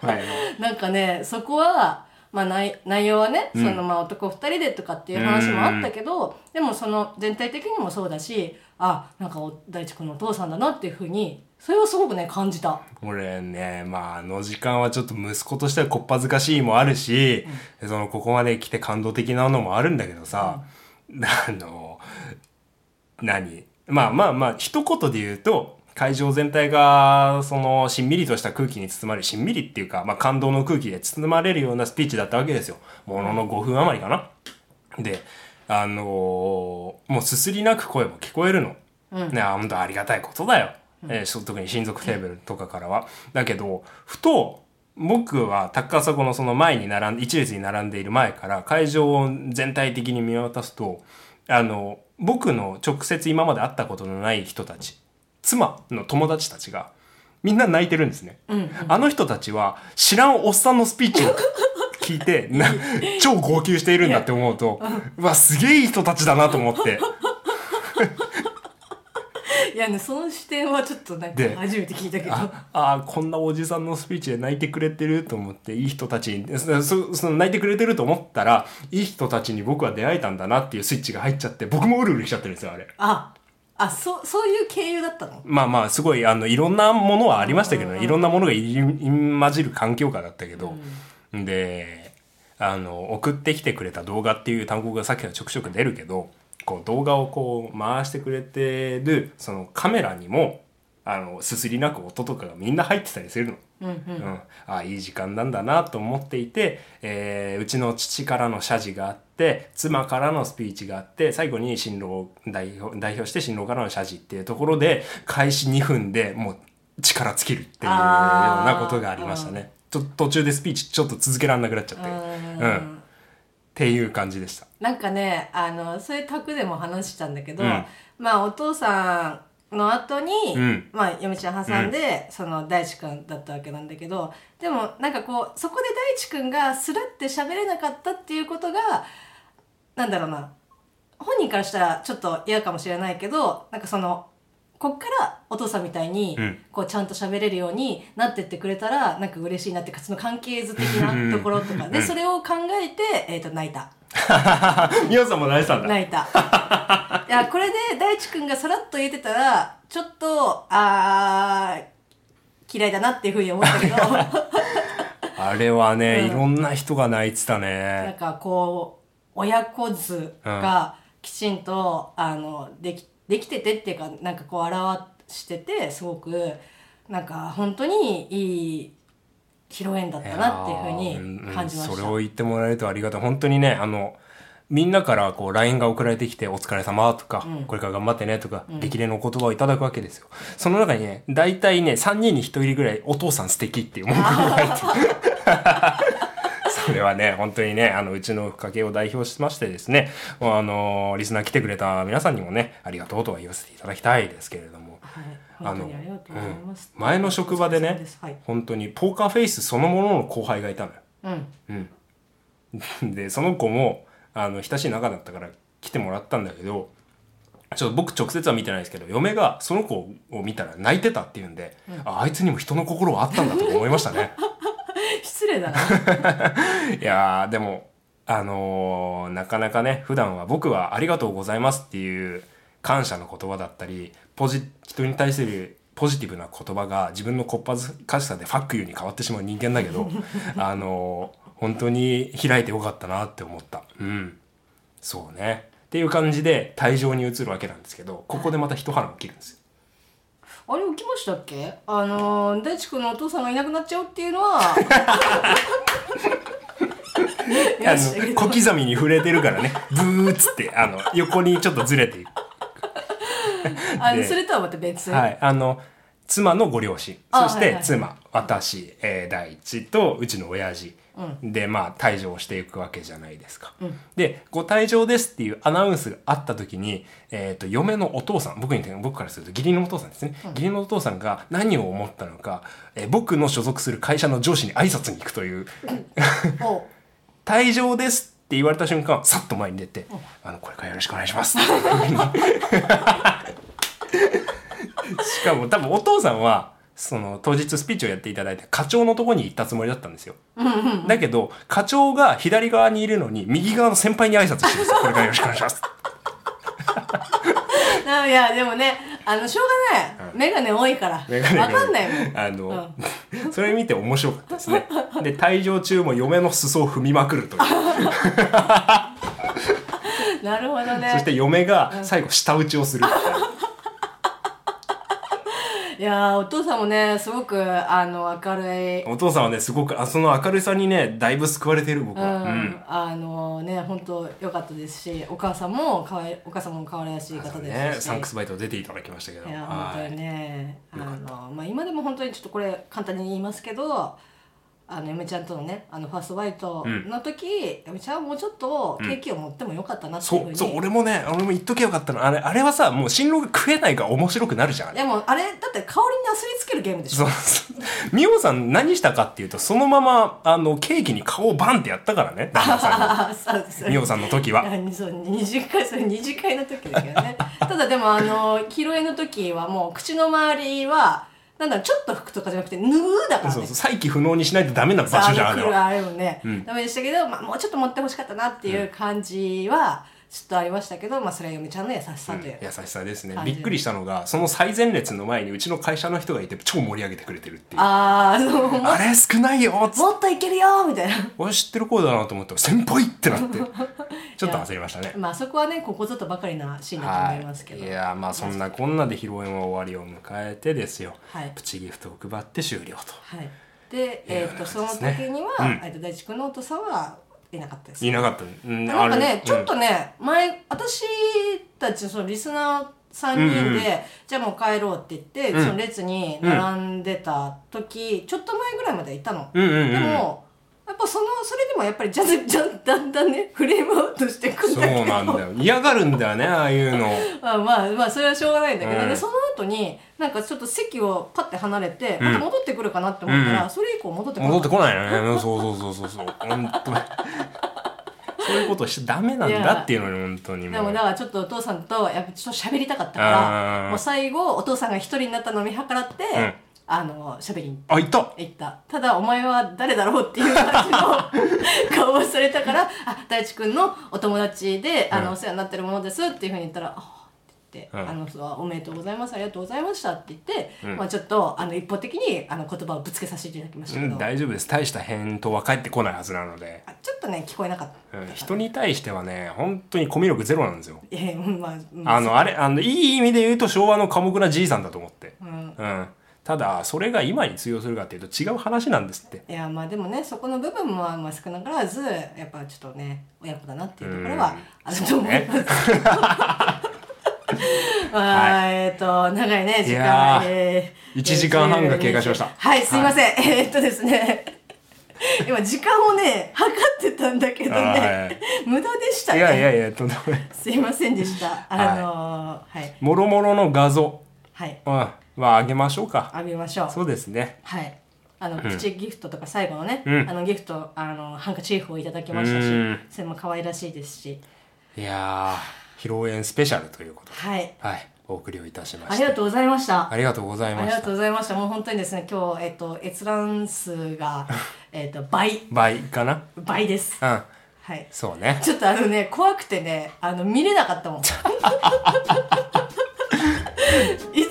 Speaker 1: はい
Speaker 2: なんかねそこは、まあ、内内容はね、
Speaker 1: ん
Speaker 2: そのまあ男2人でとかっていう話もあったけど、でもその全体的にもそうだしあなんかお大地君のお父さんだなっていうふうにそれをすごくね感じた
Speaker 1: 俺ね、まあ、あの時間はちょっと息子としてはこっぱずかしいもあるし、その、ここまで来て感動的なのもあるんだけどさ、あの、何まあまあまあ、一言で言うと、会場全体が、その、しんみりとした空気に包まれる、しんみりっていうか、まあ感動の空気で包まれるようなスピーチだったわけですよ。ものの5分余りかな。で、あのーもうすすり泣く声も聞こえるの。ね、あ本当ありがたいことだよ。えーし特に親族テーブルとかからは。だけど、ふと、僕は高砂のその前に並んで、一列に並んでいる前から会場を全体的に見渡すと、あの、僕の直接今まで会ったことのない人たち、妻の友達たちが、みんな泣いてるんですね。あの人たちは知らんおっさんのスピーチを聞いて、な超号泣しているんだって思うと、うわ、すげえいい人たちだなと思って。
Speaker 2: いやねその視点はちょっとなんか
Speaker 1: で
Speaker 2: 初めて聞いたけど
Speaker 1: ああーこんなおじさんのスピーチで泣いてくれてると思っていい人たちにそそその泣いてくれてると思ったらいい人たちに僕は出会えたんだなっていうスイッチが入っちゃって僕もうるうるしちゃってるんですよあれ
Speaker 2: ああそそういう経由だったの
Speaker 1: まあまあすごいあのいろんなものはありましたけど、ね、いろんなものが入り入り混じる環境下だったけど、であの送ってきてくれた動画っていう単語がさっきのちょくちょく出るけどこう動画をこう回してくれてるそのカメラにもあのすすり泣く音とかがみんな入ってたりするの。
Speaker 2: うんうん
Speaker 1: うん、あいい時間なんだなと思っていて、えーうちの父からの謝辞があって妻からのスピーチがあって最後に新郎代表代表して新郎からの謝辞っていうところで開始2分でもう力尽きるっていうよう
Speaker 2: あー
Speaker 1: なことがありましたね、ちょ途中でスピーチちょっと続けられなくなっちゃって、
Speaker 2: うん
Speaker 1: うんっていう感じでした。
Speaker 2: なんかねあのそういう卓でも話したんだけど、
Speaker 1: うん
Speaker 2: まあお父さんの後に、
Speaker 1: うん
Speaker 2: まあ嫁ちゃん挟んで、その大地君だったわけなんだけどでもなんかこうそこで大地君がスルって喋れなかったっていうことがなんだろうな本人からしたらちょっと嫌かもしれないけどなんかそのこっからお父さんみたいに
Speaker 1: うん
Speaker 2: こうちゃんと喋れるようになってってくれたらなんか嬉しいなってかその関係図的なところとかでそれを考えて、えー、と泣いた。
Speaker 1: みおさんも泣いてたんだ。
Speaker 2: 泣いた いやこれで大地君がさらっと言えてたらちょっとあー嫌いだなっていうふうに思っ たけど
Speaker 1: あれはね、
Speaker 2: うん
Speaker 1: いろんな人が泣いてた
Speaker 2: なん
Speaker 1: ね。
Speaker 2: かこう親子図がきちんと、あのできできててっていうかなんかこう表しててすごくなんか本当にいい披露宴だったなっていうふうに感じ
Speaker 1: い
Speaker 2: ま
Speaker 1: やーうんうんそ
Speaker 2: した、
Speaker 1: れを言ってもらえるとありがたい本当にねあのみんなからこう LINE が送られてきて「お疲れ様とか、これから頑張ってね」とか、激励のお言葉をいただくわけですよその中にね大体ね3人に1人ぐらい「お父さん素敵っていう文句が入って るそれはね本当にねあのうちの家計を代表しましてですねもうあのリスナー来てくれた皆さんにもねありがとうとは言わせていただきたいですけれども
Speaker 2: はい、
Speaker 1: あ
Speaker 2: 本当
Speaker 1: の
Speaker 2: にありがとうございます、
Speaker 1: うん前の職場で
Speaker 2: お疲れ様
Speaker 1: ね
Speaker 2: すはい、
Speaker 1: 本当にポーカーフェイスそのものの後輩がいたのよ
Speaker 2: うん
Speaker 1: でその子もあの親しい仲だったから来てもらったんだけどちょっと僕直接は見てないですけど嫁がその子を見たら泣いてたっていうんで、ああいつにも人の心はあったんだと思いましたね
Speaker 2: 失礼だな
Speaker 1: いやーでもあのーなかなかね普段は僕は「ありがとうございます」っていう感謝の言葉だったりポジ人に対するポジティブな言葉が自分のこっぱずかしさで「ファックユー」に変わってしまう人間だけどあのー本当に開いてよかったなって思ったうんそうねっていう感じで退場に移るわけなんですけどここでまた一波乱起きるんですよ
Speaker 2: あれ起きましたっけあのー大地君のお父さんがいなくなっちゃうっていう のは
Speaker 1: あの
Speaker 2: いや知らん けど
Speaker 1: 小刻みに触れてるからねブーっつってあの横にちょっとずれていく
Speaker 2: あの
Speaker 1: で
Speaker 2: それとはまた別、
Speaker 1: はい、あの妻のご両親
Speaker 2: あ
Speaker 1: そし
Speaker 2: はい
Speaker 1: て
Speaker 2: はい
Speaker 1: 妻、私、えー第一とうちの親父、でまあ退場していくわけじゃないですか、でご退場ですっていうアナウンスがあった時に、えー、と嫁のお父さん僕に僕からすると義理のお父さんですね、義理のお父さんが何を思ったのか、えー僕の所属する会社の上司に挨拶に行くという
Speaker 2: お
Speaker 1: 退場ですって言われた瞬間さっと前に出て「あのこれからよろしくお願いします」 しかも多分お父さんはその当日スピーチをやっていただいて課長のとこに行ったつもりだったんですよ、だけど課長が左側にいるのに右側の先輩に挨拶してるんですよ「これからよろしくお願いします」
Speaker 2: あいやでもねあのしょうがない、メガネ多いから
Speaker 1: メ
Speaker 2: 分
Speaker 1: ガネが
Speaker 2: かんないもん
Speaker 1: あの、それ見て面白かったです ねで退場中も嫁の裾を踏みまくるという
Speaker 2: なるほど
Speaker 1: そし
Speaker 2: ね
Speaker 1: て嫁が最後舌打ちをするみたいない
Speaker 2: やーお父さんもねすごくあの明るい
Speaker 1: お父さんはねすごくあその明るさにねだいぶ救われてる僕
Speaker 2: う
Speaker 1: は、うん
Speaker 2: ん、あのね本当良かったですしお母さんもかわいお母さんも可愛らしい方で
Speaker 1: ね、
Speaker 2: すし、
Speaker 1: サンクスバイト出ていただきましたけど
Speaker 2: いや
Speaker 1: は
Speaker 2: 本当にねあの、まあ、今でも本当にちょっとこれ簡単に言いますけどあの嫁ちゃんとのねあのファーストバイトの時、嫁ちゃんはもうちょっとケーキを持ってもよかったなっていうふう
Speaker 1: そう
Speaker 2: に、
Speaker 1: そう俺もね俺も言っとけよかったのあれあれはさもう新郎が食えないが面白くなるじゃんあれ
Speaker 2: でもあれだって香りになすりつけるゲームでしょ
Speaker 1: そうそう美桜さん何したかっていうとそのままあのケーキに顔をバンってやったからね旦那さんが
Speaker 2: ああ そうです
Speaker 1: 美桜さんの時は
Speaker 2: 何そう二次会それ二次会の時だけどね ただでもあの披露宴の時はもう口の周りはなんだろうちょっと拭くとかじゃなくて脱ぐだから
Speaker 1: そう
Speaker 2: ね
Speaker 1: そう再起不能にしないとダメな場所じゃん
Speaker 2: あ
Speaker 1: あれ
Speaker 2: の
Speaker 1: は
Speaker 2: あれもね、ダメでしたけど、まあ、もうちょっと持ってほしかったなっていう感じはちょっとありましたけど、まあ、それは嫁ちゃんの優しさという、
Speaker 1: 優しさですね
Speaker 2: 感じ
Speaker 1: びっくりしたのがその最前列の前にうちの会社の人がいて超盛り上げてくれてるっていうあ
Speaker 2: ああそうも
Speaker 1: れ少ないよっつって
Speaker 2: っといけるよみたいな
Speaker 1: 俺知ってる子だなと思ったら先輩ってなって ちょっと焦りましたね
Speaker 2: まあそこはねここぞとばかりなシーンだと思いますけ
Speaker 1: はい、
Speaker 2: ど、
Speaker 1: いやーまあそんなこんなで披露宴は終わりを迎えてですよ、
Speaker 2: はい
Speaker 1: プチギフトを配って終了と
Speaker 2: はい、で、えー、とその時には、えっと大地君のお父さんはいなかったです
Speaker 1: いなかった、うん
Speaker 2: なんか
Speaker 1: あれ
Speaker 2: ねちょっ
Speaker 1: う
Speaker 2: とね、前私たちそのリスナー3人で、
Speaker 1: うんうんうん
Speaker 2: じゃあもう帰ろうって言って、
Speaker 1: ん
Speaker 2: その列に並んでた時、ちょっと前ぐらいまでいたの、
Speaker 1: うんうんうん
Speaker 2: でもやっぱそのそれでもやっぱりじゃ んじゃんだんだんねフレームアウトしてくん
Speaker 1: そ
Speaker 2: だけど
Speaker 1: うなんだよ嫌がるんだよねああいうの
Speaker 2: まあまあまあそれはしょうがないんだけど、
Speaker 1: うん
Speaker 2: でその後になんかちょっと席をパッて離れてまた戻ってくるかなって思ったら、
Speaker 1: うん
Speaker 2: それ以降戻ってこな
Speaker 1: 戻
Speaker 2: か
Speaker 1: ってこないよねうんそうそうそうそうそう本当にそういうことしちゃダメなんだっていうのに本当に
Speaker 2: で
Speaker 1: もう
Speaker 2: もだからちょっとお父さんとやっぱちょっと喋りたかったから
Speaker 1: あー
Speaker 2: もう最後お父さんが一人になったのを見計らって、
Speaker 1: うん
Speaker 2: あの喋りに
Speaker 1: あいた
Speaker 2: 行ったただお前は誰だろうっていう感じの 顔をされたからあ大地君のお友達であの、
Speaker 1: うん
Speaker 2: お世話になってるものですっていうふうに言ったら「あーって言って、
Speaker 1: うん
Speaker 2: あのそうおめでとうございますありがとうございました」って言って、まあ、ちょっとあの一方的にあの言葉をぶつけさせていただきまし
Speaker 1: う
Speaker 2: たけど、
Speaker 1: ん
Speaker 2: あ
Speaker 1: 大丈夫です大した返答は返ってこないはずなので、
Speaker 2: ちょっとね聞こえなかっ
Speaker 1: うん
Speaker 2: た。
Speaker 1: 人に対してはね本当にコミュ力ゼロなんですよ
Speaker 2: いやうんまあうん
Speaker 1: あの、あれ、あの、いい意味で言うと昭和の寡黙なじいさんだと思って。うんん。ただ、それが今に通用するかっていうと違う話なんですって。
Speaker 2: いやまあでもねそこの部分もまあ少なからずやっぱちょっとね親子だなっていうところはあると思います。 まあ、えっ、と長いね時
Speaker 1: いや
Speaker 2: 間
Speaker 1: ー
Speaker 2: えー
Speaker 1: 1時間半が経過しました
Speaker 2: はいすいません、えーっとですね今時間をね測ってたんだけどね、
Speaker 1: は
Speaker 2: 無駄でした
Speaker 1: い
Speaker 2: ね
Speaker 1: やいやいや、とんでもない。
Speaker 2: すいませんでしたあのーはい
Speaker 1: もろもろの画像、
Speaker 2: はい
Speaker 1: うん、はあげましょうか。
Speaker 2: 浴びましょう
Speaker 1: そうですね。
Speaker 2: はい。あの、プチギフトとか最後のね、
Speaker 1: ん
Speaker 2: あのギフト、あの、ハンカチーフをいただきました
Speaker 1: う
Speaker 2: し
Speaker 1: ん、
Speaker 2: それも可愛らしいですし、
Speaker 1: いやー、披露宴スペシャルということで。
Speaker 2: はい。
Speaker 1: はい。お送りをいたしま
Speaker 2: あ
Speaker 1: し
Speaker 2: りが
Speaker 1: た。
Speaker 2: とうございました。
Speaker 1: ありがとうござい
Speaker 2: あ
Speaker 1: ま
Speaker 2: り
Speaker 1: し
Speaker 2: がとう
Speaker 1: た。
Speaker 2: ございました。もう本当にですね、今日、えっと、閲覧 数が、えっと、倍、
Speaker 1: 倍かな
Speaker 2: 倍です。
Speaker 1: うん。
Speaker 2: はい。
Speaker 1: そうね。
Speaker 2: ちょっとあのね、怖くてね、あの、見れなかったも ん。い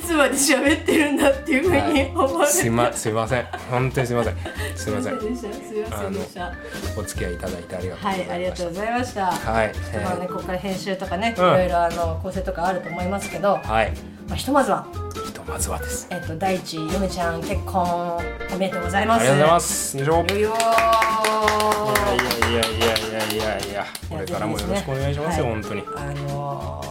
Speaker 2: つまで喋ってるんだっていうふうに思われて。
Speaker 1: すいま、すいません。本当にすいません。すいません。
Speaker 2: すいませんでした。すいませんでした。
Speaker 1: お付き合いいただいてありがとうご
Speaker 2: は
Speaker 1: ざいまし
Speaker 2: い、
Speaker 1: た。
Speaker 2: ありがとうございました。
Speaker 1: はい。え
Speaker 2: まあね、
Speaker 1: ー
Speaker 2: ここから編集とかね、
Speaker 1: うん
Speaker 2: いろいろあの構成とかあると思いますけど、ま
Speaker 1: はい。
Speaker 2: あ、ひとまずは、
Speaker 1: ひとまずはです。
Speaker 2: えっと、大地ゆめちゃん結婚おめでとうござい
Speaker 1: あ
Speaker 2: ます。。
Speaker 1: りがとうございますす。よいしょ。
Speaker 2: よいよ
Speaker 1: いやいやいやいやい
Speaker 2: ー
Speaker 1: やいやいやこれからもよろしくお願いしますよ、本当に
Speaker 2: あのー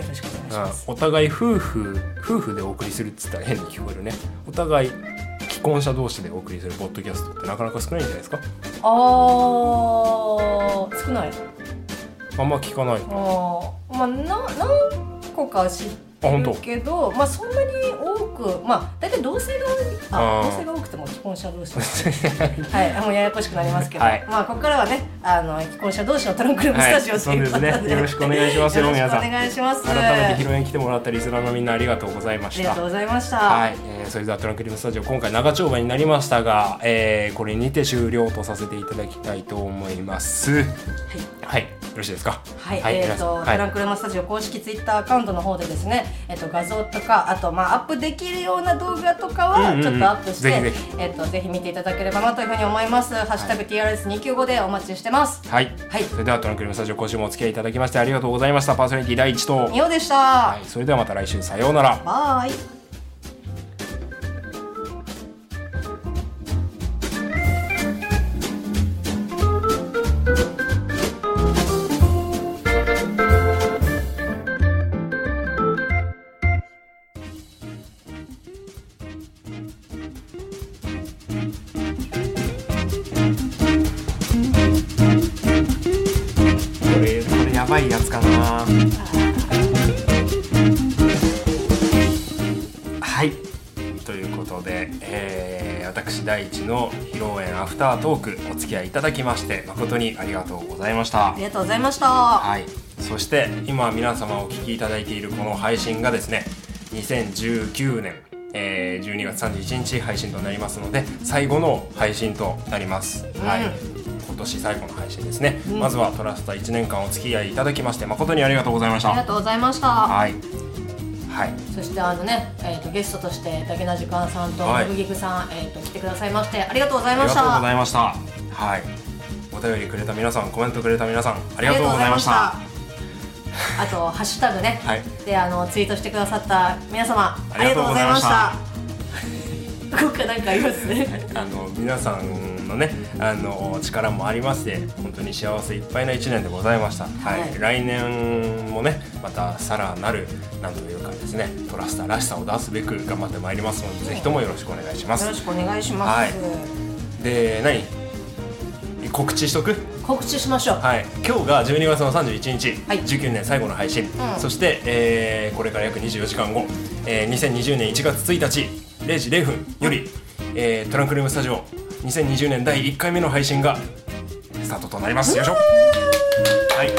Speaker 2: よろしくお願いしします。
Speaker 1: お互い夫婦夫婦でお送りするっつったら変に聞こえるねお互い既婚者同士でお送りするポッドキャストってなかなか少ないんじゃないですか
Speaker 2: あー、少ない。
Speaker 1: あんま聞かない
Speaker 2: あーまあ、な何個か知って
Speaker 1: あ本
Speaker 2: る
Speaker 1: 当
Speaker 2: けど、まあ、そんなに多く、まあ、大体同性が多いあ
Speaker 1: あー
Speaker 2: 同性が多くても既婚者同士なんではい、あもうややこしくなりますけど、
Speaker 1: はい
Speaker 2: まあ、ここからはねあの既婚者同士のトランクルームスタジオと
Speaker 1: そう
Speaker 2: いう
Speaker 1: で
Speaker 2: こ
Speaker 1: す
Speaker 2: とで、
Speaker 1: ねよろしくお願いしますよ
Speaker 2: よろしく
Speaker 1: 皆
Speaker 2: お
Speaker 1: さん
Speaker 2: 願いします
Speaker 1: 改めて披露宴来てもらったリスナーのみんなありがとうございま
Speaker 2: あ
Speaker 1: し
Speaker 2: りが
Speaker 1: た
Speaker 2: とうございました、
Speaker 1: はい、えー、それではトランクリムスタジオ今回長丁場になりましたが、えー、これにて終了とさせていただきたいと思いますはいよろしいですか
Speaker 2: はい、えっ、と、
Speaker 1: 皆さん
Speaker 2: トランクルームスタジオ公式ツイッターアカウントの方でですね、えっ、と画像とかあとまあアップできるような動画とか
Speaker 1: うんうんう
Speaker 2: は
Speaker 1: ん
Speaker 2: ちょっとアップして、
Speaker 1: ぜひぜひ
Speaker 2: えっ、とぜひ見ていただければなというふうに思います。ハッシュタグ TRS 二九五でお待ちしてます。
Speaker 1: はい、
Speaker 2: はい
Speaker 1: それではトランクルームスタジオ今週もお付き合いいただきましてありがとうございましたパーソナリティ第一と、
Speaker 2: みおでした。
Speaker 1: はい、それではまた来週さようなら
Speaker 2: バイ。
Speaker 1: これこれやばいやつかなはいということで、えー私第一の披露宴アフタートークお付き合いいただきまして誠にありがとうございました
Speaker 2: ありがとうございました。
Speaker 1: はい、そして今皆様お聞きいただいているこの配信がですね2019年、えー12月31日配信となりますので最後の配信となります、はい今年最後の配信ですね、まずはトラスタ1年間お付き合いいただきまして誠にありがとうございまし
Speaker 2: あり
Speaker 1: た
Speaker 2: がとうございました。
Speaker 1: はいはい
Speaker 2: そしてあのね、えっ、とゲストとしてだけな時間さんと
Speaker 1: はい
Speaker 2: ブブギグさん、えっ、と来てくださいましてありがとうござい
Speaker 1: あ
Speaker 2: ま
Speaker 1: り
Speaker 2: し
Speaker 1: がとう
Speaker 2: た。
Speaker 1: ございましたはいお便りくれた皆さんコメントくれた皆さんありがとうございました
Speaker 2: ありがとうございました。あとハッシュタグね、
Speaker 1: はい
Speaker 2: であのツイートしてくださった皆様
Speaker 1: あ
Speaker 2: あ
Speaker 1: り
Speaker 2: り
Speaker 1: がと
Speaker 2: がと
Speaker 1: う
Speaker 2: う
Speaker 1: ござ
Speaker 2: ござ
Speaker 1: い
Speaker 2: い
Speaker 1: ま
Speaker 2: ま
Speaker 1: し
Speaker 2: したた。どっかなんかありますね。
Speaker 1: あの皆さんのねあの力もありまして本当に幸せいっぱいな1年でございました、はい
Speaker 2: はい
Speaker 1: 来年もねまたさらなるなんというかですねトラスタらしさを出すべく頑張ってまいりますのでぜひともよろしくお願いしま
Speaker 2: よ
Speaker 1: す
Speaker 2: ろしくお願いします。
Speaker 1: はで何告知しとく
Speaker 2: 告知しましょう。
Speaker 1: はい、今日が12月の31日、
Speaker 2: はい
Speaker 1: 19年最後の配信、
Speaker 2: うん
Speaker 1: そして、えーこれから約24時間後、えー2020年1月1日0時0分より、えートランクルームスタジオ2020年第1回目の配信がスタートとなりますよいしょはい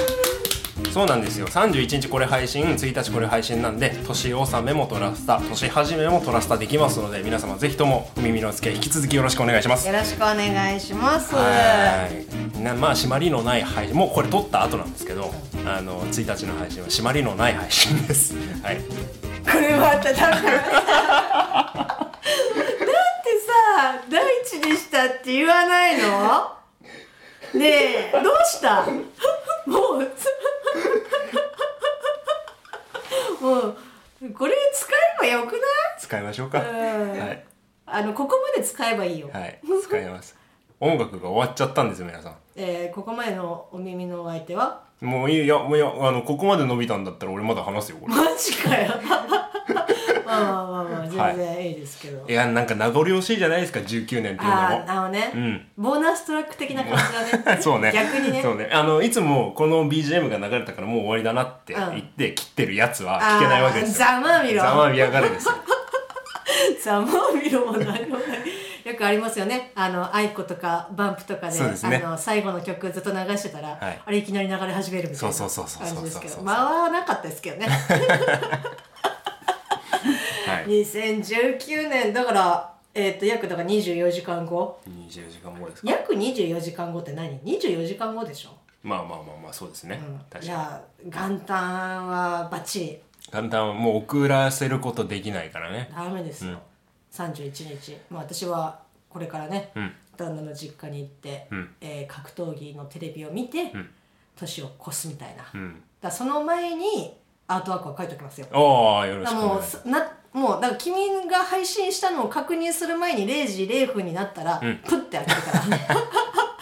Speaker 1: そうなんですよ31日これ配信1日これ配信なんで年納めもトラスタ年始めもトラスタできますので皆様ぜひともお耳のお付き合い引き続きよろしくお願いします
Speaker 2: よろしくお願いします。
Speaker 1: はいなまあ締まりのない配信もうこれ撮った後なんですけどあの1日の配信は締まりのない配信です はい
Speaker 2: これまただからさだってさ第一でしたって言わないのねえどうしたもうもうこれ使えばよく
Speaker 1: 使いましょうか
Speaker 2: ない、うん
Speaker 1: はい、
Speaker 2: あのここまで使えばいいよ、
Speaker 1: はい、使います音楽が終わっちゃったんですよ皆さ
Speaker 2: えーここまでのお耳のお相手は
Speaker 1: んもういいよもういいよあのここまで伸びたんだったら俺まだ話すよこ
Speaker 2: マジかよまあまあまあまあ全然いいですけど、
Speaker 1: れいやなんか名残惜しいじゃないですか19年っていうのも
Speaker 2: あああのね、
Speaker 1: うん
Speaker 2: ボーナストラック的な感じだ ね
Speaker 1: そうね
Speaker 2: 逆にね
Speaker 1: そうねあのいつもこの BGM が流れたからもう終わりだなって言って、切ってるやつは聞けないわけですよ
Speaker 2: あーざまあみろ
Speaker 1: ざまあみやがるですよ
Speaker 2: ざまあみろも何もない よくありますよねあのアイコとかバンプとかで
Speaker 1: そうですね
Speaker 2: あの最後の曲ずっと流してたら、
Speaker 1: はい
Speaker 2: あれいきなり流れ始めるみたいな
Speaker 1: そうそうそうそうそう
Speaker 2: 感じですけ
Speaker 1: そうそうそ
Speaker 2: ど
Speaker 1: う
Speaker 2: 回らなかったですけ どね
Speaker 1: はい
Speaker 2: 2019年だからえっ、と約だから24時間後
Speaker 1: 24時間後ですか
Speaker 2: 約24時間後って何24時間後でしょ、
Speaker 1: まあまあまあまあそうですね、
Speaker 2: うん、
Speaker 1: 確
Speaker 2: じ
Speaker 1: かに
Speaker 2: ゃあ元旦はバッチリ
Speaker 1: 簡単はもう遅らせることできないからね
Speaker 2: ダメですよ、
Speaker 1: うん
Speaker 2: 31日、まあ、私はこれからね、
Speaker 1: うん
Speaker 2: 旦那の実家に行って、
Speaker 1: うん
Speaker 2: えー格闘技のテレビを見て、
Speaker 1: ん
Speaker 2: 年を越すみたいな、だか
Speaker 1: うん
Speaker 2: らその前にアートワークを書いておきますよ
Speaker 1: ああよろ
Speaker 2: だ
Speaker 1: し
Speaker 2: か
Speaker 1: く
Speaker 2: ら
Speaker 1: お願
Speaker 2: も
Speaker 1: いうします
Speaker 2: すなもうだから君が配信したのを確認する前に0時0分になったら、
Speaker 1: ん
Speaker 2: プッて開けるから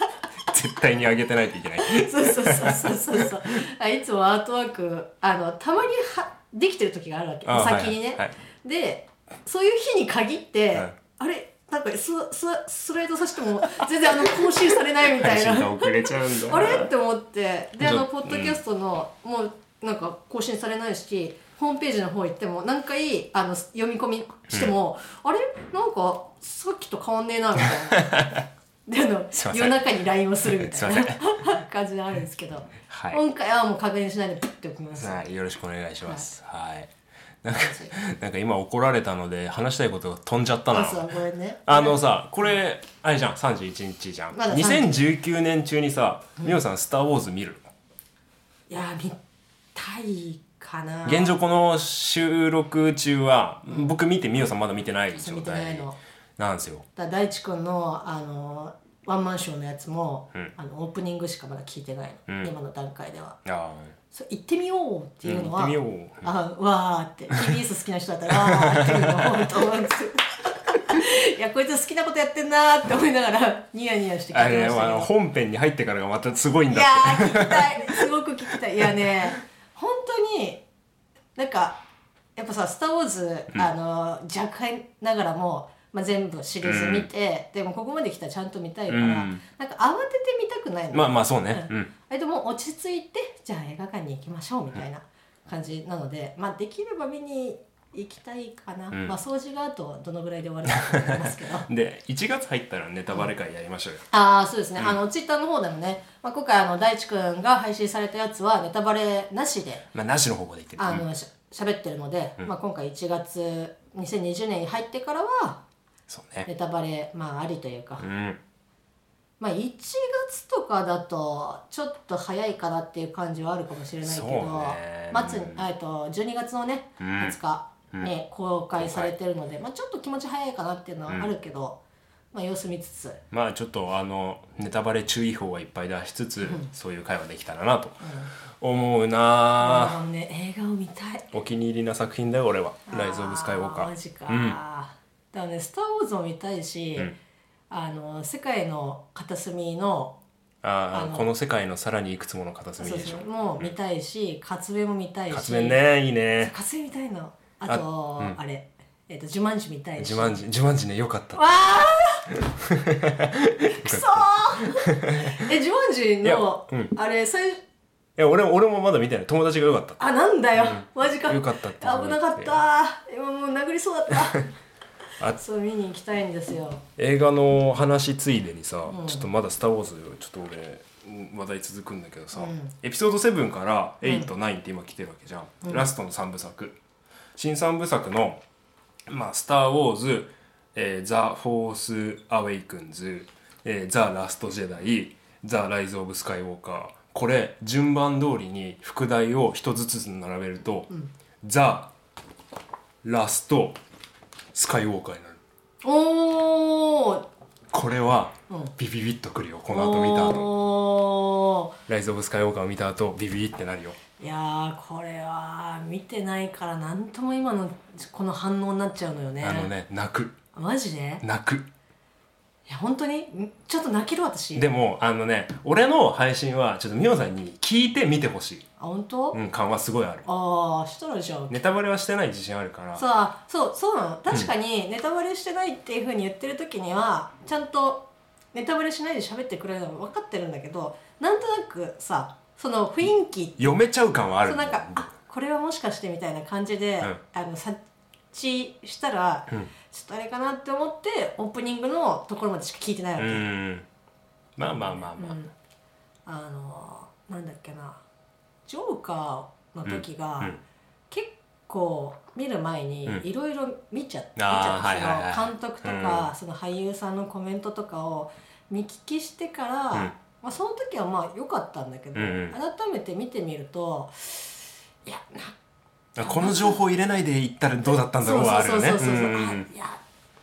Speaker 1: 絶対に上げてないといけない
Speaker 2: そうそうそうそうそうそうあいつもアートワークあのたまにはできてる時があるわけ
Speaker 1: あ
Speaker 2: お
Speaker 1: ー
Speaker 2: 先にね、
Speaker 1: はいはい
Speaker 2: でそういう日に限って、
Speaker 1: はい
Speaker 2: あれなんかスススライドさせても全然あの更新されないみた
Speaker 1: 配
Speaker 2: い
Speaker 1: 信
Speaker 2: な
Speaker 1: が遅れちゃうんだな
Speaker 2: あれって思ってであ
Speaker 1: ちょ
Speaker 2: のポッドキャストの、もうなんか更新されないしホームページの方行っても何回あの読み込みしても、あれなんかさっきと変わんねえなみたい なであの
Speaker 1: すいません
Speaker 2: 夜中に LINE をするみたい
Speaker 1: すい
Speaker 2: な
Speaker 1: ま
Speaker 2: 感じがあるんですけど、
Speaker 1: はい
Speaker 2: 今回はもう確認しないでピッておきます。
Speaker 1: はい、よろしくお願いします。はい。なんか、なんか今怒られたので、話したいことが飛んじゃった
Speaker 2: ま
Speaker 1: な。
Speaker 2: ずはこれね
Speaker 1: あのさ、これ、あれじゃん、31日じゃん。
Speaker 2: まだ30
Speaker 1: 2019年中にさ、みおさん、スター・ウォーズ見る
Speaker 2: いや見たいかな
Speaker 1: 現状この収録中は、僕見てみおさんまだ見てない状
Speaker 2: 見てない
Speaker 1: 態
Speaker 2: の
Speaker 1: なんですよ。
Speaker 2: だ大地君のあのワンマンショーのやつも、あのオープニングしかまだ聞いてないの、今の段階では
Speaker 1: あ
Speaker 2: そう行ってみようっていうのは、
Speaker 1: うん行ってみよう
Speaker 2: あわーって TBS 好きな人だったらわーっていうのをと思うんですよいやこいつ好きなことやってんなーって思いながらニヤニヤして
Speaker 1: あ。あ
Speaker 2: 聞いて
Speaker 1: れ、
Speaker 2: ました
Speaker 1: あ
Speaker 2: けど
Speaker 1: の、本編に入ってからがまたすごいん
Speaker 2: い
Speaker 1: だ
Speaker 2: や
Speaker 1: っ
Speaker 2: ー聞きたいすごく聞きたいいやね本当になんかやっぱさ「スター・ウォーズ」あの若干ながらも、まあ、全部シリーズ見て、でもここまで来たらちゃんと見たいから、
Speaker 1: うん
Speaker 2: なんか慌てて見たくないの
Speaker 1: て。まあまあ、そうね。うん。
Speaker 2: えでも落ち着いてじゃあ映画館に行きましょうみたいな感じなので、まあ、できれば見に行きたいかな、まあ、掃除があとどのぐらいで終わるかと思いますけど。
Speaker 1: で、1月入ったらネタバレ会やりましょうよ。
Speaker 2: ああそうですね、あのツイッターの方でもね、まあ、今回あの大地くんが配信されたやつはネタバレなしで
Speaker 1: まあ、なしの方向でいってる。
Speaker 2: あの、しゃ喋ってるので、まあ、今回1月2020年に入ってからは
Speaker 1: そうね。
Speaker 2: ネタバレ、まあ、ありというか、
Speaker 1: うん。
Speaker 2: まあ、1月とかだとちょっと早いかなっていう感じはあるかもしれないけど、
Speaker 1: そうね
Speaker 2: 末にあえっと12月のね20日に公開されてるので、まあ、ちょっと気持ち早いかなっていうのはあるけど、まあ、様子見つつ。
Speaker 1: まあちょっとあのネタバレ注意報はいっぱい出しつつ、そういう会話できたらなと思うなあ、
Speaker 2: あのね、映画を見たい
Speaker 1: お気に入りな作品だよ俺は「ライズ・オブ・スカイウォーカ
Speaker 2: あマ
Speaker 1: ー
Speaker 2: ジか、だからね「スター・ウォーズ」も見たいし、あの世界の片隅の」
Speaker 1: あ
Speaker 2: あ
Speaker 1: あ
Speaker 2: の
Speaker 1: この世界のさらにいくつもの片隅
Speaker 2: そう
Speaker 1: でし
Speaker 2: そ
Speaker 1: ょ
Speaker 2: うも見たいし、活弁も見たいし
Speaker 1: 活弁ねいいね
Speaker 2: 活弁見たいのあとあ,、れえっ、と「ジュマンジ」見たいし
Speaker 1: 自慢自慢自ねよかった
Speaker 2: わ あくそーえジュマンジ
Speaker 1: いや
Speaker 2: の、
Speaker 1: うん
Speaker 2: あれ最初
Speaker 1: え俺俺もまだ見てない友達がよかった
Speaker 2: あなんだよ、マジか
Speaker 1: よかったって思って
Speaker 2: 危なかった今もう殴りそうだっ た
Speaker 1: あ
Speaker 2: そう見に行きたいんですよ
Speaker 1: 映画の話ついでにさ、ちょっとまだ「スター・ウォーズ」ちょっと俺話題続くんだけどさ、エピソード7から89って今来てるわけじゃん、ラストの3部作新3部作の「まあ、スター・ウォーズ」えー「ザ・フォース・アウェイクンズ」えー「ザ・ラスト・ジェダイ」「ザ・ライズ・オブ・スカイ・ウォーカー」これ順番通りに副題を一つずつ並べると「ザ・ラスト・スカイ・ウォーカー」になる。
Speaker 2: おお
Speaker 1: これは
Speaker 2: うん
Speaker 1: ビビビッとくるよ、この後見た後
Speaker 2: お
Speaker 1: ライズ・オブ・スカイウォーカーを見た後ビビビってなるよ
Speaker 2: ーいやーこれは見てないから何とも今のこの反応になっちゃうのよね
Speaker 1: あのね泣く
Speaker 2: マジで
Speaker 1: 泣く
Speaker 2: いや本当にんちょっと泣ける私
Speaker 1: でもあのね俺の配信はちょっとミオさんに聞いて見てほしい、
Speaker 2: あ本当、
Speaker 1: うん、感はすごいある
Speaker 2: ああしたらじゃん
Speaker 1: ネタバレはしてない自信あるから
Speaker 2: そうあそうそうなの確かにネタバレしてないっていうふうに言ってる時にはちゃんとネタバレしないで喋ってくれるのも分かってるんだけどなんとなくさその雰囲気
Speaker 1: 読めちゃう感はある
Speaker 2: そうなんかあこれはもしかしてみたいな感じで、
Speaker 1: うん
Speaker 2: あの察知したら、ちょっとあれかなって思ってオープニングのところまでしか聞いてないわ
Speaker 1: う
Speaker 2: け、
Speaker 1: んまあまあまあまあ、
Speaker 2: あのーなんだっけなジョーカーの時が、
Speaker 1: うんうん
Speaker 2: 結構見る前に
Speaker 1: うん
Speaker 2: いろいろ見ちゃ見ち
Speaker 1: あー
Speaker 2: ゃ
Speaker 1: はいはいはい
Speaker 2: ったその監督とか、その俳優さんのコメントとかを見聞きしてから、
Speaker 1: うん
Speaker 2: まあ、その時はまあ良かったんだけど、
Speaker 1: うんうん
Speaker 2: 改めて見てみるといやな
Speaker 1: この情報入れないでいったらどうだったんだ
Speaker 2: そ
Speaker 1: ろ
Speaker 2: う
Speaker 1: うは
Speaker 2: そう
Speaker 1: ある
Speaker 2: そ
Speaker 1: よ
Speaker 2: う
Speaker 1: ね
Speaker 2: そうそうう、
Speaker 1: ん
Speaker 2: いや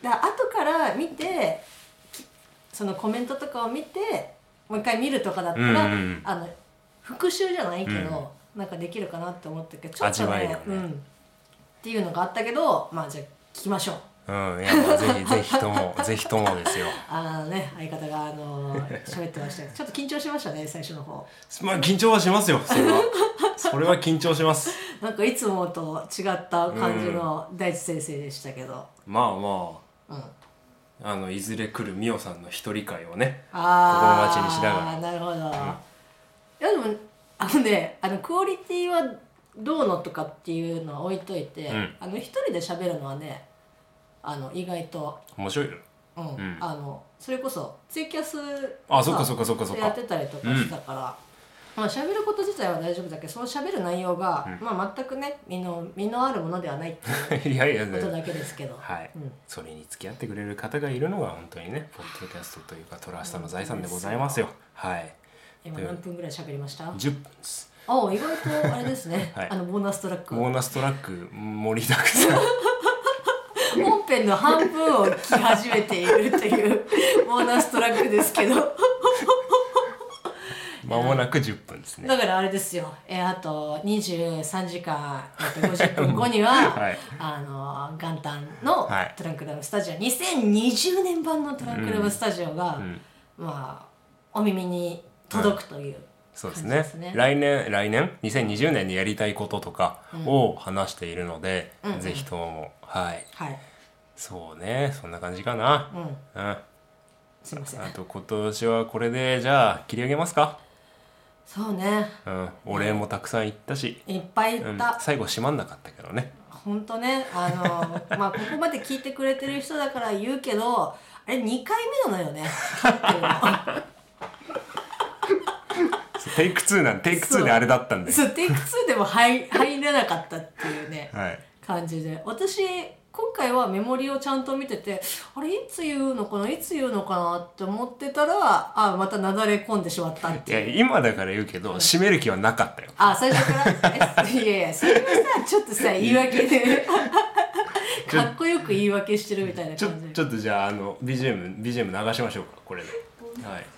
Speaker 2: だから後から見てきそのコメントとかを見てもう一回見るとかだったら、
Speaker 1: うんうん
Speaker 2: あの復習じゃないけど、なんかできるかなって思ったけどちょっと
Speaker 1: 味わえるよね
Speaker 2: うん、っていうのがあったけどまあじゃあ聞きましょう
Speaker 1: うんいやまあぜひ ぜひともぜひともですよ
Speaker 2: あのね相方があのー喋ってましたけどちょっ と緊張しましたね最初の方
Speaker 1: まあ緊張はしますよそれはそれは緊張します
Speaker 2: なんかいつもと違った感じの大地先生でしたけど、
Speaker 1: まあま
Speaker 2: うん、あ
Speaker 1: ああのいずれ来るミオさんの一人会をね
Speaker 2: あ
Speaker 1: 心待ちにしながら
Speaker 2: なるほど、いやでもあのねあのクオリティはどうのとかっていうのは置いといて、
Speaker 1: ん
Speaker 2: あの一人で喋るのはねあの意外と、
Speaker 1: 面白いよ
Speaker 2: うん
Speaker 1: ん
Speaker 2: あのそれこそツイキャス
Speaker 1: あそっかそっかそっかそっか
Speaker 2: やってたりとかしてたから、まあ喋ること自体は大丈夫だけどその喋る内容が、まあ全くね身の身のあるものではないっていう
Speaker 1: いやいやい
Speaker 2: こと
Speaker 1: や
Speaker 2: だけですけど、
Speaker 1: はい、
Speaker 2: うん
Speaker 1: それに付き合ってくれる方がいるのが本当にねポッドキャストというかトラスタの財産でございますよはい
Speaker 2: 今何分ぐらい喋りました、
Speaker 1: 10分です
Speaker 2: あ意外とあれですね、
Speaker 1: はい
Speaker 2: あのボーナストラック
Speaker 1: ボーナストラック盛りだく さん
Speaker 2: 本編の半分を聞き始めているというボーナストラックですけど
Speaker 1: 間もなく10分ですね
Speaker 2: だからあれですよ、えーあと23時間、えっと50分後には、
Speaker 1: はい
Speaker 2: あの元旦の
Speaker 1: はい
Speaker 2: トランクダムスタジオ、2020年版のトランクダムスタジオが、
Speaker 1: ん
Speaker 2: まあお耳に届くという
Speaker 1: そう
Speaker 2: 感
Speaker 1: です
Speaker 2: じ
Speaker 1: ね
Speaker 2: ですね。
Speaker 1: 来年来年2020年にやりたいこととかを話しているので、ぜひともはい
Speaker 2: はい、
Speaker 1: そうねそんな感じかな
Speaker 2: うん、
Speaker 1: うん、あ
Speaker 2: すいません。
Speaker 1: と今年はこれでじゃあ切り上げますか
Speaker 2: そうね、
Speaker 1: うんお礼もたくさん言ったし、
Speaker 2: いっぱい
Speaker 1: うん
Speaker 2: いた。
Speaker 1: 最後閉まんなかったけどね
Speaker 2: 本当ねあのまあここまで聞いてくれてる人だから言うけどあれ2回目なのよね聞いてるの
Speaker 1: テイク2なんテイク2であれだったんで
Speaker 2: そうテイク2でも入入れなかったっていうね
Speaker 1: はい
Speaker 2: 感じで私今回はメモリをちゃんと見ててあれいつ言うのかないつ言うのかなって思ってたらあまたなだれ込んでしまったっ
Speaker 1: い
Speaker 2: て
Speaker 1: や
Speaker 2: いう。
Speaker 1: 今だから言うけど閉める気はなかったよ
Speaker 2: あ、最初から えいやいや、それはさ、ちょっとさ、言い訳で、 かっこよく言い訳してるみたいな
Speaker 1: ちょ
Speaker 2: 感じで。
Speaker 1: ちょっとじゃああの BGM, BGM 流しましょうかこれではい、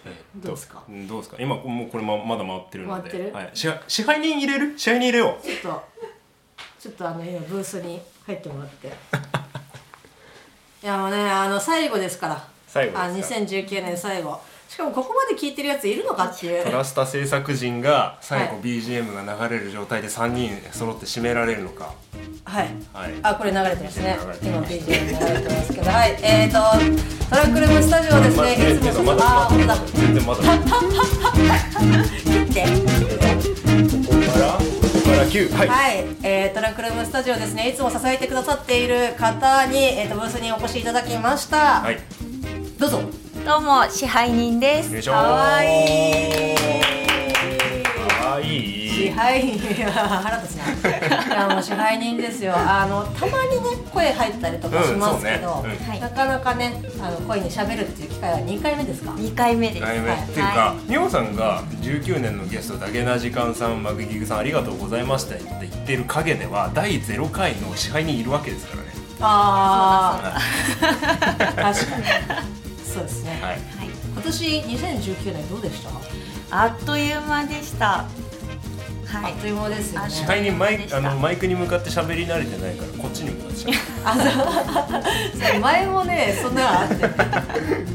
Speaker 1: えっと
Speaker 2: どうですか
Speaker 1: んどうですか今もうこれままだ回ってるので
Speaker 2: 回ってる
Speaker 1: はい、支配支配人入れる支配人入れよう
Speaker 2: ちょっと、ちょっとあの今ブースに入ってもら って。いやもうね、あの最後ですから。
Speaker 1: 最後ですか
Speaker 2: あ、2019年最後。しかもここまで聞いてるやついるのかっていう
Speaker 1: ト。ラスタ制作陣が最後
Speaker 2: はい
Speaker 1: BGM が流れる状態で3人揃って締められるのか、
Speaker 2: はい。
Speaker 1: はい
Speaker 2: あ、これ流れてますね
Speaker 1: 流れ。て
Speaker 2: 今
Speaker 1: ま
Speaker 2: BGM 流れてますけど、はい。えーと、トランクルームスタジオです
Speaker 1: まだ
Speaker 2: ね。いつも
Speaker 1: まだ
Speaker 2: あ、本当だ。
Speaker 1: 全然まだこ
Speaker 2: 切って。
Speaker 1: こからここから9はい、
Speaker 2: はい、えー、トランクルームスタジオですね。いつも支えてくださっている方に、えー、とブースにお越しいただきました。
Speaker 1: はい、
Speaker 2: どうぞ。
Speaker 3: どうも支配人です。
Speaker 1: よいしょ
Speaker 2: かわいい
Speaker 1: かわいい
Speaker 2: 支配人いや腹立つないやもう支配人ですよあのたまにね声入ったりとかしますけ
Speaker 1: うん
Speaker 2: ど、
Speaker 1: そうね
Speaker 3: うんはい
Speaker 2: なかなかねあの声に喋るっていう機会は2回目ですか
Speaker 3: 二回目です。
Speaker 1: 題目、
Speaker 2: はい
Speaker 1: っていうか、みおさんが19年のゲストだけな時間さんマグギグさんありがとうございましたって言ってる陰では第0回の支配人いるわけですからね
Speaker 2: ああ確かにそうですね、
Speaker 1: はい
Speaker 3: はい。
Speaker 2: 今年2019年どうでした、
Speaker 3: あっという間でした。は
Speaker 2: あっという間ですよね
Speaker 3: あ
Speaker 1: 支配人マイ
Speaker 3: でし
Speaker 1: あ
Speaker 3: た
Speaker 1: のマイクに向かって喋り慣れてないからこっちに向かってしゃべる
Speaker 2: そう前もねそんなのあってね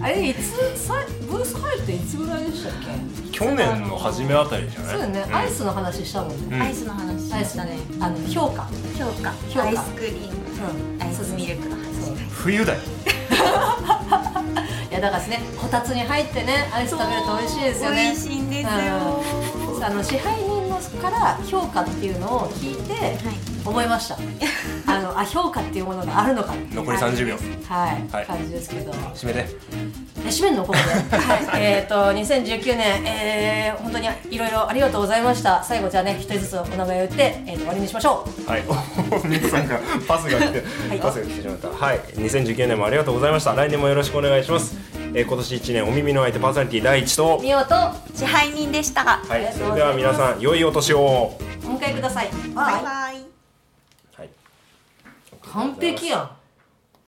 Speaker 2: あれいつさブース入っていつぐらいでしたっけ
Speaker 1: 去年の初めあたりじゃない
Speaker 2: そうだね、
Speaker 1: ん
Speaker 2: アイスの話したもん
Speaker 1: う
Speaker 2: ね、
Speaker 1: ん
Speaker 3: い。アイスの話し
Speaker 2: ア
Speaker 3: ま
Speaker 2: イ
Speaker 3: し
Speaker 2: ス
Speaker 3: た
Speaker 2: ね
Speaker 3: ね。
Speaker 2: あの評価
Speaker 3: 評価、
Speaker 2: 評価
Speaker 3: アイスクリー
Speaker 2: う
Speaker 3: ム、
Speaker 2: ん
Speaker 3: アイスミルクの話。
Speaker 2: そう
Speaker 1: 冬だよ
Speaker 2: いやだからですねこたつに入ってねアイス食べると美味しいですよ
Speaker 3: 美
Speaker 2: ね
Speaker 3: 味しいんですよ。
Speaker 2: うんあの支配人のから評価っていうのを聞いて、思いま したあのあ評価っていうものがあるのかっていう
Speaker 1: 残り30秒
Speaker 2: はい、
Speaker 1: はい
Speaker 2: 感じですけど
Speaker 1: 締めて
Speaker 2: え締めるのここで、はい、えっ、と2019年、えー、本当にいろいろありがとうございました最後じゃあね一人ずつお名前を言って、えーと、終わりにしましょう
Speaker 1: はい、 お姉さんがパスが来て、
Speaker 2: はい
Speaker 1: パスが来てしまった。はい、2019年もありがとうございました。来年もよろしくお願いします。えー今年1年お耳の相手パーソナリティ第一と、
Speaker 2: みおと
Speaker 3: 支配人でした。
Speaker 1: は
Speaker 2: りが
Speaker 1: い、
Speaker 2: と
Speaker 1: そうれ
Speaker 2: ございます
Speaker 1: では皆さん良いお年を。
Speaker 2: お迎えください
Speaker 3: バイバイ。
Speaker 1: はい。
Speaker 2: 完璧やん